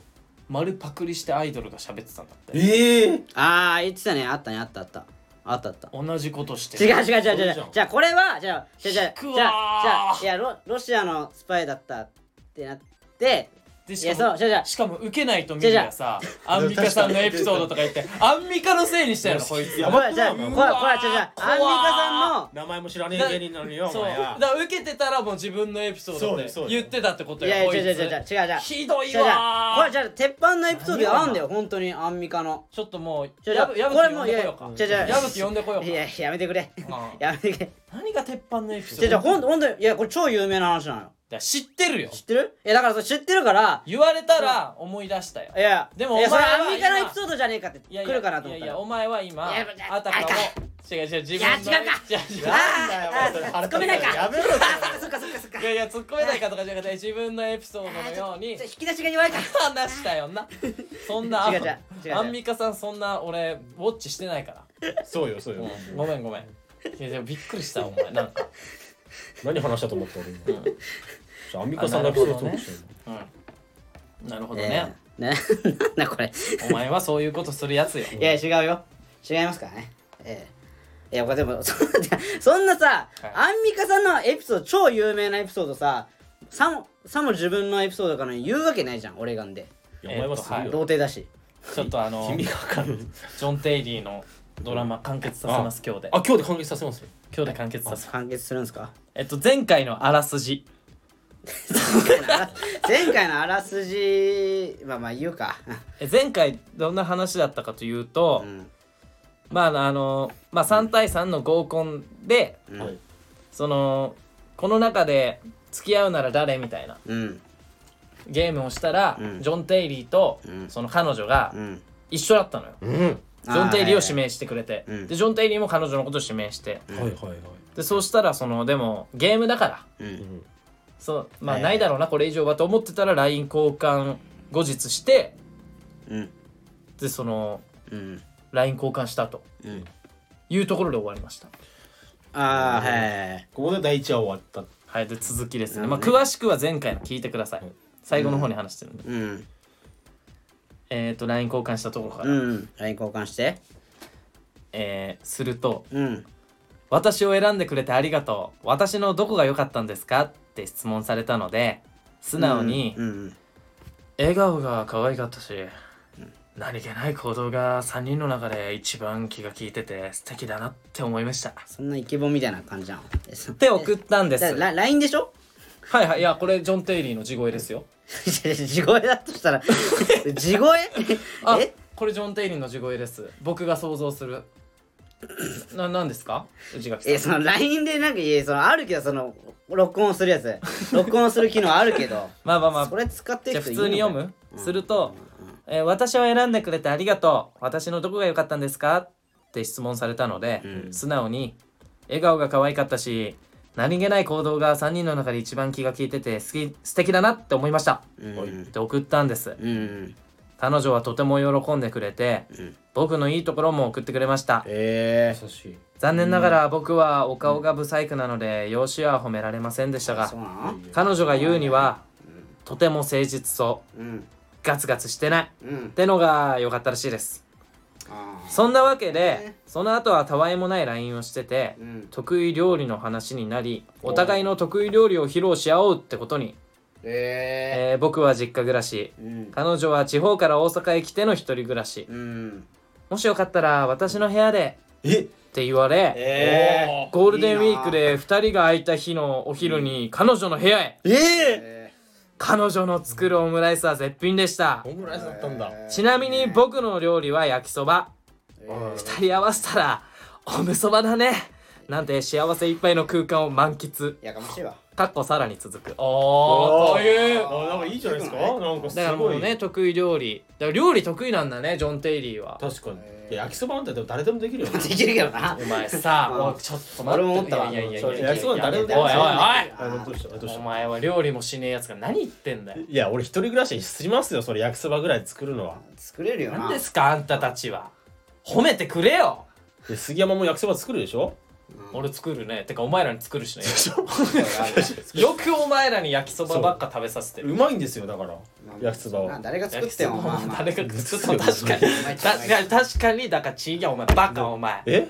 Speaker 2: 丸パクリしてアイドルが喋ってたんだって
Speaker 3: ええ
Speaker 1: ああ言ってたねあったねあったあったあったあった
Speaker 2: 同じことして
Speaker 1: 違う違う違う違う
Speaker 2: それじゃん
Speaker 1: じゃあこれはじゃあじゃあじゃあ
Speaker 2: 引くわー
Speaker 1: じゃあじゃあいやロロシアのスパイだったってなって
Speaker 2: で
Speaker 1: い
Speaker 2: し
Speaker 1: や
Speaker 2: か
Speaker 1: そう
Speaker 2: も
Speaker 1: じゃあじゃあ
Speaker 2: しかも受けないと見るやさアンミカさんのエピソードと か言ってアンミカのせいにしたやろこいつ
Speaker 3: や
Speaker 1: こ
Speaker 3: ば
Speaker 1: れ
Speaker 3: く
Speaker 1: じゃ
Speaker 3: な
Speaker 1: あ
Speaker 3: い
Speaker 1: これこれ
Speaker 2: うわ
Speaker 1: じ
Speaker 2: ー
Speaker 1: ゃあじゃあアンミカ
Speaker 2: 怖ー
Speaker 1: さんの
Speaker 3: 名前も知らね
Speaker 2: だ
Speaker 3: え芸人なのによお
Speaker 2: そう
Speaker 3: 前
Speaker 2: だ
Speaker 3: や
Speaker 2: から受けてたらもう自分のエピソードで
Speaker 3: そうそう
Speaker 2: 言ってたってこと
Speaker 1: い
Speaker 2: よ
Speaker 1: やいや
Speaker 2: こい
Speaker 1: 違う
Speaker 2: つ
Speaker 1: 違う違う違う違う違う
Speaker 2: ひどい
Speaker 1: じゃあじゃあこ
Speaker 2: わ
Speaker 1: れじ
Speaker 2: ー
Speaker 1: ゃあ鉄板のエピソードがあるんだよ本当にアンミカの
Speaker 2: ちょっともう
Speaker 1: じゃあ
Speaker 2: やぶ
Speaker 1: じゃ
Speaker 2: や
Speaker 1: あ
Speaker 2: ぶ
Speaker 1: これ
Speaker 2: き呼
Speaker 1: もう
Speaker 2: ん
Speaker 1: いや
Speaker 2: でこようか
Speaker 1: じゃあじゃあ
Speaker 2: やぶき呼んでこよう
Speaker 1: い
Speaker 2: か
Speaker 1: ややめてくれ
Speaker 2: うん
Speaker 1: やめてくれ
Speaker 2: 何が鉄板のエピソード
Speaker 1: じゃあじゃあほんほんとにいやこれ超有名な話なのよ
Speaker 2: だ知ってるよ
Speaker 1: 知ってるいやだからそれ知ってるから
Speaker 2: 言われたら思い出したよ
Speaker 1: いや
Speaker 2: でも
Speaker 1: いや
Speaker 2: お
Speaker 1: そ
Speaker 2: 前
Speaker 1: れ
Speaker 2: は
Speaker 1: アンミカのエピソードじゃねえかって
Speaker 2: いやい
Speaker 1: 来
Speaker 2: や
Speaker 1: るかなと思っ
Speaker 2: いや
Speaker 1: た
Speaker 2: いや
Speaker 1: の
Speaker 2: お前は今
Speaker 1: いやいや
Speaker 2: あたかも違う違う
Speaker 1: い
Speaker 2: 自分の
Speaker 1: や違うか
Speaker 2: 違う違う
Speaker 1: あーあー突っ込めないか
Speaker 3: やめろ
Speaker 1: あそっかそっかそっか
Speaker 2: いやいや突っ込めないかとかじゃなくて自分のエピソードのように
Speaker 1: ちょっと引き出しが弱いか
Speaker 2: 話したよなそん な
Speaker 1: 違う違う違う違う
Speaker 2: アンミカさんそんな俺ウォッチしてないから
Speaker 3: そうよそうよ
Speaker 2: うんごめんごめんいやでもびっくりしたお前なんか
Speaker 3: 何話したと思った俺今
Speaker 2: ん
Speaker 3: ちょアンミカさんのエピソードトークしてる
Speaker 2: うんなるほどね
Speaker 1: ね、 ねなんだこれ
Speaker 2: お前はそういうことするやつよ
Speaker 1: いや違うよ違いますからねええいやこれでも そそんなさ、
Speaker 2: はい
Speaker 1: アンミカさんのエピソード超有名なエピソードささもさも自分のエピソードかのように言うわけないじゃんオレガンで
Speaker 3: いやお前はする
Speaker 2: えっ
Speaker 1: 童
Speaker 3: よ
Speaker 1: 貞だし
Speaker 2: ちょっとあの
Speaker 3: 君
Speaker 2: ジ
Speaker 3: がわかる
Speaker 2: ョン・テイリーのドラマ完結させます今日で
Speaker 3: あ今日で完結させますよ
Speaker 2: 今日で完結させます
Speaker 1: 完結するんです か
Speaker 2: えっと前回のあらすじ
Speaker 1: 前回のあらすじまあまあ言うか
Speaker 2: え前回どんな話だったかというと、
Speaker 1: うん
Speaker 2: まああのまあ3対3の合コンで
Speaker 1: うん、
Speaker 3: はい
Speaker 2: そのこの中で付き合うなら誰みたいな
Speaker 1: うん
Speaker 2: ゲームをしたら、
Speaker 1: うん
Speaker 2: ジョン・テイリーと、
Speaker 1: うん
Speaker 2: その彼女が
Speaker 1: うん
Speaker 2: 一緒だったのよ、
Speaker 3: うん
Speaker 2: ジョン・テイリーを指名してくれて、
Speaker 1: うん
Speaker 2: でジョン・テイリーも彼女のことを指名して
Speaker 3: はいはいはい
Speaker 2: でそうしたらそのでもゲームだから
Speaker 1: う
Speaker 3: うんん
Speaker 2: そうまあ
Speaker 1: はいはい
Speaker 2: ないだろうなこれ以上はと思ってたら LINE 交換後日して
Speaker 1: うん
Speaker 2: でその
Speaker 1: うん、
Speaker 2: LINE 交換したと
Speaker 1: うん、
Speaker 2: いうところで終わりました
Speaker 1: ああはいはい
Speaker 3: ここで第一話終わった
Speaker 2: はいで続きですね
Speaker 1: なる
Speaker 2: ま
Speaker 1: ほ
Speaker 2: あ
Speaker 1: どね
Speaker 2: 詳しくは前回の聞いてください
Speaker 3: はい
Speaker 2: 最後の方に話してるんで、
Speaker 1: うん
Speaker 2: えっ、と LINE 交換したところから、
Speaker 1: うんライン交換して
Speaker 2: えーすると
Speaker 1: うん
Speaker 2: 「私を選んでくれてありがとう私のどこが良かったんですか?」って質問されたので素直に、
Speaker 1: うんうん
Speaker 2: 笑顔が可愛かったし、何気ない行動が3人の中で一番気が利いてて素敵だなって思いましたっ
Speaker 1: そんなイケボみたいな感じじゃん。えそ
Speaker 2: て送ったんです
Speaker 1: だ
Speaker 2: は
Speaker 1: ラ LINE でしょ
Speaker 2: いはいいやこれジョン・テイリーの地声ですよ
Speaker 1: 地声だとしたら地声
Speaker 2: あ
Speaker 1: え
Speaker 2: これジョン・テイリーの地声です僕が想像 するな何ですか内垣さん
Speaker 1: えその LINE でなんかいやそのあるけどその録音するやつ録音する機能あるけど
Speaker 2: まあまあまあ
Speaker 1: それ使って
Speaker 2: じゃ
Speaker 1: る
Speaker 2: あ普
Speaker 1: 人
Speaker 2: 通に
Speaker 1: いるの
Speaker 2: 読
Speaker 1: かよ
Speaker 2: む、すると、えー私を選んでくれてありがとう私のどこが良かったんですか?」って質問されたので、
Speaker 1: うん
Speaker 2: 素直に「笑顔が可愛かったし何気ない行動が3人の中で一番気が利いてて好き素敵だなって思いました」
Speaker 1: うん
Speaker 2: って送ったんです
Speaker 1: うん
Speaker 2: 彼女はとても喜んでくれて、
Speaker 1: うん
Speaker 2: 僕のいいところも送ってくれました
Speaker 3: え
Speaker 4: 優しい
Speaker 2: 残念ながら僕はお顔が不細工なので容姿は褒められませんでしたが
Speaker 1: そうなの
Speaker 2: 彼女が言うにはとても誠実そう
Speaker 1: うん
Speaker 2: ガツガツしてない
Speaker 1: うん
Speaker 2: ってのが良かったらしいです
Speaker 1: ああ
Speaker 2: そんなわけでその後はたわいもない LINE をしてて
Speaker 1: うん
Speaker 2: 得意料理の話になりお互いの得意料理を披露し合おうってことに、
Speaker 1: え
Speaker 2: えー僕は実家暮らし
Speaker 1: えうん
Speaker 2: 彼女は地方から大阪へ来ての一人暮らし
Speaker 1: うん
Speaker 2: もしよかったら私の部屋で
Speaker 3: え
Speaker 2: って言われ
Speaker 3: え
Speaker 4: おー
Speaker 2: ゴールデンウィークで2人が空いた日のお昼に彼女の部屋へ
Speaker 3: ええ
Speaker 1: え
Speaker 2: 彼女の作るオムライスは絶品でした
Speaker 3: オムライスだったんだ
Speaker 1: え
Speaker 2: ちなみに僕の料理は焼きそば
Speaker 1: えー
Speaker 2: 2人合わせたらおむそばだねなんて幸せいっぱいの空間を満喫
Speaker 1: やかましいわ
Speaker 2: かっこさらに続く
Speaker 4: おーという
Speaker 3: あなんかいいじゃないですかなんかす
Speaker 2: だからも
Speaker 3: ご
Speaker 2: う
Speaker 3: い
Speaker 2: ね得意料理だから料理得意なんだねジョン・テイリーは
Speaker 3: 確かにいや焼きそばなんてでも誰でもできるよね
Speaker 1: できるけどな
Speaker 2: お前さ
Speaker 1: うん
Speaker 2: もうちょっと待
Speaker 1: 俺
Speaker 2: っ
Speaker 1: も
Speaker 2: て
Speaker 1: 思ったわ
Speaker 2: いやいやいや
Speaker 3: 正直
Speaker 2: いや
Speaker 3: 焼きそば誰でもで
Speaker 2: おい
Speaker 3: きる
Speaker 2: おい
Speaker 3: あどうしたどう
Speaker 2: おい
Speaker 3: し
Speaker 2: お
Speaker 3: た
Speaker 2: 前は料理もしねえやつが何言ってんだよ
Speaker 3: いや俺一人暮らししすぎますよそれ焼きそばぐらい作るのは
Speaker 1: 作れるよな
Speaker 2: 何ですかあんたたちは褒めてくれよ
Speaker 3: で杉山も焼きそば作るでしょ
Speaker 2: 俺作るねてかお前らに作るしねよくお前らに焼きそばばっか食べさせてる
Speaker 3: うまいんですよだから焼きそば
Speaker 1: まあ
Speaker 3: は
Speaker 1: 誰が作
Speaker 2: 焼
Speaker 1: っ
Speaker 2: き
Speaker 1: て
Speaker 2: そ
Speaker 1: も
Speaker 2: ば
Speaker 1: まあ
Speaker 2: は
Speaker 1: まあ
Speaker 2: 誰が作ったの確かに
Speaker 1: まい
Speaker 2: 確かに確かにだからちいやお前バカお前
Speaker 3: え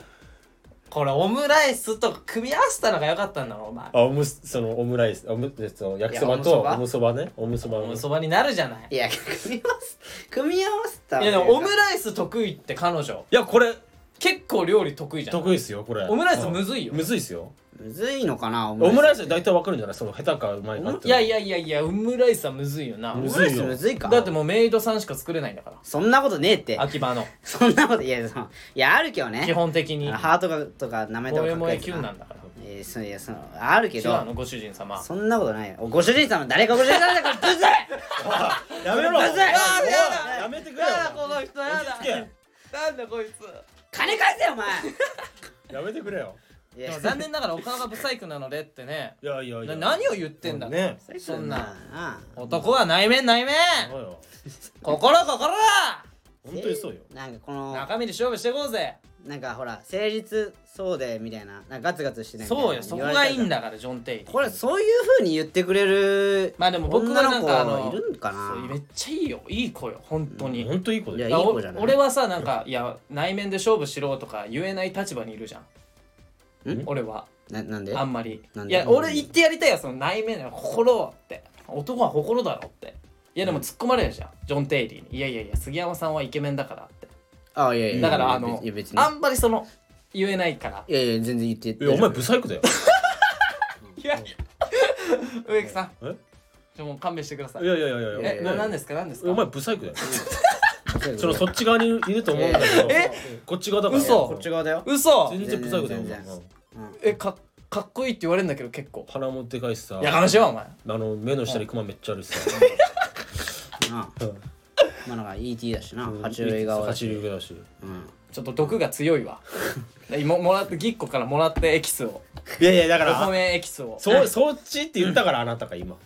Speaker 2: これオムライスと組み合わせたのが良かったんだろお前
Speaker 3: あおむすそのオムライスオムでその焼きそば
Speaker 1: いや
Speaker 3: と
Speaker 1: おむそば
Speaker 3: おむそばねおむそば
Speaker 2: お
Speaker 3: の
Speaker 2: むそばになるじゃない
Speaker 1: いや組み合わせ組み合わせた
Speaker 2: いやでもオムライス得意って彼女
Speaker 3: いやこれ
Speaker 2: 結構料理得意じゃん
Speaker 3: 得意ですよこれ
Speaker 2: オムライスむずいよ
Speaker 3: うんむずいですよ
Speaker 1: むずいのかなオ
Speaker 3: オムライ
Speaker 1: ス
Speaker 3: スで大体わかるんじゃないその下手かうまいかって
Speaker 2: いやいやいやいやオムライスはむずいよな
Speaker 3: む
Speaker 1: オ
Speaker 3: ず
Speaker 1: ムライスむずいか
Speaker 2: だってもうメイドさんしか作れないんだか
Speaker 1: そんなことねえって
Speaker 2: ら秋葉の
Speaker 1: そんなこといやそのいやあるけど
Speaker 2: 基
Speaker 1: ね
Speaker 2: 本的に
Speaker 1: ハートがとか名前と
Speaker 2: 萌
Speaker 1: か書くや
Speaker 2: え萌え
Speaker 1: つ
Speaker 2: キュンな
Speaker 1: なん
Speaker 2: だから
Speaker 1: えーそいやそのあるけ
Speaker 2: 違う
Speaker 1: ど
Speaker 2: のご主人様
Speaker 1: そんなことないよおご主人様誰かご主人様だ からブザ
Speaker 3: やめろ
Speaker 1: むずいあーや
Speaker 2: だ
Speaker 3: やめてくれよ
Speaker 2: やだこの人や
Speaker 3: 落ち着け
Speaker 2: だなんだこいつ
Speaker 1: 金返せよお前
Speaker 3: やめてくれよ
Speaker 1: い
Speaker 2: で
Speaker 1: や
Speaker 2: も残念ながらお顔が不細工なのでってね
Speaker 3: いやいやい
Speaker 2: な
Speaker 3: や
Speaker 2: 何を言ってんだ
Speaker 3: ね
Speaker 2: そんな
Speaker 1: あ
Speaker 2: 男は内面内面
Speaker 3: そうよ
Speaker 2: 心心だ
Speaker 3: 本当にそうよ
Speaker 1: なんかこの
Speaker 2: 中身で勝負していこうぜ
Speaker 1: なんかほら誠実そうでみたいななんかガツガツしてないみたいな
Speaker 2: そうよそこがいいんだ
Speaker 1: 言われたじ
Speaker 2: からジョン・テイリ
Speaker 1: ゃん
Speaker 2: ー
Speaker 1: これそういう風に言ってくれる
Speaker 2: まあでも僕はなんかあ
Speaker 1: 女の
Speaker 2: の
Speaker 1: 子いるんかな
Speaker 2: そうめっちゃいいよいい子よ本当に、
Speaker 3: 本当いい子だ
Speaker 1: い
Speaker 3: よ
Speaker 1: やいい子じゃない
Speaker 2: お俺はさなんかいや内面で勝負しろとか言えない立場にいるじゃん
Speaker 1: ん
Speaker 2: 俺は
Speaker 1: ななんで
Speaker 2: あんまり
Speaker 1: なん
Speaker 2: い
Speaker 1: で
Speaker 2: や俺言ってやりたいよその内面の心をって男は心だろっていやでも突っ込まれるじゃんジョン・テイリーにいやいやいや杉山さんはイケメンだからって
Speaker 1: あいやいやいや
Speaker 2: だからあの
Speaker 1: いや別に
Speaker 2: あんまりその言えないから
Speaker 1: いやいや全然言って
Speaker 3: いやお前
Speaker 1: ぶ
Speaker 3: ブサイクだよ
Speaker 2: いやいや植木さん
Speaker 3: え
Speaker 2: ちょもう勘弁してください
Speaker 3: いやいやいやい
Speaker 2: え、
Speaker 3: や
Speaker 1: いや
Speaker 2: ない
Speaker 1: や
Speaker 2: なんですかなんですか
Speaker 3: お前ブサイクだよそ
Speaker 1: そ
Speaker 3: のそっち側にいると思うんだけど
Speaker 2: え
Speaker 3: こっち側だから
Speaker 2: 嘘
Speaker 1: こっち側だよ
Speaker 2: 嘘
Speaker 3: 全然ブサイクだよ
Speaker 1: 全然全然
Speaker 3: うん
Speaker 2: えかかっこいいって言われるんだけど結構
Speaker 3: 鼻もでかいしさ
Speaker 2: やかましいわお前
Speaker 3: あの目の下にクマめっちゃあるしさ
Speaker 1: なあ
Speaker 3: うん
Speaker 1: まあなんか ET だしな爬虫類側
Speaker 3: 爬
Speaker 1: だ
Speaker 3: 虫
Speaker 1: し
Speaker 3: 類側だし
Speaker 1: うん
Speaker 2: ちょっと毒が強 いわももらってぎっこからもらってエキスを
Speaker 3: いやいやだか
Speaker 2: お米エキスを
Speaker 3: そうそっちって言ったからあなたが今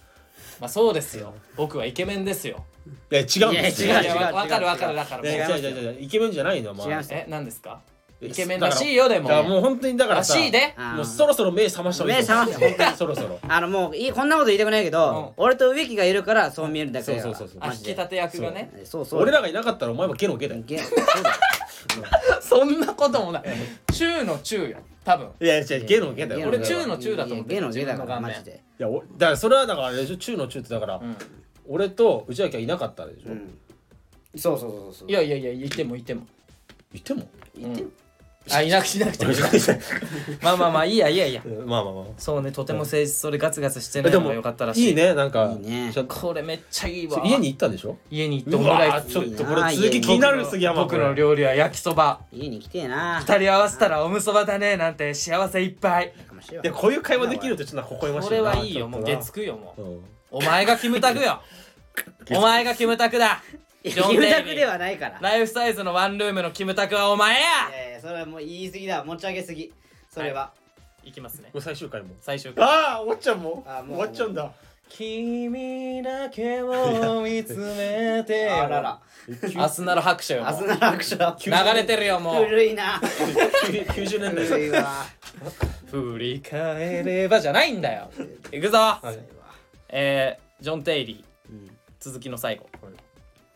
Speaker 2: まあそうですよ僕はイケメンですよ
Speaker 3: いや違うんです
Speaker 1: い
Speaker 3: よ
Speaker 1: や違う
Speaker 2: いやわわかるわかるだから
Speaker 3: いや
Speaker 2: もう
Speaker 3: 違う違う違うイケメンじゃないのお
Speaker 1: 違い
Speaker 3: 前
Speaker 1: ます
Speaker 2: え何ですか
Speaker 3: え
Speaker 2: イケメンらしいよでも
Speaker 3: だからもう本当にだからさ
Speaker 2: らしいで
Speaker 1: あー
Speaker 3: もうそろそろ目覚ました方がいいと思う
Speaker 1: 目覚まして
Speaker 3: そろそろ
Speaker 1: あのもういいこんなこと言いたくないけど、俺と植木がいるからそう見えるだけだから、
Speaker 3: そうそうそうそう
Speaker 2: あ
Speaker 1: マ
Speaker 2: 引
Speaker 1: ジ
Speaker 2: き
Speaker 1: で
Speaker 2: 立て役がね
Speaker 1: えそうそう
Speaker 3: 俺らがいなかったらお前はゲのゲだよ
Speaker 1: げそうだよ
Speaker 2: そんなこともない中の中よ多分
Speaker 3: いや違う ゲのゲだよ
Speaker 2: 俺
Speaker 3: が
Speaker 2: 中の中だと思って
Speaker 1: いやゲのゲだから
Speaker 2: 自分の顔
Speaker 1: マ
Speaker 2: 面
Speaker 1: ジで
Speaker 3: いやおだからそれはだからあれでしょ中の中ってだから、
Speaker 2: ん
Speaker 3: 俺と内垣はいなかったでしょ、
Speaker 1: うんそうそうそうそう
Speaker 2: いやいやいやいてもいても
Speaker 3: いても
Speaker 1: 言ってよ
Speaker 2: あいなくしなくてもいいまあまあまあいいやいやいや
Speaker 3: うんまあまあまあ
Speaker 2: そうねとても誠実それガツガツしてな
Speaker 3: え
Speaker 2: い
Speaker 3: で
Speaker 2: のが
Speaker 3: も
Speaker 2: よかったらしい
Speaker 3: いいねなんか
Speaker 1: いいね
Speaker 3: ちょっと
Speaker 2: これめっちゃいいわ
Speaker 3: 家に行ったんでしょ
Speaker 2: 家に行って
Speaker 3: う
Speaker 2: オムラ
Speaker 3: わ
Speaker 2: イ
Speaker 3: ー
Speaker 2: ス
Speaker 3: ちょっとこ
Speaker 1: いいな
Speaker 3: れ続き気になる杉山
Speaker 2: 僕の料理は焼きそば
Speaker 1: 家に来てえな
Speaker 2: 二人合わせたらおむそばだねなんて幸せいっぱい
Speaker 1: やかましいわ
Speaker 3: でこういう会話できるとちょっと微笑ましい
Speaker 2: こ
Speaker 3: な
Speaker 2: れはいいよ
Speaker 3: ちょ
Speaker 2: も
Speaker 3: っ
Speaker 2: う
Speaker 3: とな
Speaker 2: 月9よもう
Speaker 3: うん
Speaker 2: お前がキムタクよお前がキムタクだ
Speaker 1: いや
Speaker 2: ジョン
Speaker 1: キムタ
Speaker 2: デイリ
Speaker 1: ク
Speaker 2: ー
Speaker 1: ではないから
Speaker 2: ライフサイズのワンルームのキムタクはお前や
Speaker 1: いやいやそれはもう言い過ぎだ持ち上げすぎそれは、
Speaker 2: いきますね
Speaker 3: 最終回も
Speaker 2: 最終回
Speaker 3: ああ終わっちゃうもう
Speaker 1: あーもう
Speaker 3: 終わっちゃうんだ
Speaker 5: 君だけを見つめて
Speaker 1: あらら
Speaker 5: 明日なら拍手よ
Speaker 1: 明日ならアクション
Speaker 5: 流れてるよもう
Speaker 1: 古いな
Speaker 3: 90年
Speaker 1: 古
Speaker 3: 代
Speaker 1: いわ
Speaker 5: 振り返ればじゃないんだよいくぞ
Speaker 3: はい
Speaker 2: えー、ジョン・テイリー続きの最後、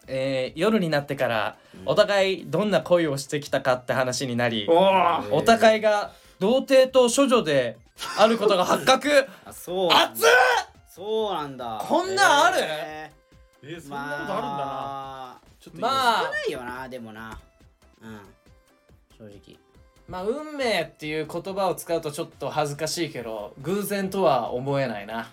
Speaker 2: えー夜になってからお互いどんな恋をしてきたかって話になり、
Speaker 3: おー
Speaker 2: お互いが童貞と処女であることが発覚
Speaker 1: あそうなん
Speaker 5: 熱
Speaker 1: だ
Speaker 5: っ
Speaker 1: そうなんだ
Speaker 5: こんなんある
Speaker 1: え
Speaker 3: えー
Speaker 1: ー
Speaker 3: そんなことあ
Speaker 1: まあ
Speaker 3: るん
Speaker 5: ま
Speaker 3: だな
Speaker 1: 少
Speaker 5: あ
Speaker 1: ないよなでもなうん正直
Speaker 5: まあ運命っていう言葉を使うとちょっと恥ずかしいけど偶然とは思えないな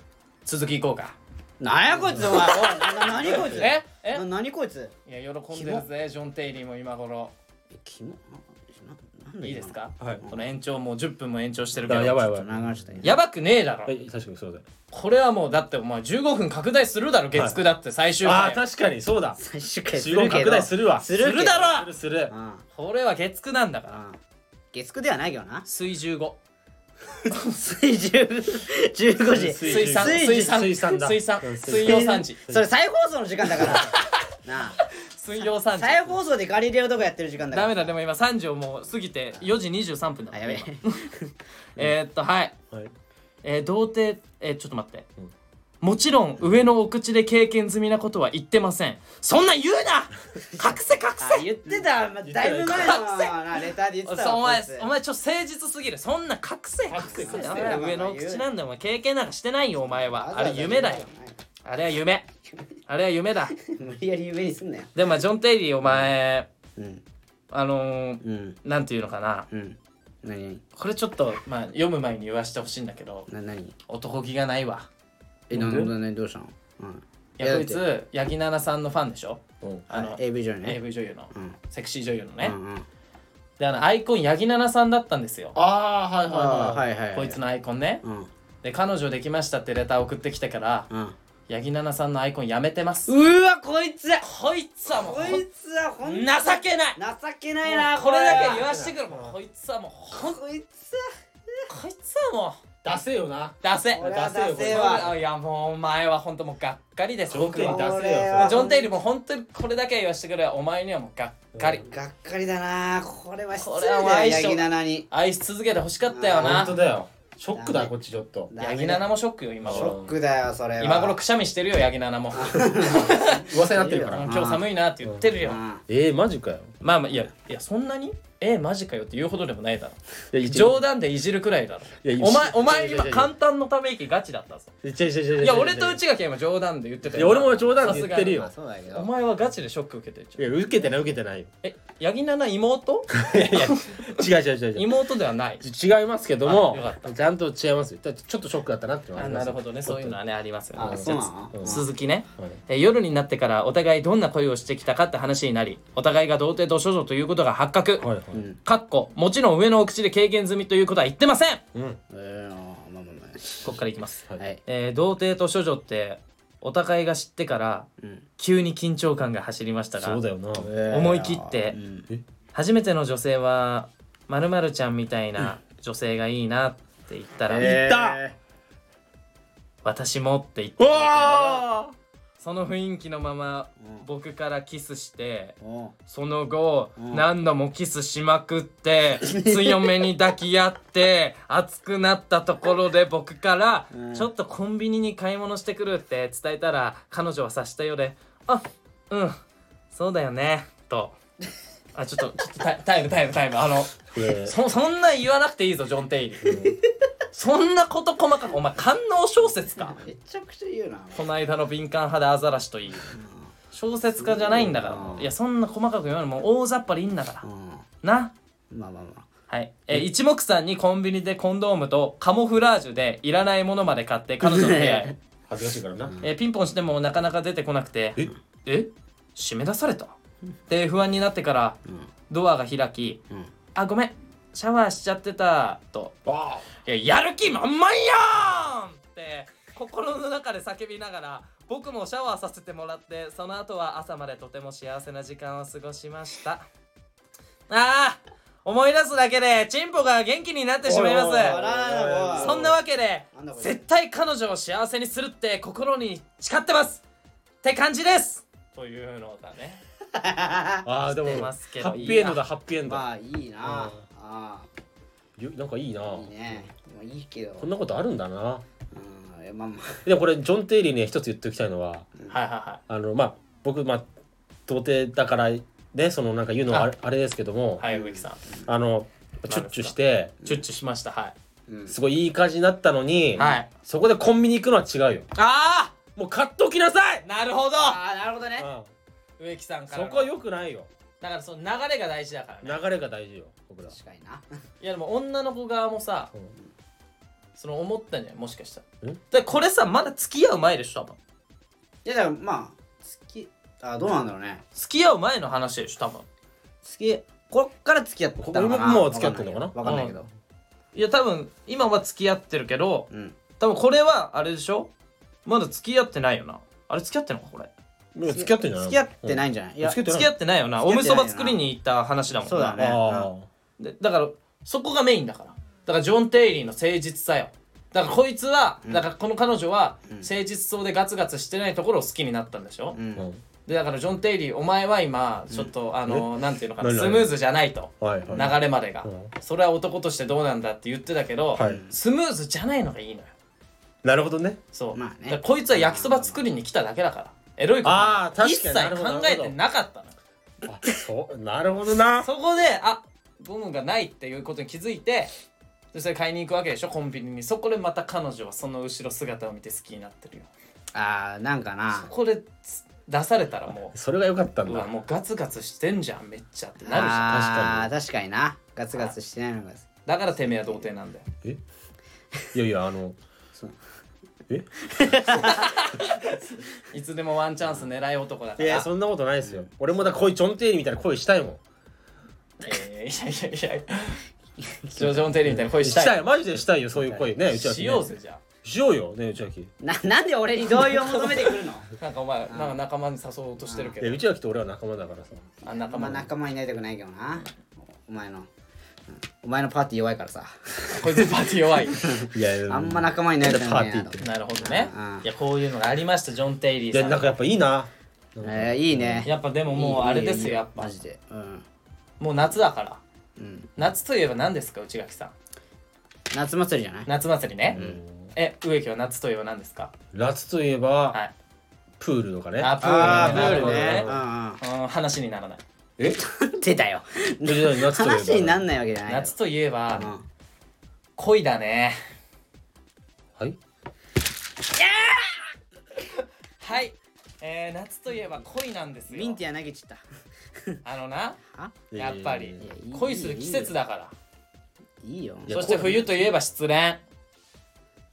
Speaker 5: 続きいこうか
Speaker 1: なんやこいつお前おいなな何 こいつ
Speaker 5: ええ
Speaker 1: な何こいつ
Speaker 5: いや喜んでるぜジョン・テイリーも今頃
Speaker 1: えキモななんで今の
Speaker 2: いいですか、
Speaker 3: はい
Speaker 2: この延長もう10分も延長してるけ
Speaker 3: だ
Speaker 2: ど
Speaker 3: からやばい
Speaker 1: ち
Speaker 3: や
Speaker 1: ょっと
Speaker 3: ばい
Speaker 1: 流したいな
Speaker 2: やばくねえだろ、
Speaker 3: はい確かにそうだ
Speaker 2: これはもうだってお前15分拡大するだろ月9だって最終回、
Speaker 3: ああー確かにそうだ
Speaker 1: 最終回す
Speaker 3: 中
Speaker 1: るけど
Speaker 3: 国拡大するわ
Speaker 1: するけど
Speaker 2: するだろ
Speaker 3: するする
Speaker 1: うん
Speaker 2: これは月9なんだから
Speaker 1: うん月9ではないけどな
Speaker 2: 水15
Speaker 1: 水10 15時
Speaker 3: 水
Speaker 2: 水産
Speaker 1: 水
Speaker 2: 水産
Speaker 3: 水産だ
Speaker 2: 水産
Speaker 3: うん水
Speaker 2: 水曜3時
Speaker 1: それ再放送の時間だ からな
Speaker 2: 水曜
Speaker 1: あ
Speaker 2: 3時
Speaker 1: 再放送でガリレオとかやってる時間だか
Speaker 2: ダ
Speaker 1: ら
Speaker 2: メだでも今3時をもう過ぎて4時23分だ
Speaker 1: あやべえ
Speaker 2: えーっとはい
Speaker 3: はい
Speaker 2: えー童貞えーちょっと待って、
Speaker 3: ん
Speaker 2: もちろん上のお口で経験済みなことは言ってませんそんなん言う な隠せ隠
Speaker 1: あ言ってたまだいぶ前
Speaker 2: 言って
Speaker 1: のなレターで言って
Speaker 2: せ
Speaker 1: たわ
Speaker 2: そうお前
Speaker 1: こいつ
Speaker 2: お前ちょっと誠実すぎるそんな隠せ隠せ
Speaker 1: 隠せ
Speaker 2: ダメだよ上のお口なんだよお前経験なんかしてないよお前
Speaker 1: わ
Speaker 2: は
Speaker 1: ざわ
Speaker 2: あ
Speaker 1: ざ
Speaker 2: れ夢だよあれは夢あれは夢だ
Speaker 1: 無理やり夢にすんなよ
Speaker 2: でもまあジョン・テイリーお前
Speaker 1: うん
Speaker 2: あのー
Speaker 1: うん
Speaker 2: なんていうのかな
Speaker 1: うん何
Speaker 2: これちょっと、まあ、読む前に言わしてほしいんだけど
Speaker 1: な何
Speaker 2: 男気がないわ
Speaker 1: えななんでどうしたのうん
Speaker 2: いやこい
Speaker 1: だっ
Speaker 2: つ八木菜々さんのファンでしょ
Speaker 3: うん
Speaker 2: あの、
Speaker 1: て AV 女優ね
Speaker 2: AV 女優の、
Speaker 1: うん
Speaker 2: セクシー女優の
Speaker 1: う
Speaker 2: ね、
Speaker 1: んうん
Speaker 2: であのアイコン八木菜々さんだったんですよ
Speaker 3: ああはい
Speaker 1: あー
Speaker 3: はいは
Speaker 1: は
Speaker 3: い
Speaker 1: いはいはい
Speaker 2: こいつのアイコンね
Speaker 1: うん
Speaker 2: で彼女できましたってレター送ってきたから
Speaker 1: うん
Speaker 2: 八木菜々さんのアイコンやめてます
Speaker 1: うわこいつ
Speaker 2: こいつはもう
Speaker 1: こ
Speaker 2: ほん
Speaker 1: いつはほん
Speaker 2: 情
Speaker 1: と
Speaker 2: けない
Speaker 1: 情けないな
Speaker 2: これだけ
Speaker 1: は
Speaker 2: 言わしてくるもうこいつはもうほんこ
Speaker 1: こいつ
Speaker 2: いつはも
Speaker 3: 出せよな
Speaker 2: う出せ
Speaker 1: これは
Speaker 3: 出せよ
Speaker 1: 出せ
Speaker 2: あ
Speaker 1: はい
Speaker 2: やもうお前は本当もうがっかりです
Speaker 3: 条
Speaker 2: 僕
Speaker 3: 件出せ
Speaker 2: は
Speaker 3: よ
Speaker 1: こ
Speaker 3: そ
Speaker 1: れ
Speaker 3: れ
Speaker 1: は
Speaker 2: ジョン・テイルも本当にこれだけは言わせてくれお前にはもうがっかり
Speaker 1: がっかりだなこれは失礼
Speaker 2: これはもう
Speaker 1: だよ
Speaker 2: 相
Speaker 1: 八
Speaker 2: 性
Speaker 1: 木七に
Speaker 2: 愛し続けてほしかったよ
Speaker 3: 本
Speaker 2: な
Speaker 3: 当だよショック
Speaker 1: ダ
Speaker 3: だよ
Speaker 1: メ
Speaker 3: こっちちょっと
Speaker 1: ダ
Speaker 2: 八
Speaker 1: メ
Speaker 2: 木
Speaker 1: だ
Speaker 2: 菜々もショックよ今
Speaker 1: シ
Speaker 2: 頃
Speaker 1: ョックだよそれは
Speaker 2: 今頃くしゃみしてるよ八木菜々も
Speaker 3: 噂になってるか
Speaker 2: う
Speaker 3: ら
Speaker 2: ん今日寒いなって言ってるよ
Speaker 1: うん
Speaker 3: えーマジかよ
Speaker 2: まあまあいやいやそんなにえマジかよって言うほどでもないだろ
Speaker 3: いやいや
Speaker 2: 冗談でいじるくらいだろ
Speaker 3: いやいや
Speaker 2: お前お
Speaker 3: い
Speaker 2: 前
Speaker 3: やいや
Speaker 2: 今
Speaker 3: いや
Speaker 2: 簡単のため息ガチだったぞ
Speaker 3: いやいやいやいや
Speaker 2: いや俺と内垣は今冗談で言ってた
Speaker 3: いや俺も
Speaker 2: 冗
Speaker 3: 冗談で言ってる
Speaker 1: まあ
Speaker 3: よ
Speaker 1: そうだけ
Speaker 2: 談お
Speaker 1: ど
Speaker 2: 前はガチでショック受けてるじ
Speaker 3: いや受けてない受けてないよ
Speaker 2: ゃんえ八木菜々妹
Speaker 3: いやいや違う違う違う違う
Speaker 2: 妹ではない
Speaker 3: 違いますけども
Speaker 2: あよかっ
Speaker 3: ちゃんと違いますよただちょっとショックだったなって
Speaker 2: あなるほどねそういうのはねありますよ
Speaker 1: あ
Speaker 2: ね
Speaker 1: そうなの
Speaker 3: うん
Speaker 2: 鈴木ね、
Speaker 3: はい
Speaker 2: えー夜になってからお互いどんな恋をしてきたかって話になりお互いが童貞と処女ということが発覚、
Speaker 3: はいはい
Speaker 2: かっこもちろん上のお口で経験済みということは言ってません
Speaker 3: うん
Speaker 1: えーあまあまあまあ
Speaker 2: こっからいきます、
Speaker 3: はい
Speaker 1: はい
Speaker 2: えー童貞と処女ってお互いが知ってから
Speaker 1: うん
Speaker 2: 急に緊張感が走りましたが
Speaker 3: そうだよな
Speaker 2: 思い切って
Speaker 1: うん
Speaker 2: 初めての女性はまるちゃんみたいな女性がいいなって言ったら、
Speaker 1: えー
Speaker 3: た
Speaker 2: 私もって言って
Speaker 3: うわ
Speaker 2: その雰囲気のまま
Speaker 1: うん
Speaker 2: 僕からキスして
Speaker 1: おう
Speaker 2: その後、
Speaker 1: うん
Speaker 2: 何度もキスしま くって、強めに抱き合って、熱くなったところで僕から、
Speaker 1: うん
Speaker 2: ちょっとコンビニに買い物してくるって伝えたら、彼女は察したようで、あ、うん、そうだよね、と。あ、ちょっと、ちょっとタイタイムタイムタイム。あの、
Speaker 3: ーいや
Speaker 2: そ、そんな言わなくていいぞ、ジョン・テイリー。そんなこと細かく、お前、官能小説か。
Speaker 1: めちゃくちゃ言うな
Speaker 2: この間の敏感派でアザラシといい小説家じゃないんだからもういやそんな細かく言わないもう大雑把でいいんだか
Speaker 1: うん
Speaker 2: らな
Speaker 1: まあまあまあ
Speaker 2: はいえ一目散にコンビニでコンドームとカモフラージュでいらないものまで買って彼女の部屋へ
Speaker 3: 恥ずかしいからな
Speaker 2: えピンポンしてもなかなか出てこなくて
Speaker 3: え
Speaker 2: え締め出されたで不安になってからドアが開き
Speaker 1: うん
Speaker 2: 「あごめんシャワーしちゃってた」と
Speaker 3: あ
Speaker 2: いややる気満々やんって心の中で叫びながら僕もシャワーさせてもらってその後は朝までとても幸せな時間を過ごしましたあー思い出すだけでチンポが元気になってしまい
Speaker 3: おいおいおい
Speaker 2: ま
Speaker 1: あ
Speaker 2: す
Speaker 1: ら
Speaker 2: そんなわけで
Speaker 1: なんだこれ
Speaker 2: 絶対彼女を幸せにするって心に誓ってますって感じですというのだね
Speaker 3: ああでも
Speaker 2: して
Speaker 3: ハ
Speaker 2: ますけど
Speaker 3: ッピーエンドだハッピーエンド、
Speaker 1: まあいいな、
Speaker 3: うん
Speaker 1: あ
Speaker 3: よなんかいいな
Speaker 1: あいいねまあいいけど
Speaker 3: こんなことあるんだな
Speaker 1: うんいやまあまあ
Speaker 3: でもこれジョン・テイリーに一つ言っておきたいのは
Speaker 6: はいは
Speaker 3: あのまあ僕まあ童貞だからねそのなんか言うのはあれあれですけども、
Speaker 6: いはいはい植木さん
Speaker 3: あのチュッチュして
Speaker 6: チュッチュしましたはい
Speaker 1: うん
Speaker 3: すごいいい感じになったのに、
Speaker 6: はい
Speaker 3: そこでコンビニ行くのは違うよ
Speaker 2: あ
Speaker 3: もう買っておきなさい
Speaker 2: あ、なるほど
Speaker 1: ああなるほどね
Speaker 3: う
Speaker 2: 植木さん
Speaker 3: ん、
Speaker 2: から
Speaker 3: そ
Speaker 2: の
Speaker 3: こは良くないよ
Speaker 2: だからその流れが大事だからね
Speaker 3: 流れが大事よ僕ら
Speaker 1: 確かにない
Speaker 2: やでも女の子側もさ
Speaker 3: うん
Speaker 2: その思ったんじゃないもしかしたら
Speaker 3: ん
Speaker 2: でこれさまだ付き合う前でしょ多分
Speaker 1: いやだからまあ好きあどうなんだろうね
Speaker 2: 付き合う前の話でしょ多分
Speaker 1: 付きこっから付き合ってたのかな
Speaker 3: ここももう付き合ってんのかな
Speaker 1: わかんないけど
Speaker 2: いや多分今は付き合ってるけど
Speaker 1: うん
Speaker 2: 多分これはあれでしょまだ付き合ってないよなあれ付き合ってんのかこれ
Speaker 3: でも付き合ってんじゃない、
Speaker 1: 付き合ってないいんじゃないい
Speaker 3: うん、付き合って
Speaker 2: 付
Speaker 3: ない
Speaker 2: き合ってないよなお
Speaker 1: 付
Speaker 2: む
Speaker 1: き合って
Speaker 2: そ
Speaker 1: ないよな
Speaker 2: ば作りに行った話だもんな
Speaker 1: そうだね
Speaker 3: ああ
Speaker 2: でだからそこがメインだからだからジョン・テイリーの誠実さよだからこいつは、だからこの彼女は誠実そうでガツガツしてないところを好きになったんでしょ、
Speaker 1: うん
Speaker 3: うん
Speaker 2: でだからジョン・テイリーお前は今ちょっと、あのなんていうのかな
Speaker 3: 何
Speaker 2: ス
Speaker 3: 々
Speaker 2: ムーズじゃないと
Speaker 3: はい
Speaker 2: 流
Speaker 3: はい
Speaker 2: れまでが、
Speaker 3: うん
Speaker 2: それは男としてどうなんだって言ってたけど、
Speaker 3: はい
Speaker 2: スムーズじゃないのがいいのよ
Speaker 3: なるほどね
Speaker 2: そう、
Speaker 1: まあね
Speaker 2: だからこいつは焼きそば作りに来ただけだからエロいこと
Speaker 3: あー確かに
Speaker 2: 一切
Speaker 3: なるほど
Speaker 2: 考えてなかったの
Speaker 3: あそうなるほどな
Speaker 2: そこであゴムがないっていうことに気づいてでそれ買いに行くわけでしょコンビニにそこでまた彼女はその後ろ姿を見て好きになってるよ
Speaker 1: あーなんか
Speaker 2: そ
Speaker 1: な
Speaker 2: こでつ出されたらも
Speaker 3: それが良かった
Speaker 2: うんうわ
Speaker 3: だ
Speaker 2: もうガツガツしてんじゃんめっちゃってなるじゃん
Speaker 1: あー確かになガツガツしてないのが
Speaker 2: だからてめえは童貞なんだよ
Speaker 3: えいやいやあの
Speaker 1: そう
Speaker 3: え
Speaker 2: いつでもワンチャンス狙い男だか
Speaker 3: い
Speaker 2: ら
Speaker 3: やそんなことないですよ俺もだからこういうチョンテイリーみたいな恋したいもん
Speaker 2: えーいやいやいやいやジョジョンテリーみたいな声し
Speaker 3: した
Speaker 2: い
Speaker 3: たいマジでしたいよそういう恋ねうちは
Speaker 2: しようぜじゃ
Speaker 3: しようよねうちはき
Speaker 1: な なんで俺に同意を求めてくる の
Speaker 2: あなんかお前なんか仲間に誘おうとしてるけ
Speaker 3: いや
Speaker 2: ど
Speaker 3: うちはきと俺は仲間だからさ
Speaker 2: あ仲
Speaker 1: ま
Speaker 2: 間
Speaker 1: あ
Speaker 2: に
Speaker 1: 仲間になりたくないけどなお前の、うんお前のパーティー弱いからさ
Speaker 2: こいつパーティー弱い
Speaker 3: いやいや
Speaker 1: あんま仲間になりたくない
Speaker 3: パー
Speaker 1: な
Speaker 3: ティー
Speaker 1: と
Speaker 3: っ
Speaker 2: なるほどね
Speaker 1: うん
Speaker 2: いやこういうのがありましたジョン・テイリー
Speaker 3: で
Speaker 2: さん
Speaker 3: なんかやっぱいいな
Speaker 1: えー、いいね
Speaker 2: やっぱでももうあれですよやっぱ
Speaker 1: マジでうん、
Speaker 2: もう夏だから
Speaker 1: うん、
Speaker 2: 夏といえば何ですか内垣さん
Speaker 1: 夏祭りじゃない
Speaker 2: 夏祭りねえ植木は夏といえば何ですか
Speaker 3: 夏といえ
Speaker 2: は
Speaker 3: ば
Speaker 2: い
Speaker 3: プールとかね
Speaker 2: あプ
Speaker 1: あ
Speaker 2: ー
Speaker 1: ー
Speaker 2: ルね
Speaker 1: プールね
Speaker 2: なるほどねうん話にならない
Speaker 3: え
Speaker 1: うんうん出たよ
Speaker 3: え何夏といえば
Speaker 1: 話になんないわけじゃないよ
Speaker 2: 夏といえば
Speaker 1: うん
Speaker 2: 恋だね
Speaker 3: はい
Speaker 2: はいえー夏といえば恋なんですよ
Speaker 1: ミンティア投げちった
Speaker 2: あのな
Speaker 1: は
Speaker 2: やっぱり
Speaker 1: いやいい
Speaker 2: 恋する季節だから
Speaker 1: いいよ
Speaker 3: いや
Speaker 2: そして冬といえば失恋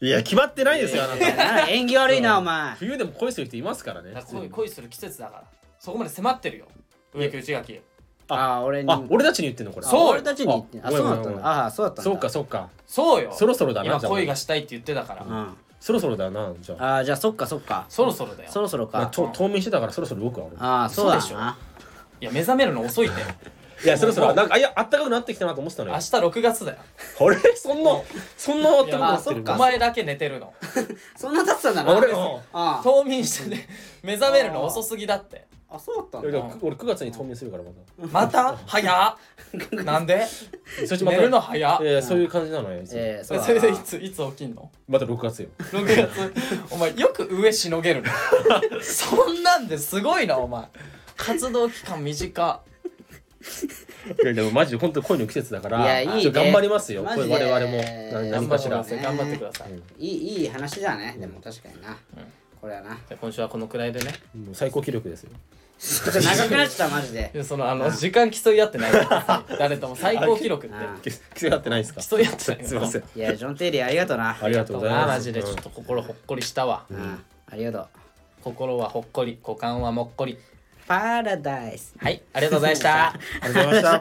Speaker 3: いや決まってないですよあなた
Speaker 1: なんか縁起悪いなお前
Speaker 3: 冬でも恋する人いますからね
Speaker 2: 恋恋する季節だからそこまで迫ってるよ植木内垣
Speaker 1: あー俺に
Speaker 3: あ俺たちに言ってんのこれ
Speaker 1: あ
Speaker 2: そうよ
Speaker 1: 俺たちに言ってあ
Speaker 3: ごめ
Speaker 1: そ
Speaker 3: ん
Speaker 1: う
Speaker 3: ごめ
Speaker 1: だった
Speaker 3: んご
Speaker 1: ん
Speaker 3: めん
Speaker 1: だああそうだったんだ
Speaker 3: そうかそうか
Speaker 2: そうよ
Speaker 3: そろそろだな
Speaker 2: 今
Speaker 3: じゃあ
Speaker 2: 恋がしたいって言ってたから、
Speaker 1: うんあ
Speaker 3: そろそろだなじゃあ
Speaker 1: あじゃあそっかそっか
Speaker 2: そろそろだよ
Speaker 1: そろそろ
Speaker 3: まあ
Speaker 1: か
Speaker 3: と冬眠してたからそろそろ僕は俺
Speaker 1: ああそうだ
Speaker 2: そうでしょ
Speaker 1: ない
Speaker 2: や目覚めるの遅 いって
Speaker 3: いやそろそろなんかいやあったかくなってきたなと思ってたの
Speaker 2: 明
Speaker 3: よ
Speaker 2: 日6月だよ
Speaker 3: あれそんなそんなあったかくなって
Speaker 1: い
Speaker 3: る
Speaker 1: やま
Speaker 2: お
Speaker 1: あ
Speaker 2: 前だけ寝てるの
Speaker 1: そんな経ってたんだな
Speaker 3: 俺
Speaker 1: あ
Speaker 3: も
Speaker 1: あ
Speaker 2: 冬眠してね目覚めるの遅すぎだって
Speaker 1: あそうだった
Speaker 3: いや
Speaker 1: ん
Speaker 3: で
Speaker 1: だ
Speaker 3: も俺9月に冬眠するからま
Speaker 2: また早 っなんで
Speaker 3: たそっちま
Speaker 2: 寝
Speaker 3: た
Speaker 2: るの早っ
Speaker 3: いやいやそういう感じなのよいつも
Speaker 1: ええそうだ
Speaker 2: それでい
Speaker 1: な
Speaker 2: ついつ起きんの
Speaker 3: また6月よ
Speaker 2: 6月お前よく上しのげる のそんなんですごいなお前活動期間短
Speaker 3: いやでもマジで本当に恋の季節だから
Speaker 1: いやいいね
Speaker 3: ちょっと頑張りますよ
Speaker 1: マ
Speaker 3: こ
Speaker 1: ジ
Speaker 3: れ
Speaker 1: で
Speaker 3: 我々もな何かしら
Speaker 1: 頑張ろうね
Speaker 2: 頑張ってください、じ
Speaker 1: いいいい話だねでも確かになこれはな
Speaker 2: ゃあ今週はこのくらいでね
Speaker 3: もう最高記録ですよ
Speaker 1: ちょっと長くなっちゃったマジで
Speaker 2: いやそのあの 時間競い合ってないから別に誰とも最高記録って
Speaker 1: あ
Speaker 3: き癖が合ってないですか
Speaker 2: 競い合ってない
Speaker 3: すいません
Speaker 1: いやジョン・テイリーありがとうな
Speaker 3: ありがとうござい
Speaker 2: あ
Speaker 3: ます
Speaker 2: マジでちょっと心ほっこりしたわ、
Speaker 1: うんありがとう
Speaker 2: 心はほっこり股間はもっこり
Speaker 1: パラダイス
Speaker 2: はいありがとうございました
Speaker 3: ありがとうございました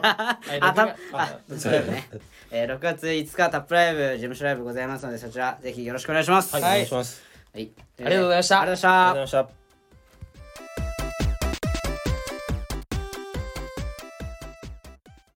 Speaker 2: はい
Speaker 1: あた
Speaker 2: 録画
Speaker 1: あそうだよ ねえー6月5日タップライブ事務所ライブございますのでそちらぜひよろしくお願いします
Speaker 3: はい、お願いします。
Speaker 1: え
Speaker 7: はい、あり
Speaker 8: がとうございました
Speaker 7: ありがとうございました
Speaker 1: りがとうございました